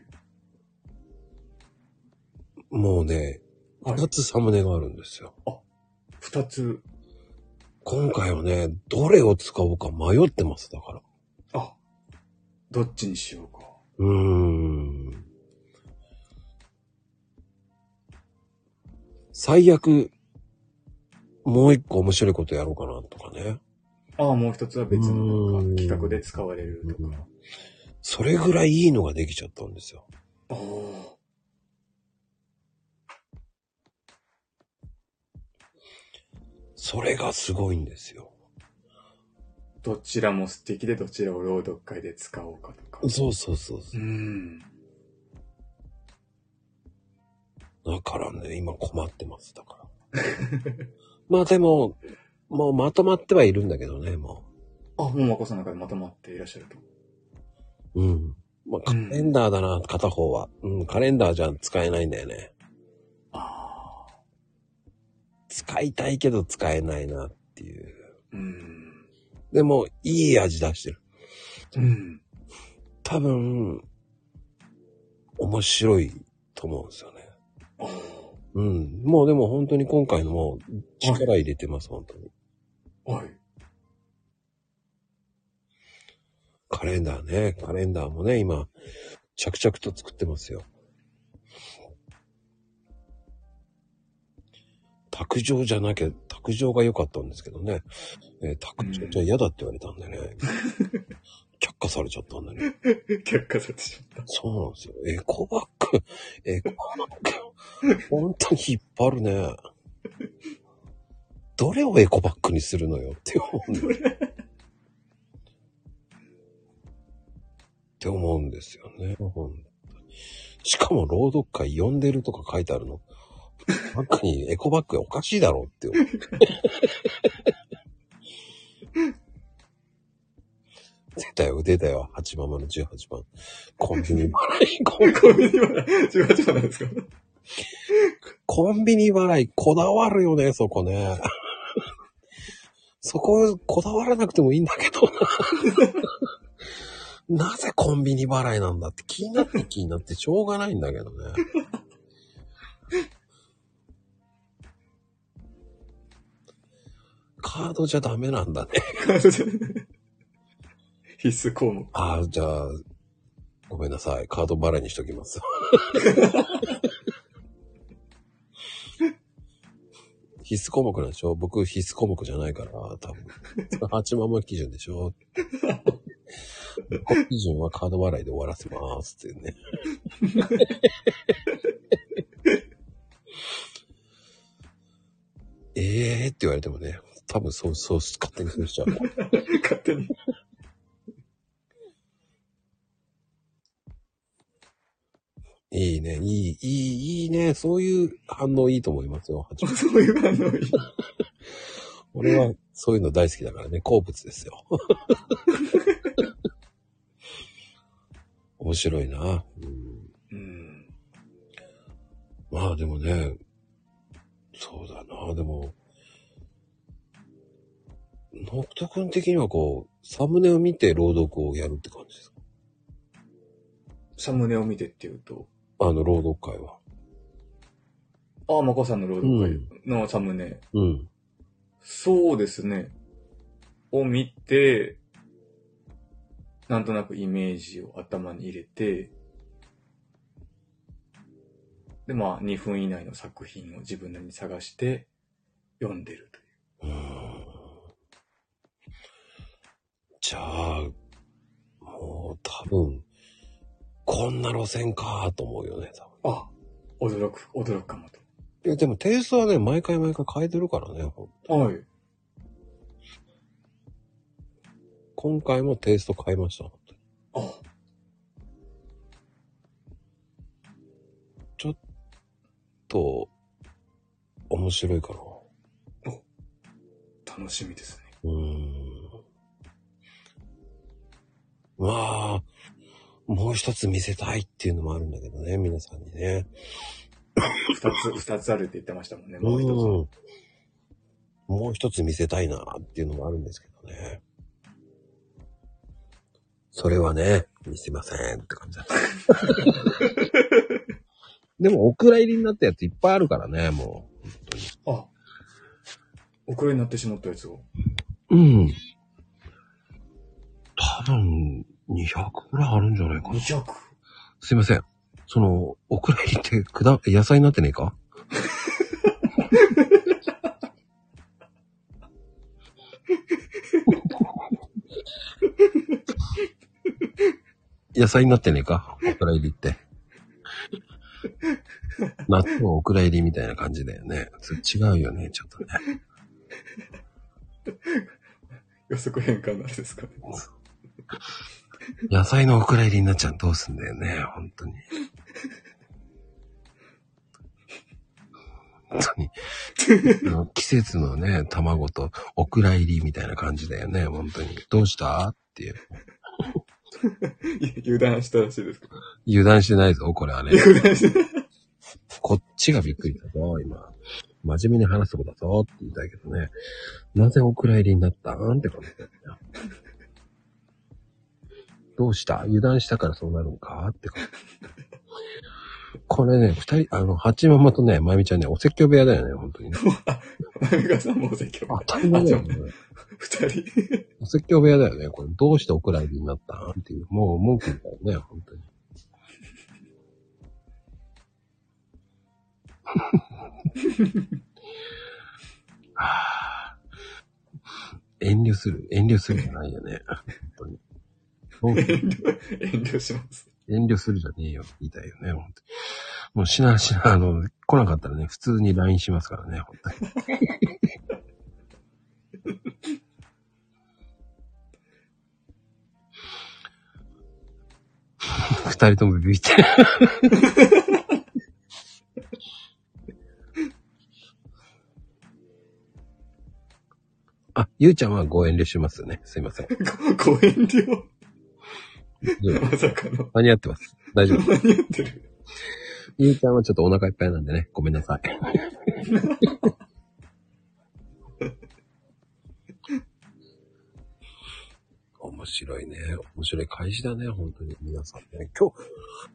もうね、
はい
二つサムネがあるんですよ。
二つ。
今回はね、どれを使おうか迷ってます、だから。
あ、どっちにしようか。
うーん。最悪、もう一個面白いことやろうかなとかね。
ああ、もう一つは別のなんか企画で使われるとか。
それぐらいいいのができちゃったんですよ。
ああ。
それがすごいんですよ。
どちらも素敵でどちらを朗読会で使おうかとか。
そうそうそうそうう。
ん。
だからね、今困ってます、だから。 まあでも、もうまとまってはいるんだけどね、も
あ、もうまこさんの中でまとまっていらっしゃると。
う。うん。まあ、カレンダーだな、片方は。うん、カレンダーじゃ使えないんだよね。
ああ。
使いたいけど使えないなっていう。
うん。
でも、いい味出してる。
うん。
多分、面白いと思うんですよね。
おー
うん。もうでも本当に今回のもう力入れてます、本当に。
はい。
カレンダーね、カレンダーもね、今、着々と作ってますよ。卓上じゃなきゃ、卓上が良かったんですけどね。えー卓上じゃ嫌だって言われたんでね。却下されちゃったんでね。
却下されてしまっ
そうなんですよ。エコバッグ、エコバッグ、本当に引っ張るね。どれをエコバッグにするのよって思うんだよって思うんですよね。ほんとにしかも朗読会読んでるとか書いてあるの。バッグにエコバッグおかしいだろうって思う。出たよ、出たよ。8番まの18番。コンビニ払い、コン
た。コンビニ払い、18番なんですか
コンビニ払い、こだわるよね、そこね。そこ、こだわらなくてもいいんだけどな。 なぜコンビニ払いなんだって気になって気になってしょうがないんだけどね。カードじゃダメなんだね。
必須項目。
ああ、じゃあ、ごめんなさい。カード払いにしときます。 必須項目なんでしょ僕必須項目じゃないから、多分。8万基準でしょ基準はカード払いで終わらせますってね。 ええーって言われてもね、多分そう、そう、勝手にそうしちゃう。
勝手に。
いいね、いい、いい、いいね。そういう反応いいと思いますよ。八
そういう反応いい。
俺はそういうの大好きだからね、好物ですよ。 面白いな。うん
うん。
まあでもね、そうだな、でも、ノクト君的にはこう、サムネを見て朗読をやるって感じですか
サムネを見てっていうと、
あの、朗読会は。
ああ、まこさんの朗読会のサムネ。
うん。
そうですね。を見て、なんとなくイメージを頭に入れて、で、まあ、2分以内の作品を自分なりに探して読んでるという。
うんじゃあ、もう多分、こんな路線かと思うよね、多分。
あ、驚く、驚くかも
いや、でもテイストはね、毎回毎回変えてるからね。ほん
と。はい。
今回もテイスト変えました。ほんとに
あ、
ちょっと、面白いかな。
楽しみです
う
ね。
ーん。まあ、もう一つ見せたいっていうのもあるんだけどね、皆さんにね。
二つ、 二つあるって言ってましたもんね、もう一つは。
うんもう一つ見せたいなっていうのもあるんですけどね。それはね、見せませんって感じ だった。でも、お蔵入りになったやついっぱいあるからね、も
あ、遅れになってしまったやつを。
う。うん。多分、200ぐらいあるんじゃないかな。
200。
すいません。その、お蔵入りって、くだ、野菜になってねえか野菜になってねえかお蔵入りって。納豆お蔵入りみたいな感じだよね。それ違うよね、ちょっとね。
予測変換なんですかね。
野菜のお蔵入りになっちゃうどうすんだよね、本当に。本当に。あの季節のね、卵とオクラ入りみたいな感じだよね、本当に。どうしたっていう。
油断したらしいですけど。
油断してないぞ、これはね。
油断してない。
こっちがびっくりだぞ、今。真面目に話すとこだぞって言いたいけどね。なぜお蔵入りになったんって感じだよ。どうした油断したからそうなるんかって感じ。これね、二人、あの、八ママとね、まゆみちゃんね、お説教部屋だよね、本当にね。
マミカさんもお説教。
当たり前だよね。
二人。
お説教部屋だよね、これ。どうしてお蔵入りになったんっていう、もう文句だよね、本当に。 はぁ遠慮する。遠慮するじゃないよね。本当に。
遠慮、遠慮します。
遠慮するじゃねえよ。言いたいよね、本当に。もうしなしな、あの、来なかったらね、普通に LINE しますからね、本当に。二人ともビビってる。あ、ゆうちゃんはご遠慮しますよね。すいません。
ご、ご遠慮。まさかの。
間に合ってます。大丈夫。
何言ってる
ゆうちゃんはちょっとお腹いっぱいなんでね、ごめんなさい。面白いね。面白い開始だね、本当に。皆さんね。今日、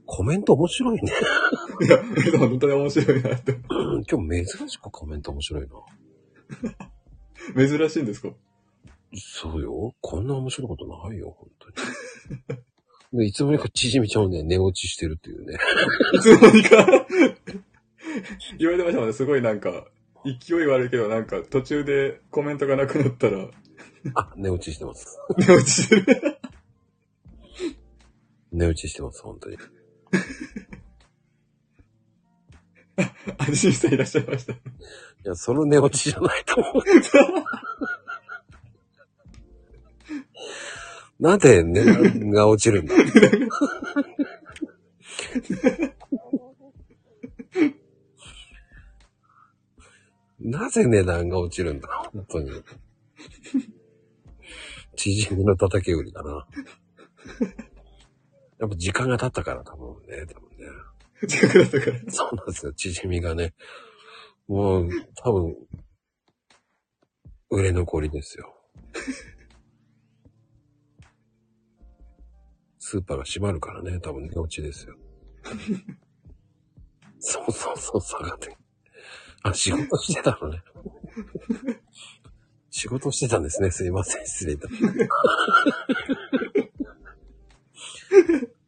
コメント面白いね。
いや、本当に面白いなって。
今日珍しくコメント面白いな。
珍しいんですか
そうよ。こんな面白いことないよ、本当に。でいつもにかちじみちゃんをね、寝落ちしてるっていうね。
いつの間にか言われてましたもんね。すごいなんか、勢い悪いけど、なんか途中でコメントがなくなったら、
あ、寝落ちしてます。
寝落ちしてる。
寝落ちしてます、本当に。
安心していらっしゃいました。
いや、その寝落ちじゃないと思う。なんで寝が落ちるんだなぜ値段が落ちるんだ本当に。縮みの叩き売りだな。やっぱ時間が経ったから多分ね、多分ね。
近くだったから。
そうなんですよ、縮みがね。もう、多分、売れ残りですよ。スーパーが閉まるからね、多分寝落ちですよ。そうそうそう、下がって。あ、仕事してたのね。仕事してたんですね。すいません、失礼いたしました。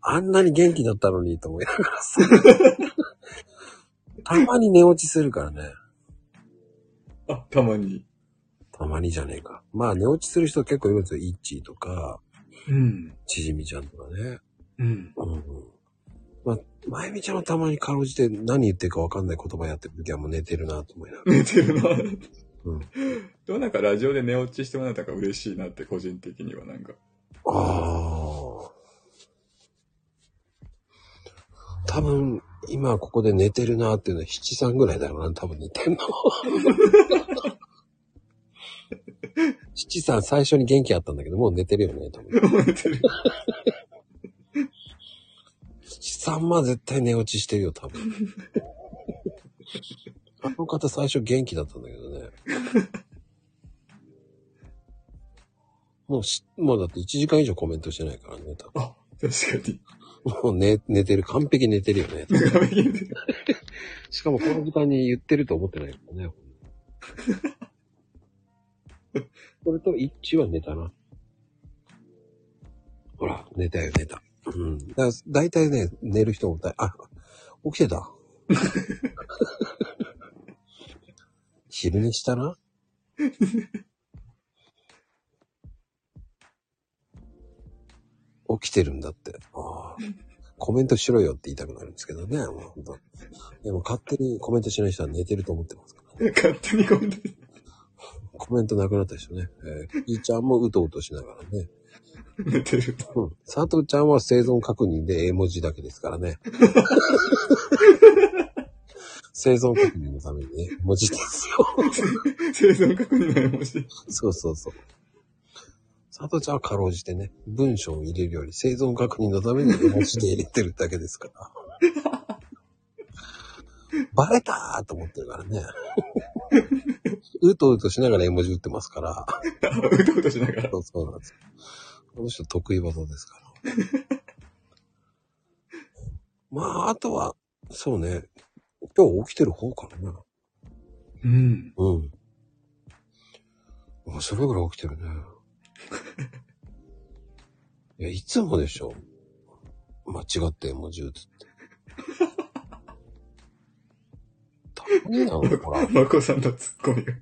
あんなに元気だったのにと思いながらさ。たまに寝落ちするからね。
あ、たまに。
たまにじゃねえか。まあ寝落ちする人結構いるんですよ。イッチーとか、
うん。
ちじみちゃんとかね。
うん。
うんうん。まあ、まゆみちゃんはたまにかろうじて何言ってるかわかんない言葉やってる時はもう寝てるなと思いながら。
寝てるな。
うん。
でもなんかラジオで寝落ちしてもらったから嬉しいなって、個人的にはなんか。
ああ。多分、今ここで寝てるなっていうのは七三ぐらいだろうな、多分寝てんの。七三最初に元気あったんだけど、もう寝てるよね、多分。
寝てる。
七三は絶対寝落ちしてるよ、多分。あの方最初元気だったんだけどね。もうし、もうだって1時間以上コメントしてないからね、多分。
あ、確かに。
もう寝、寝てる。完璧に寝てるよね。
長めに寝てる。
しかもこの時間に言ってると思ってないからね。 それと一致は寝たな。ほら、寝たよ、寝た。うん。だから大体ね、寝る人も大、あ、起きてた。 昼寝したな。起きてるんだって。ああ。コメントしろよって言いたくなるんですけどね。もう本当でも勝手にコメントしない人は寝てると思ってますからね。
勝手にコメントして。
コメントなくなった人ね。えー、いーちゃんもうとうとしながらね。
寝てる。
うん。佐藤ちゃんは生存確認で絵文字だけですからね。生存確認のためにね、文字ですよ。
生存確認の絵文字。
そうそうそう。サトちゃんはかろうじてね、文章を入れるより生存確認のために文字で入れてるだけですから。 バレたーと思ってるからね。 うとうとしながら絵文字打ってますから。
うとうとしながら。
そうそうなんですよ。この人得意技ですから。まあ、あとは、そうね。今日起きてる方からね。
うん。
うん。あそれぐらい起きてるね。 いや、いつもでしょ。間違って絵文字打つって。たまになの、ほら。い
まこさんのツッコミが。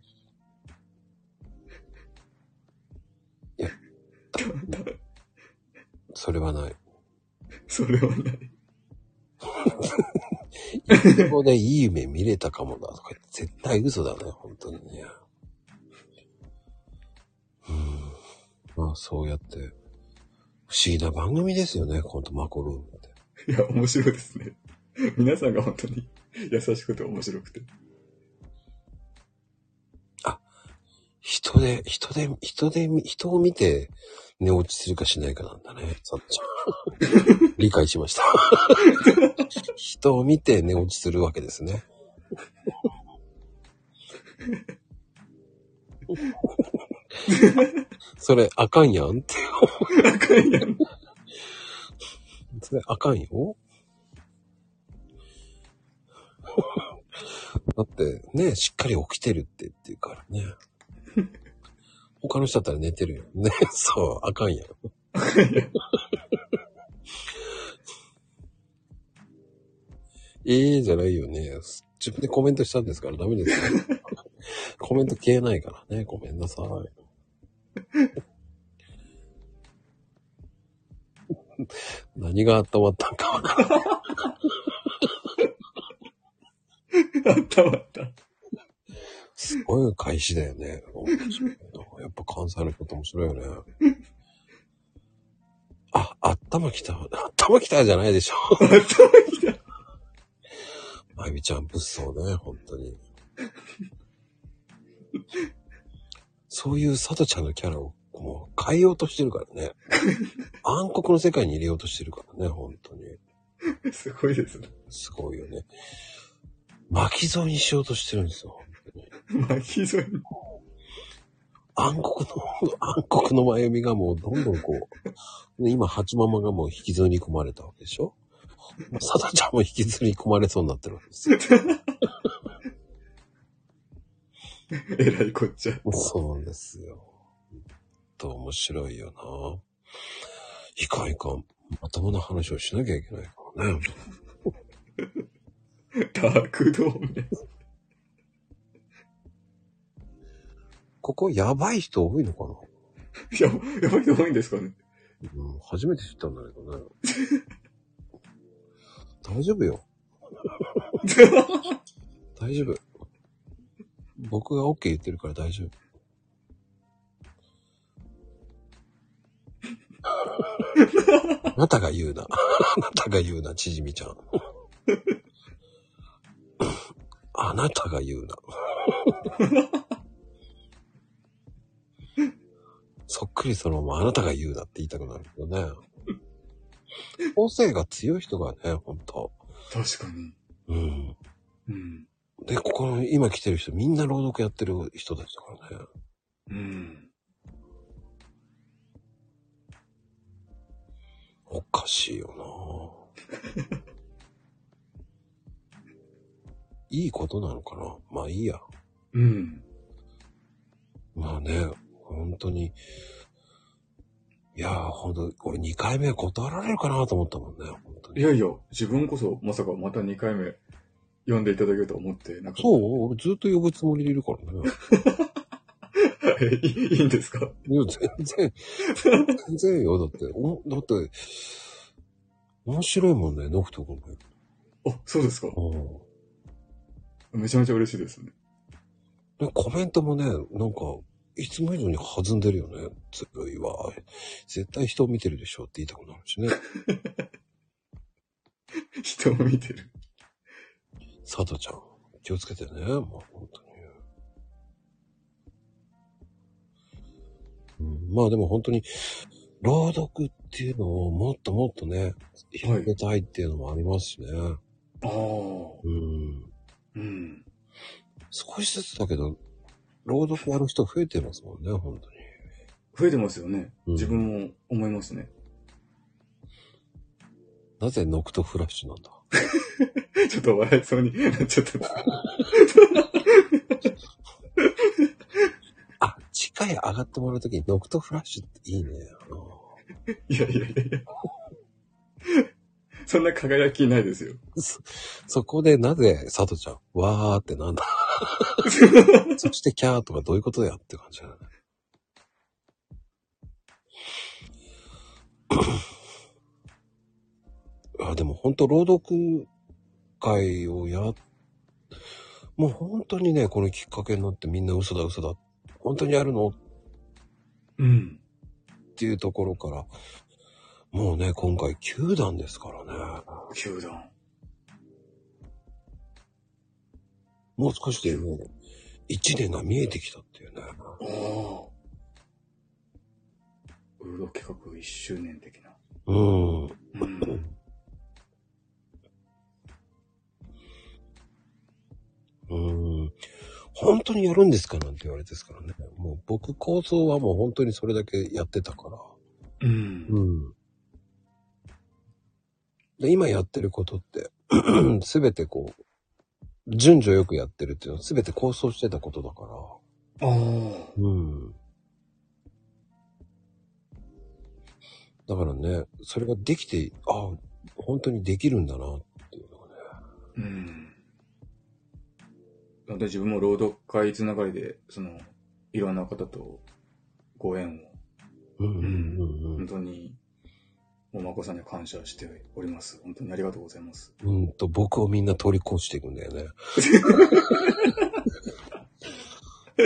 や
たた
それはない。
それはない。
ここでいい夢見れたかもなとか言って、絶対嘘だね、本当にね。うん。まあ、そうやって、不思議な番組ですよね、このマコルームって。
いや、面白いですね。皆さんが本当に優しくて面白くて。
人で、人で、人で、人を見て寝落ちするかしないかなんだね、 さっちゃん。理解しました。 人を見て寝落ちするわけですね。 それあかんやんって。
あかんやん。
それあかんよ。だってね、しっかり起きてるって言ってるからね。他の人だったら寝てるよね。 そう、あかんやん。ええじゃないよね。自分でコメントしたんですからダメですよ。 コメント消えないからね。ごめんなさい。 何が温まったんかわからん。
あったまった。
すごい返しだよね。 やっぱ関西の人って面白いよね。あ、頭きた。頭きたじゃないでしょ。頭きた。まゆみちゃん物騒ね、本当に。そういうさとちゃんのキャラをもう変えようとしてるからね。暗黒の世界に入れようとしてるからね、本当に。
すごいですね。
すごいよね。巻き添えにしようとしてるんですよ。
巻き添えに。
暗黒の、暗黒の真由美がもうどんどんこう、ね今、八ママがもう引きずり込まれたわけでしょサダちゃんも引きずり込まれそうになってるわけですよ。
えらいこっちゃ。
そうなんですよ。ほんと面白いよな。いかんいかん。まともな話をしなきゃいけないからね。
ダークドーム。
ここやばい人多いのか
いや、やばい人多いんですかね。
なうん、初めて知ったんだけどね。大丈夫よ。 大丈夫。僕が OK 言ってるから大丈夫。 あなたが言うな。 あなたが言うな、ちじみちゃん。 あなたが言うな。 そっくりそのままあなたが言うなって言いたくなるけどね。個性が強い人がね、ほんと。
確かに。
うん。
うん。
で、ここの今来てる人、みんな朗読やってる人たちだからね。
うん。
おかしいよな いいことなのかなまあいいや。
うん。
まあね、本当に。いやー、ほんと、これ2回目断られるかなと思ったもんね、本当
い
に。
やいや、自分こそまさかまた2回目読んでいただけるとは思ってなかった。
そう俺ずっと呼ぶつもりでいるからね。
えいいいいんですか
いや、全然、全然よ。だって、おだって、面白いもんね、ノクト君も。
あ、そうですか。
うん
めちゃめちゃ嬉しいですね。
で、コメントもね、なんか、いつも以上に弾んでるよね。つるいわ。絶対人を見てるでしょって言いたくなるしね。
人を見てる。
佐藤ちゃん、気をつけてね。もう本当に。うん。まあでも本当に、朗読っていうのをもっともっとね、広げたいっていうのもありますしね。
ああ。
うん。
うん。
少しずつだけど、朗読やる人増えてますもんね、本当に。
増えてますよね。
うん
自分も思いますね。
なぜノクトフラッシュなんだ
ちょっと笑いそうになっち ゃった。
あ、次回上がってもらうときにノクトフラッシュっていいね。あの
いやいやいやいや。そんな輝きないですよ。
そそこでなぜ、サトちゃん、わーってなんだそしてキャーとかどういうことやって感じだね。 あでも本当朗読会をや、もう本当にね、このきっかけになってみんな嘘だ嘘だ。本当にやるの
うん。
っていうところから、もうね、今回9段ですからね。
球団。
もう少しでもう、一年が見えてきたっていうね。
ああ。ウーロ企画1周年的な。
うん。
うん。
うん。本当にやるんですかなんて言われてですからね。もう僕構想はもう本当にそれだけやってたから。
うん。
うん。で、今やってることって、 すべてこう、順序よくやってるっていうのはすべて構想してたことだから。
ああ。
うん。だからね、それができて、あ本当にできるんだなっていうのがね。
うん。なので自分も朗読会つながりで、その、いろんな方とご縁を、
うんうんう
本
ん
当に、もうまこさんには感謝しております。本当にありがとうございます。
うん。うんと、僕をみんな通り越していくんだよね。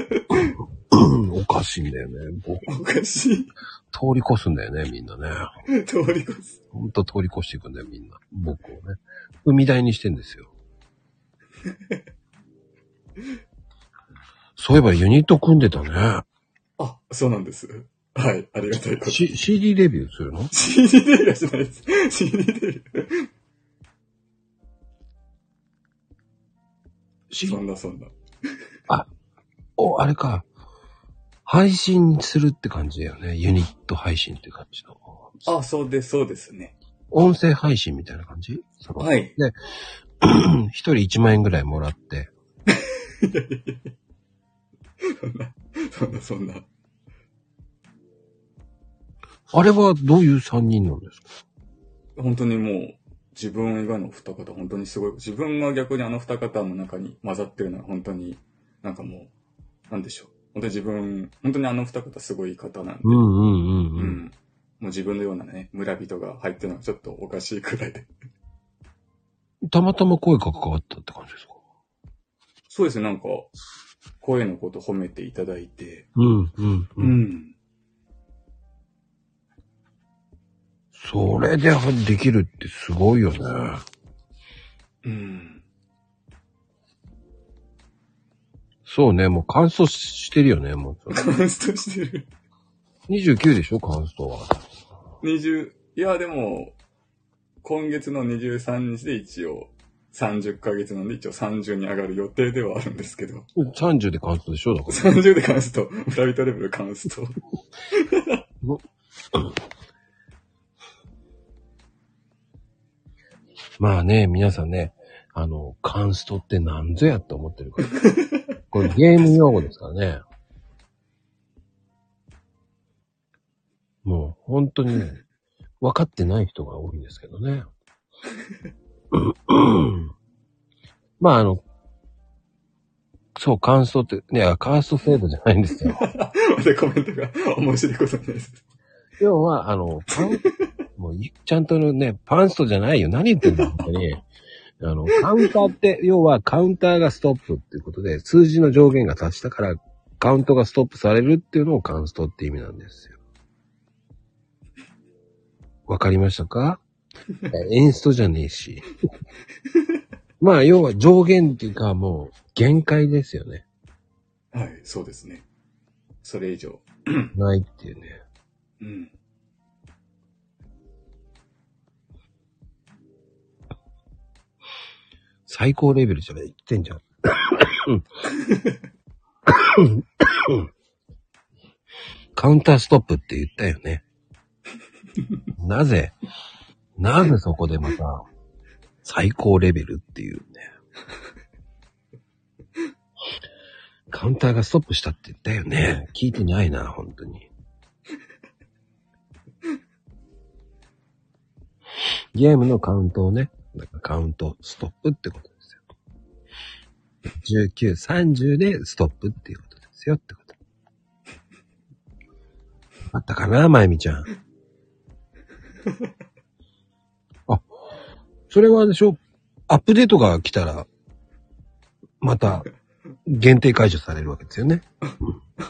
おかしいんだよね。僕
おかしい。
通り越すんだよね、みんなね。
通り越す。
ほんと通り越していくんだよ、みんな。僕をね。踏み台にしてんですよ。そういえばユニット組んでたね。
あ、そうなんです。はい、ありがたいこと。
C、CD レビューするの
CD デビューはしないです。CD デビュー。そ
?C
んなそんな。
を、あれか。配信するって感じだよね。ユニット配信って感じの。
あ、そうです、そうですね。
音声配信みたい な感じその
はい。
うん一人1万円ぐらいもらって。
そんなそんな。
あれはどういう3人なんですか
本当にもう、自分以外のお二方、本当にすごい。自分が逆にあの二方の中に混ざってるのは本当に、なんかもう、なんでしょう。本当に自分、本当にあの二方すごい方なんで。
うんうんうん
う
うん。
ん。もう自分のようなね、村人が入ってるのはちょっとおかしいくらいで。
たまたま声が関わったって感じですか
そうですね、なんか、声のこと褒めていただいて。
うんうんう。
うんん。
それでできるってすごいよね。
うん。
そうね、もう乾燥してるよね、もう。
カンストしてる。
29でしょ、乾燥は。
20、いや、でも、今月の23日で一応、30ヶ月なんで一応30に上がる予定ではあるんですけど、
30で乾燥でしょ、だから。
30で関すと、村人レベル関すと、
まあね、皆さんね、あの、カンストってなんぞやって思ってるから。 これゲーム用語ですからね。もう本当にね、分かってない人が多いんですけどね。 まああの、そう、カンストって、ね、あカースト制度じゃないんですよ。
またコメントが面白いことにないです。
要は、あの、パン、もうい、ちゃんとね、パンストじゃないよ。何言ってんだ、本当に。あの、カウンターって、要はカウンターがストップっていうことで、数字の上限が達したから、カウントがストップされるっていうのをカンストって意味なんですよ。わかりましたかえエンストじゃねえし。まあ、要は上限っていうか、もう、限界ですよね。
はい、そうですね。それ以上
ないっていうね。
うん。
最高レベルじゃない。言ってんじゃん。カウンターストップって言ったよね。なぜ、なぜそこでまた、最高レベルっていうね。カウンターがストップしたって言ったよね。聞いてないな、本当に。ゲームのカウントをね、だからカウント、ストップってことですよ。19、30でストップっていうことですよってこと。あったかな、まゆみちゃん。あ、それはあれでしょアップデートが来たら、また、限定解除されるわけですよね。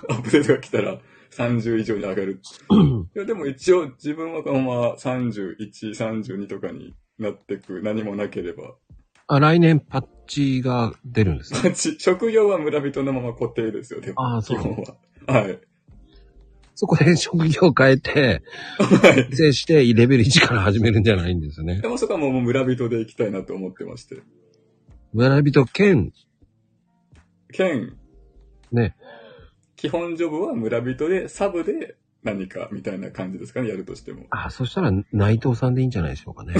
アップデートが来たら30以上に上がる。いや、でも一応自分はこのまま31、32とかになってく何もなければ。
あ、来年パッチが出るんですね。
パッチ職業は村人のまま固定ですよ、でも。
ああ、そ
基
う。
本は。はい。
そこで職業を変えて、
はい。
制して、レベル1から始めるんじゃないんですね
で。もそこはもう村人で行きたいなと思ってまして。
村人兼、
兼、
ね、。
基本ジョブは村人で、サブで何かみたいな感じですかね、やるとしても
あ、そしたら内藤さんでいいんじゃないでしょうかね。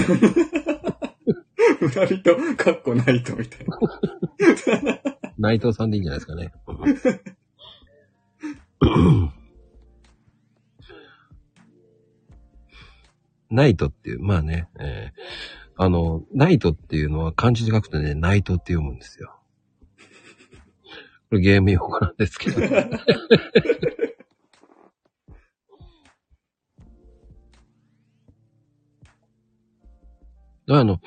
村人、かっこないとみたいな。
内藤さんでいいんじゃないですかね。ナイトっていう、まあね、えーあの、ナイトっていうのは漢字で書くとね、ナイトって読むんですよ。これゲーム用語なんですけど。 あの、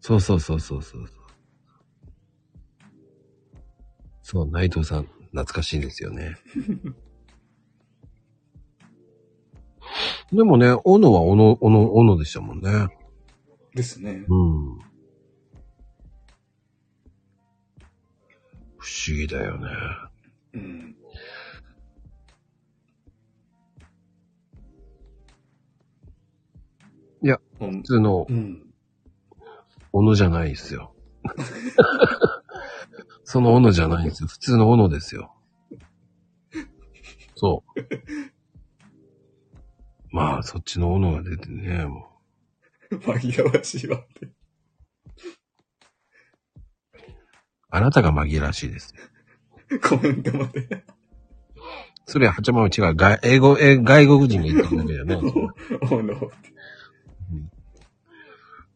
そうそうそうそうそうそう。そう、内藤さん、懐かしいですよね。 でもね、斧は斧、斧、斧でしたもんね。
ですね。
うん。不思議だよね。
うん。
いや
ほん、
普通の
うん。
斧じゃないですよ。 その斧じゃないんですよ。普通の斧ですよ。そう。まあ、そっちの斧が出てね、もう。
紛らわしいわって。
あなたが紛らわしいです。
コメントまで。
それは、はちゃまは違う。外英語、え外国人が言ったんだけどね。
おの。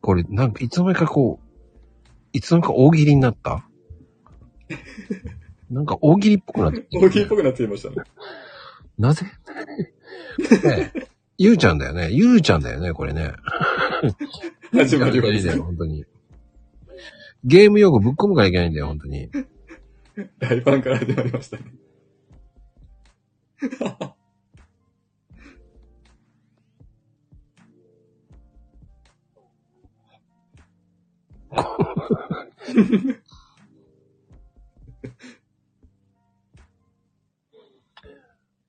これ、なんか、いつの間にかこう、いつの間にか大喜利になったなんか大喜利っぽくなってきた
大喜利っぽくなっていましたね。
なぜねえゆうちゃんだよね。ゆうちゃんだよね、これね。
始まりは
ゆ
で
うちゃんだ
す
よ、本当に。ゲーム用語ぶっ込むからいけないんだよ、本当に。
大ファンから始まりましたね。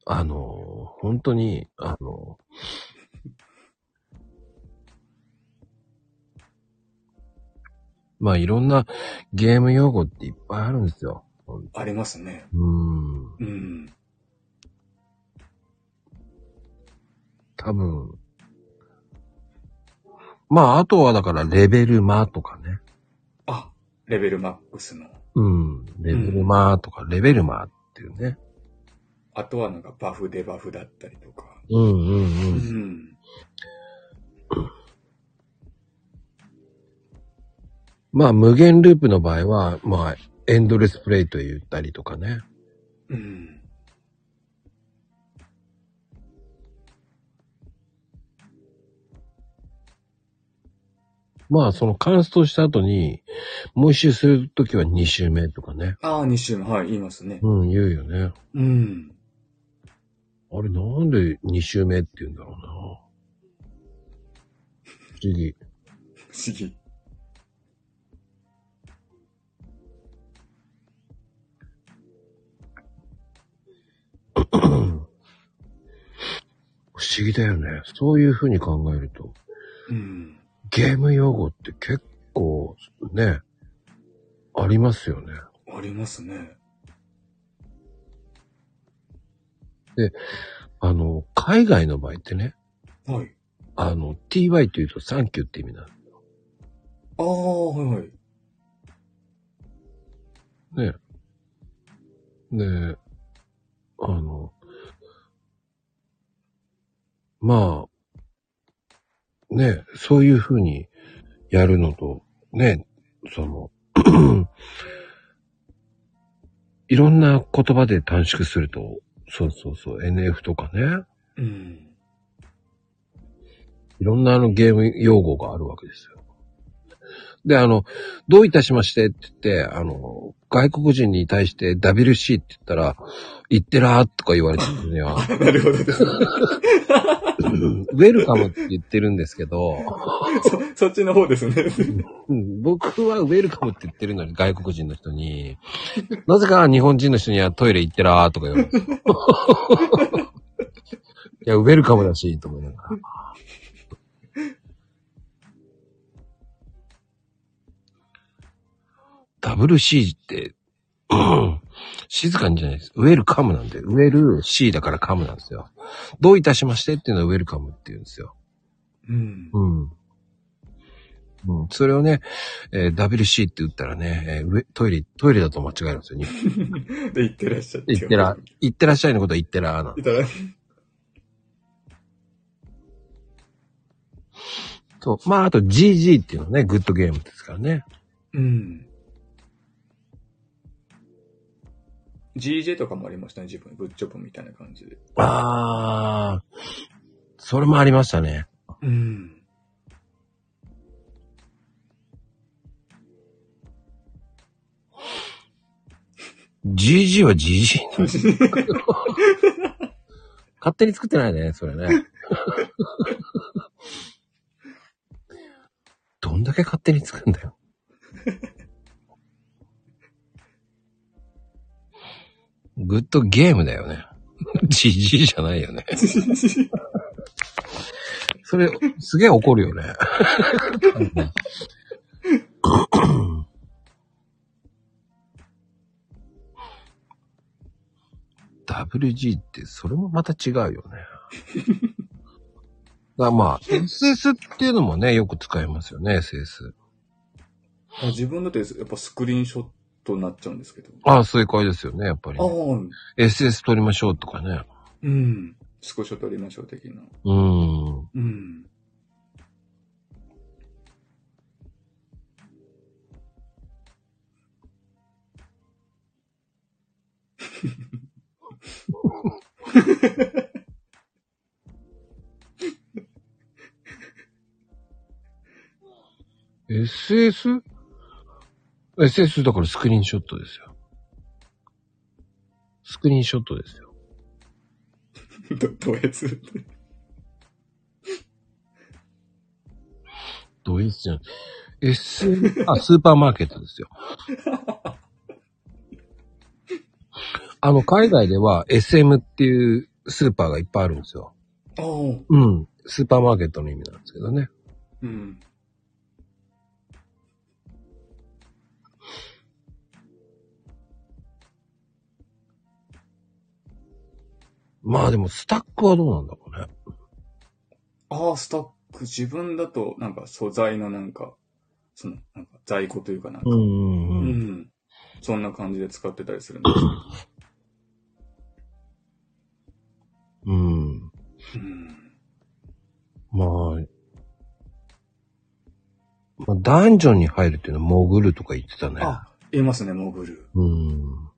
あの、本当に、あの、まあいろんなゲーム用語っていっぱいあるんですよ。
ありますね。
うん。
うん。
多分。まああとはだからレベルマとかね。
あ、レベルマックスの。
うん。レベルマとかレベルマっていうね。
あとはなんかバフデバフだったりとか。
うんうんう。
うんん。
まあ無限ループの場合は、まあエンドレスプレイと言ったりとかね。
うん。
まあそのカンストした後に、もう一周するときは二周目とかね。
ああ、2周目。はい、言いますね。
うん、言うよね。
うん。
あれなんで二周目って言うんだろうな。不思議。
不思議。
思議だよね。そういうふうに考えると、
うん。
ゲーム用語って結構ね、ありますよね。
ありますね。
あの、海外の場合ってね、
はい。
あの、ty というとサンキューって意味な
ああ、はいはい。
の。で、あの、まあ、ね、そういうふうにやるのと、ね、その、 いろんな言葉で短縮すると、そうそうそう、NF とかね、
うん。
いろんなあのゲーム用語があるわけですよ。で、あの、どういたしましてって言って、あの、外国人に対して WC って言ったら、行ってらーとか言われてるには、
なるほどです。
うんウェルカムって言ってるんですけど、
そ、そっちの方ですね。
うん僕はウェルカムって言ってるのに外国人の人に、なぜか日本人の人にはトイレ行ってらーとか言われて。い や、ウェルカムだし、と思いながら。ダブル C って、うん静かにじゃないです。ウェルカムなんで、ウェル C だからカムなんですよ。どういたしましてっていうのはウェルカムって言うんですよ。
うん。
うん。うん、それをね、えー WC って打ったらね、えー上トイレ、トイレだと間違えるんですよ。日本
で、行ってらっしゃって。
行ってら。、行ってらっしゃいのことは行ってらーなん
いたら、
と、まあ、あと GG っていうのはね、グッドゲームですからね。
うん。GJ とかもありましたね、自分。グッジョブみたいな感じで。
あー、それもありましたね。
うん。
GG は GG。勝手に作ってないね、それね。 どんだけ勝手に作るんだよ。グッドゲームだよね。GG じゃないよね。それ、すげえ怒るよね。WG ってそれもまた違うよね。だからまあ、SS っていうのもね、よく使いますよね、SS。
あ自分だとやっぱスクリーンショットになっちゃうんですけど。
ああ、そういう会ですよね、やっぱり
ああ
ね、、SS 取りましょうとかね。
うん。スクショ撮りましょう的な。
うーん。
うん。
SS?SS だからスクリーンショットですよ。スクリーンショットですよ。
ど、どうやつって。
どういうじゃん。S、あ、 スーパーマーケットです よ。あの、海外では SM っていうスーパーがいっぱいあるんですよ。
ああ。
うん。スーパーマーケットの意味なんですけどね。
うん。
まあでも、スタックはどうなんだろうね。
ああ、スタック、自分だと、なんか素材のなんか、その、なんか在庫というかなんか、
ん
う、
うんん。
そんな感じで使ってたりするんです
うん。
けど。うん。
まあ、まあ、ダンジョンに入るっていうのは潜るとか言ってたね。
あ、言いますね、潜る。
うん。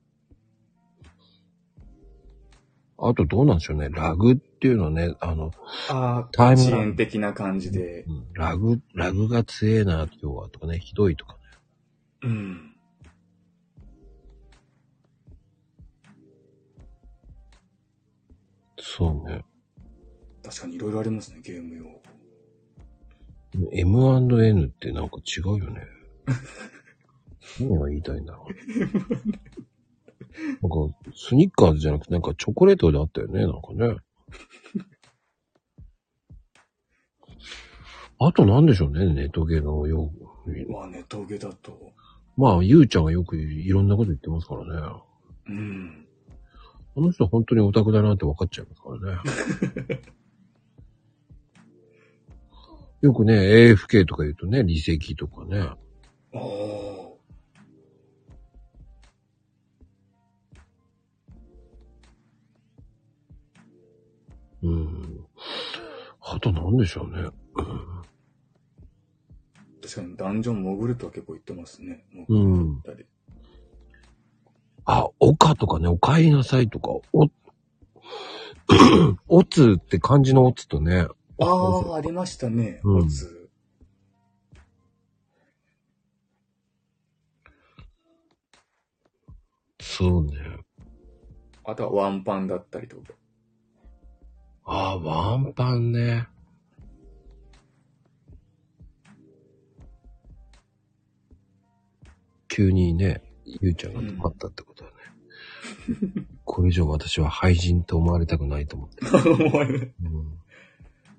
あとどうなんでしょうね。ラグっていうのはね、あの、
ああ、
タイムラグ
遅延的な感じで。
うんラグ、ラグが強えな、今日は、とかね、ひどいとかね。
うん。
そうね。
確かにいろいろありますね、ゲーム用語。
M&N ってなんか違うよね。何が言いたいんだろう。なんか、スニッカーズじゃなくて、なんかチョコレートであったよね、なんかね。あとなんでしょうね、ネトゲのよう。
まあ、ネトゲだと。
まあ、ゆうちゃんがよくいろんなこと言ってますからね。
うん。
あの人本当にオタクだなって分かっちゃいますからね。よくね、AFK とか言うとね、離席とかね。
ああ。
うん。あとなんでしょうね。
確かにダンジョン潜るとは結構言ってますね。
う
潜
ん
っ。たり。
あ、おかとかね、おかえりなさいとか、お、 おつって漢字のおつとね。
ああ、ありましたね。
うん
おつ。
そうね。
あとはワンパンだったりとか。
あ、ワンパンね。急にね、ゆうちゃんが止まったってことだね。これ以上私は廃人と思われたくないと思って。うん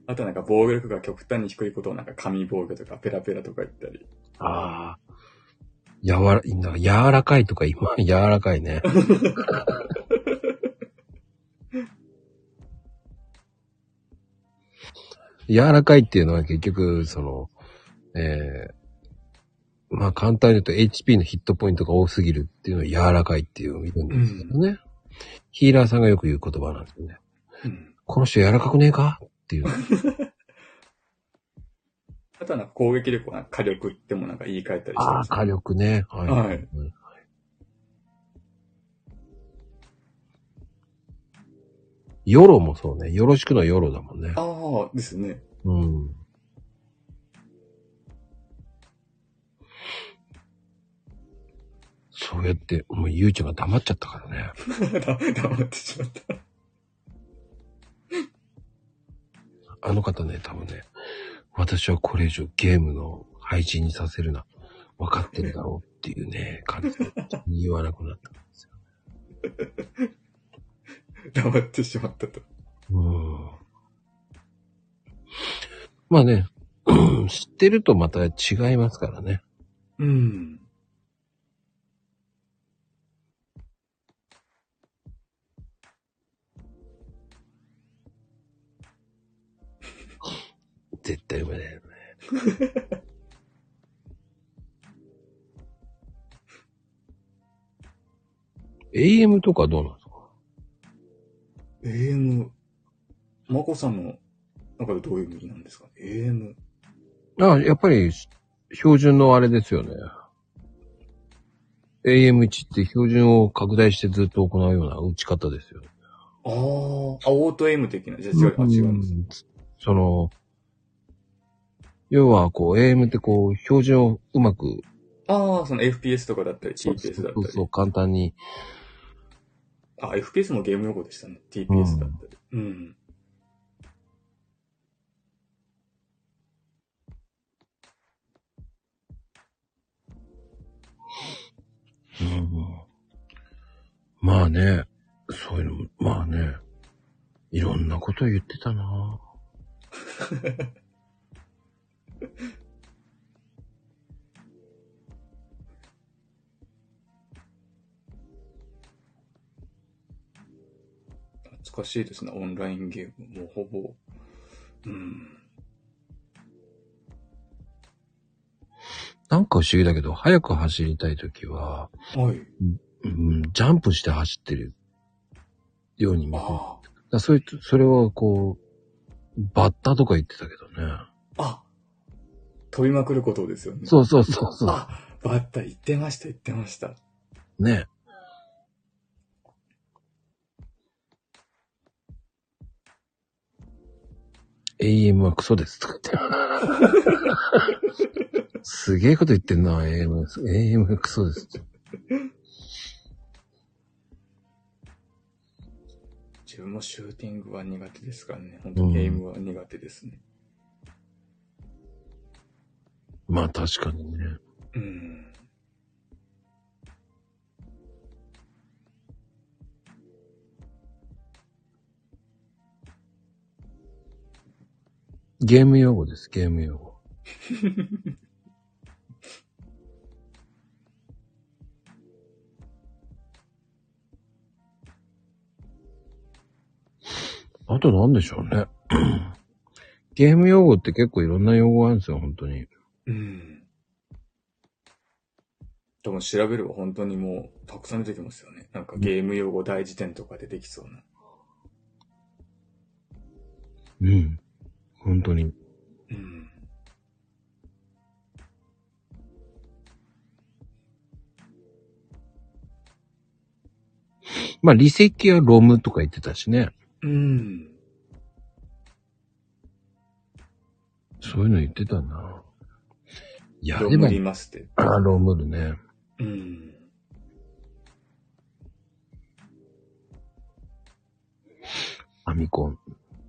あとなんか防御力が極端に低いことをなんか紙防御とかペラペラとか言ったり。
ああ。やわら、なんか柔らかいとか今、柔らかいね。 柔らかいっていうのは結局、その、えー、まあ簡単に言うと HP のヒットポイントが多すぎるっていうのを柔らかいっていう言うんですけどね。ヒーラーさんがよく言う言葉なんですよね。
うん
この人柔らかくねえかっていう。
あとはなんか攻撃力はなんか火力ってもなんか言い換えたりして
あ
ま
あ、
す、
火力ね。はい。
はい
うんヨロもそうね。よろしくのヨロだもんね。
ああ、ですね。
うん。そうやって、もうゆうちゃんが黙っちゃったからね。
黙ってしまった。
あの方ね、多分ね、私はこれ以上ゲームの配置にさせるな。分かってるだろうっていうね、感 じで言わなくなった。
黙ってしまったと。
うんまあね、 うん知ってるとまた違いますからね。
うん。
絶対無理だよね。AM とかどうなんですか
AM。マコさんの中でどういう意味なんですか ?AM。
あやっぱり標準のあれですよね。AM1 って標準を拡大してずっと行うような打ち方ですよね。
ああ、あオート M 的な。じゃあ違う、あ違うんです。
す。その、要はこう AM ってこう標準をうまく
ああ、その FPS とかだったり、TPS だったり。
そうそう、簡単に。
あ、FPS もゲーム用語でしたね。TPS だったり。うん。
まあね、そういうのも、まあね、いろんなこと言ってたな
懐かしいですね、オンラインゲーム。もうほぼ。うん。
なんか不思議だけど、早く走りたいときは、
はい。
うん、ジャンプして走ってるように見える。だか
あ
らそれ、それはこう、バッタとか言ってたけどね。
あ。あ飛びまくることですよね。
そうそうそうそ
あ、バッタ言ってました、言ってました。
う。ね。AM はクソですとか言って。すげえこと言ってんな、AM。AM はクソですって。
自分もシューティングは苦手ですからね。本当にゲームは苦手ですね。
まあ確かにね。
うん。
ゲーム用語です、ゲーム用語。 あと何でしょうね。 ゲーム用語って結構いろんな用語があるんですよ、本当に。
うん。でも調べれば本当にもうたくさん出てきますよね。なんかゲーム用語大辞典とか出てきそうな。
うん。本当に。
うん。
まあ、離席やロムとか言ってたしね。
うん。
そういうの言ってたな。いや、
ロ
で
ム
も
リ、マステ。
あーロムルね。
うん。
ファミコン。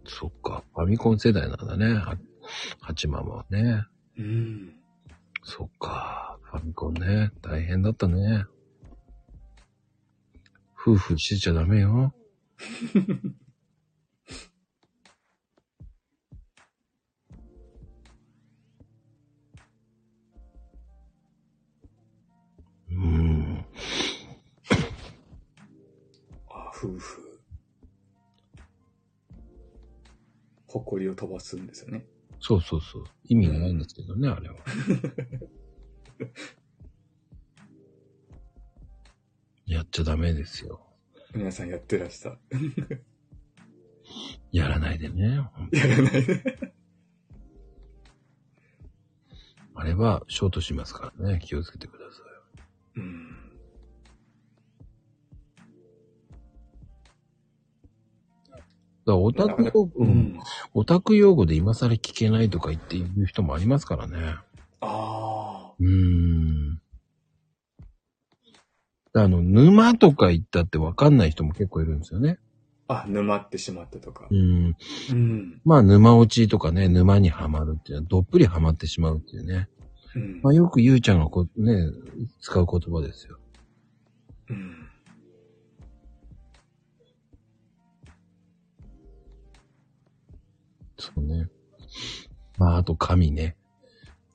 そっか。ファミコン世代なんだね。は八ママはね。
うん。
そっか。ファミコンね。大変だったね。夫婦してちゃダメよ。うん。
あ、夫婦。誇りを飛ばすんですよね。
そうそうそう。意味がないんですけどね、あれは。 やっちゃダメですよ。
皆さんやってらした。
やらないでね。
やらないで。
あれはショートしますからね。気をつけてください。
うん。
だからオタク用語、うん。オタク用語で今更聞けないとか言っている人もありますからね。
ああ。
うーん。あの、沼とか言ったってわかんない人も結構いるんですよね。
あ、沼ってしまったとか
う。ん。
うん。
まあ、沼落ちとかね、沼にはまるっていうのは、どっぷりはまってしまうっていうね。
うん
まあ、よくゆうちゃんがこう、ね、使う言葉ですよ。
うん。
そうね。まあ、あと神ね。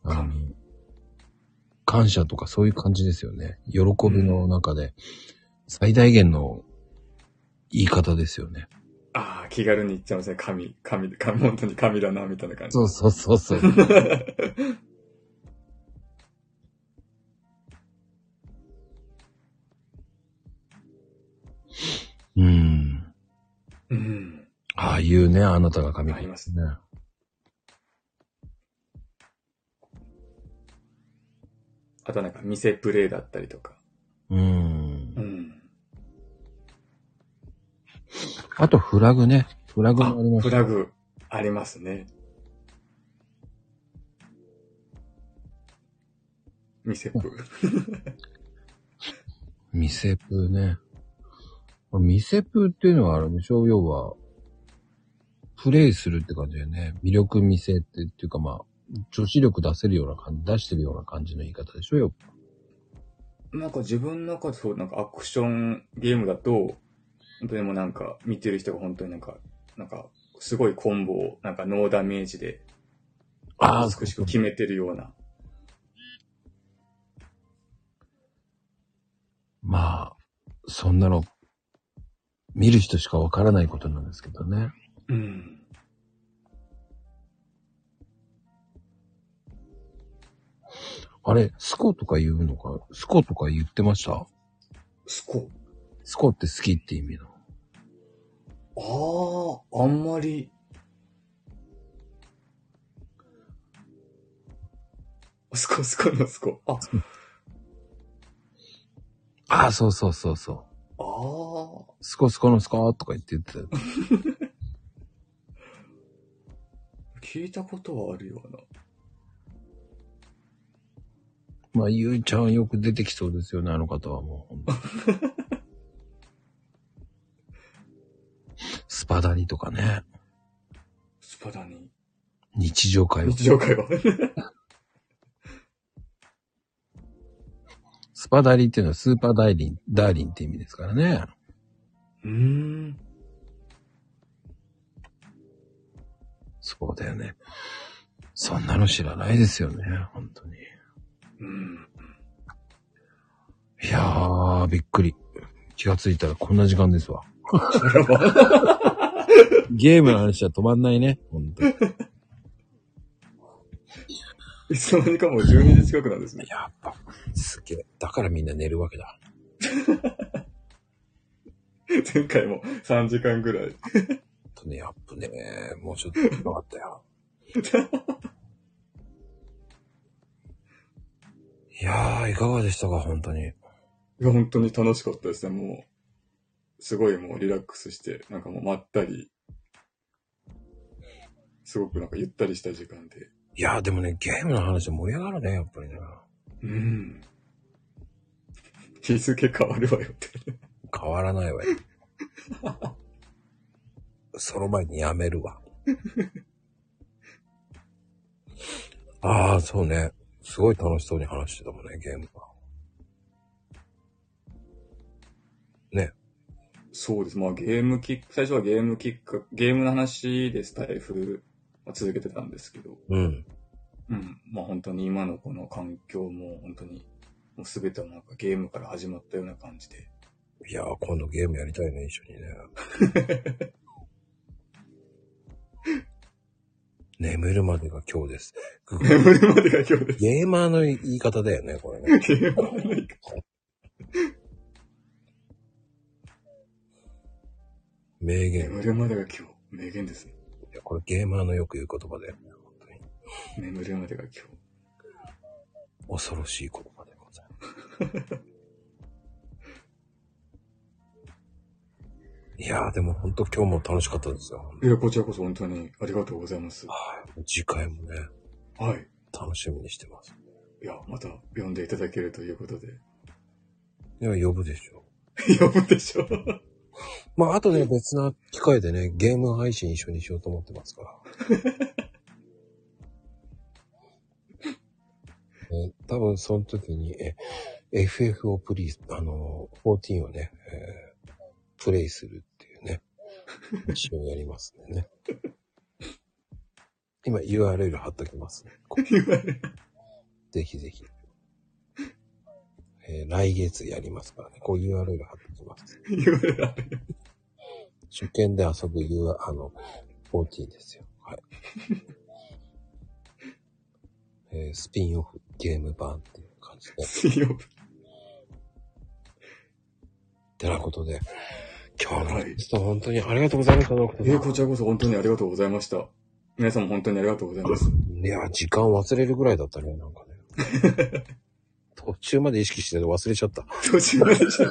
あの
神、
感謝とかそういう感じですよね。喜びの中で、最大限の言い方ですよね。
ああ、気軽に言っちゃいますね。神、神、神、本当に神だな、みたいな感じ。
そうそうそうそう。うん。
うん。
ああいうね、あなたが神
あります
ね。
あとなんか、店プレイだったりとか。
うん
う。ん。
あとフラグね。フラグも
あ
ありま、
フ
す。
ラグ、ありますね。店プ。
ミセプね。ミセプっていうのはあれでしょ要は、プレイするって感じだよね。魅力見せって、っていうかまあ、女子力出せるような感じ、出してるような感じの言い方でしょよ。
なんか自分の中でそう、なんかアクションゲームだと、本当にもうなんか見てる人が本当になんか、なんかすごいコンボを、なんかノーダメージで
ああ、
美しく決めてるような。
まあ、そんなの、見る人しかわからないことなんですけどね。
うん。
あれ、スコとか言うのかスコとか言ってました
スコ。
スコって好きって意味の。
ああ、あんまり。スコスコのスコ。あ、
ああ、そうそうそうそう。
ああ。
スコスコのスコーとか言って言ってた。
聞いたことはあるような。
まあ、ゆうちゃんよく出てきそうですよね、あの方はもう。 スパダニとかね、
スパダに。
日常会話。
日常会話。
スパダニっていうのはスーパーダイリン、ダーリンって意味ですからね。
うーん。
そうだよね。そんなの知らないですよね、本当に。
うん。
いやー、びっくり。気がついたらこんな時間ですわ。 ゲームの話は止まんないね、本当に。
いつの間にかもう12時近くなんですね。
やっぱ、すげえ。だからみんな寝るわけだ。
前回も3時間ぐらい。
ほんとね、やっぱね、もうちょっと分かったよ。いやー、いかがでしたか、本当に。
いや本当に楽しかったですね。もう、すごいもうリラックスして、なんかもうまったり、すごくなんかゆったりした時間で。
いやー、でもね、ゲームの話盛り上がるね、やっぱりね。
うん。日付変わるわよって。
変わらないわよ。その前にやめるわ。ああ、そうね。すごい楽しそうに話してたもんね、ゲームは。
そうです。まあゲームキック、最初はゲームキック、ゲームの話でスタイフ、まあ、続けてたんですけど、
うん。
うん。まあ本当に今のこの環境も本当に、もう全てはなんかゲームから始まったような感じで。
いやー、今度ゲームやりたいね、一緒にね。眠るまでが今日です。
眠るまでが今日です。
ゲーマーの言い方だよね、これね。
ゲームの話
名言。
眠るまでが今日。名言ですね。
いやこれゲーマーのよく言う言葉だよね。本当に
眠るまでが今日。
恐ろしい言葉でございます。いやーでも本当今日も楽しかったですよ。
いや、こちらこそ本当にありがとうございます。は
はい。次回もね、
い。
楽しみにしてます。
いや、また呼んでいただけるということで。
いや、呼ぶでしょ
呼ぶでしょ う。
う。まあ、あとね、別な機会でね、ゲーム配信一緒にしようと思ってますから。ね多分その時に、え、FF をプリーあの、14をね、えープレイするっていうね、一緒にやりますんでね。今 URL 貼っときますね。ここ
言われる
ぜひぜひ。えー来月やりますからね。こう URL 貼っときます。
言われ るあれ
初見で遊ぶ U、あの、14ですよ。 はい。えースピンオフゲーム版っていう感じで。
水曜日。
てなことで、今日の
はい
ゲスト本当にありがとうございました。
いや、こちらこそ本当にありがとうございました。皆さんも本当にありがとうございます。
いや、時間忘れるぐらいだったね、なんかね。 途中まで意識してて忘れちゃった。
途中までした。い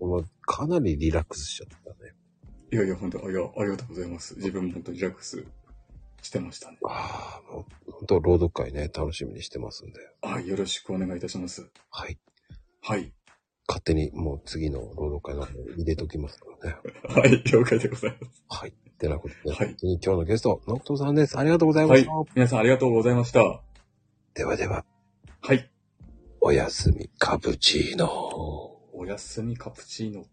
もうかなりリラックスしちゃったね。
やいや、本当、いや、ありがとうございます。自分も本当にリラックスしてましたね。
ああ、もう本当朗読会ね、楽しみにしてますんで。
はい、よろしくお願いいたします。
はい。
はい。
勝手にもう次の朗読会の方に入れときますからね。
はい、了解でございま
はい。てなことで、
はい
本当に今日のゲスト、ノクトさんです。ありがとうござい
す。
ま
は
し
い
た。。
皆さんありがとうございました。は
ではでは、
い。
おやすみ、カプチーノ。
おやすみカプチーノ。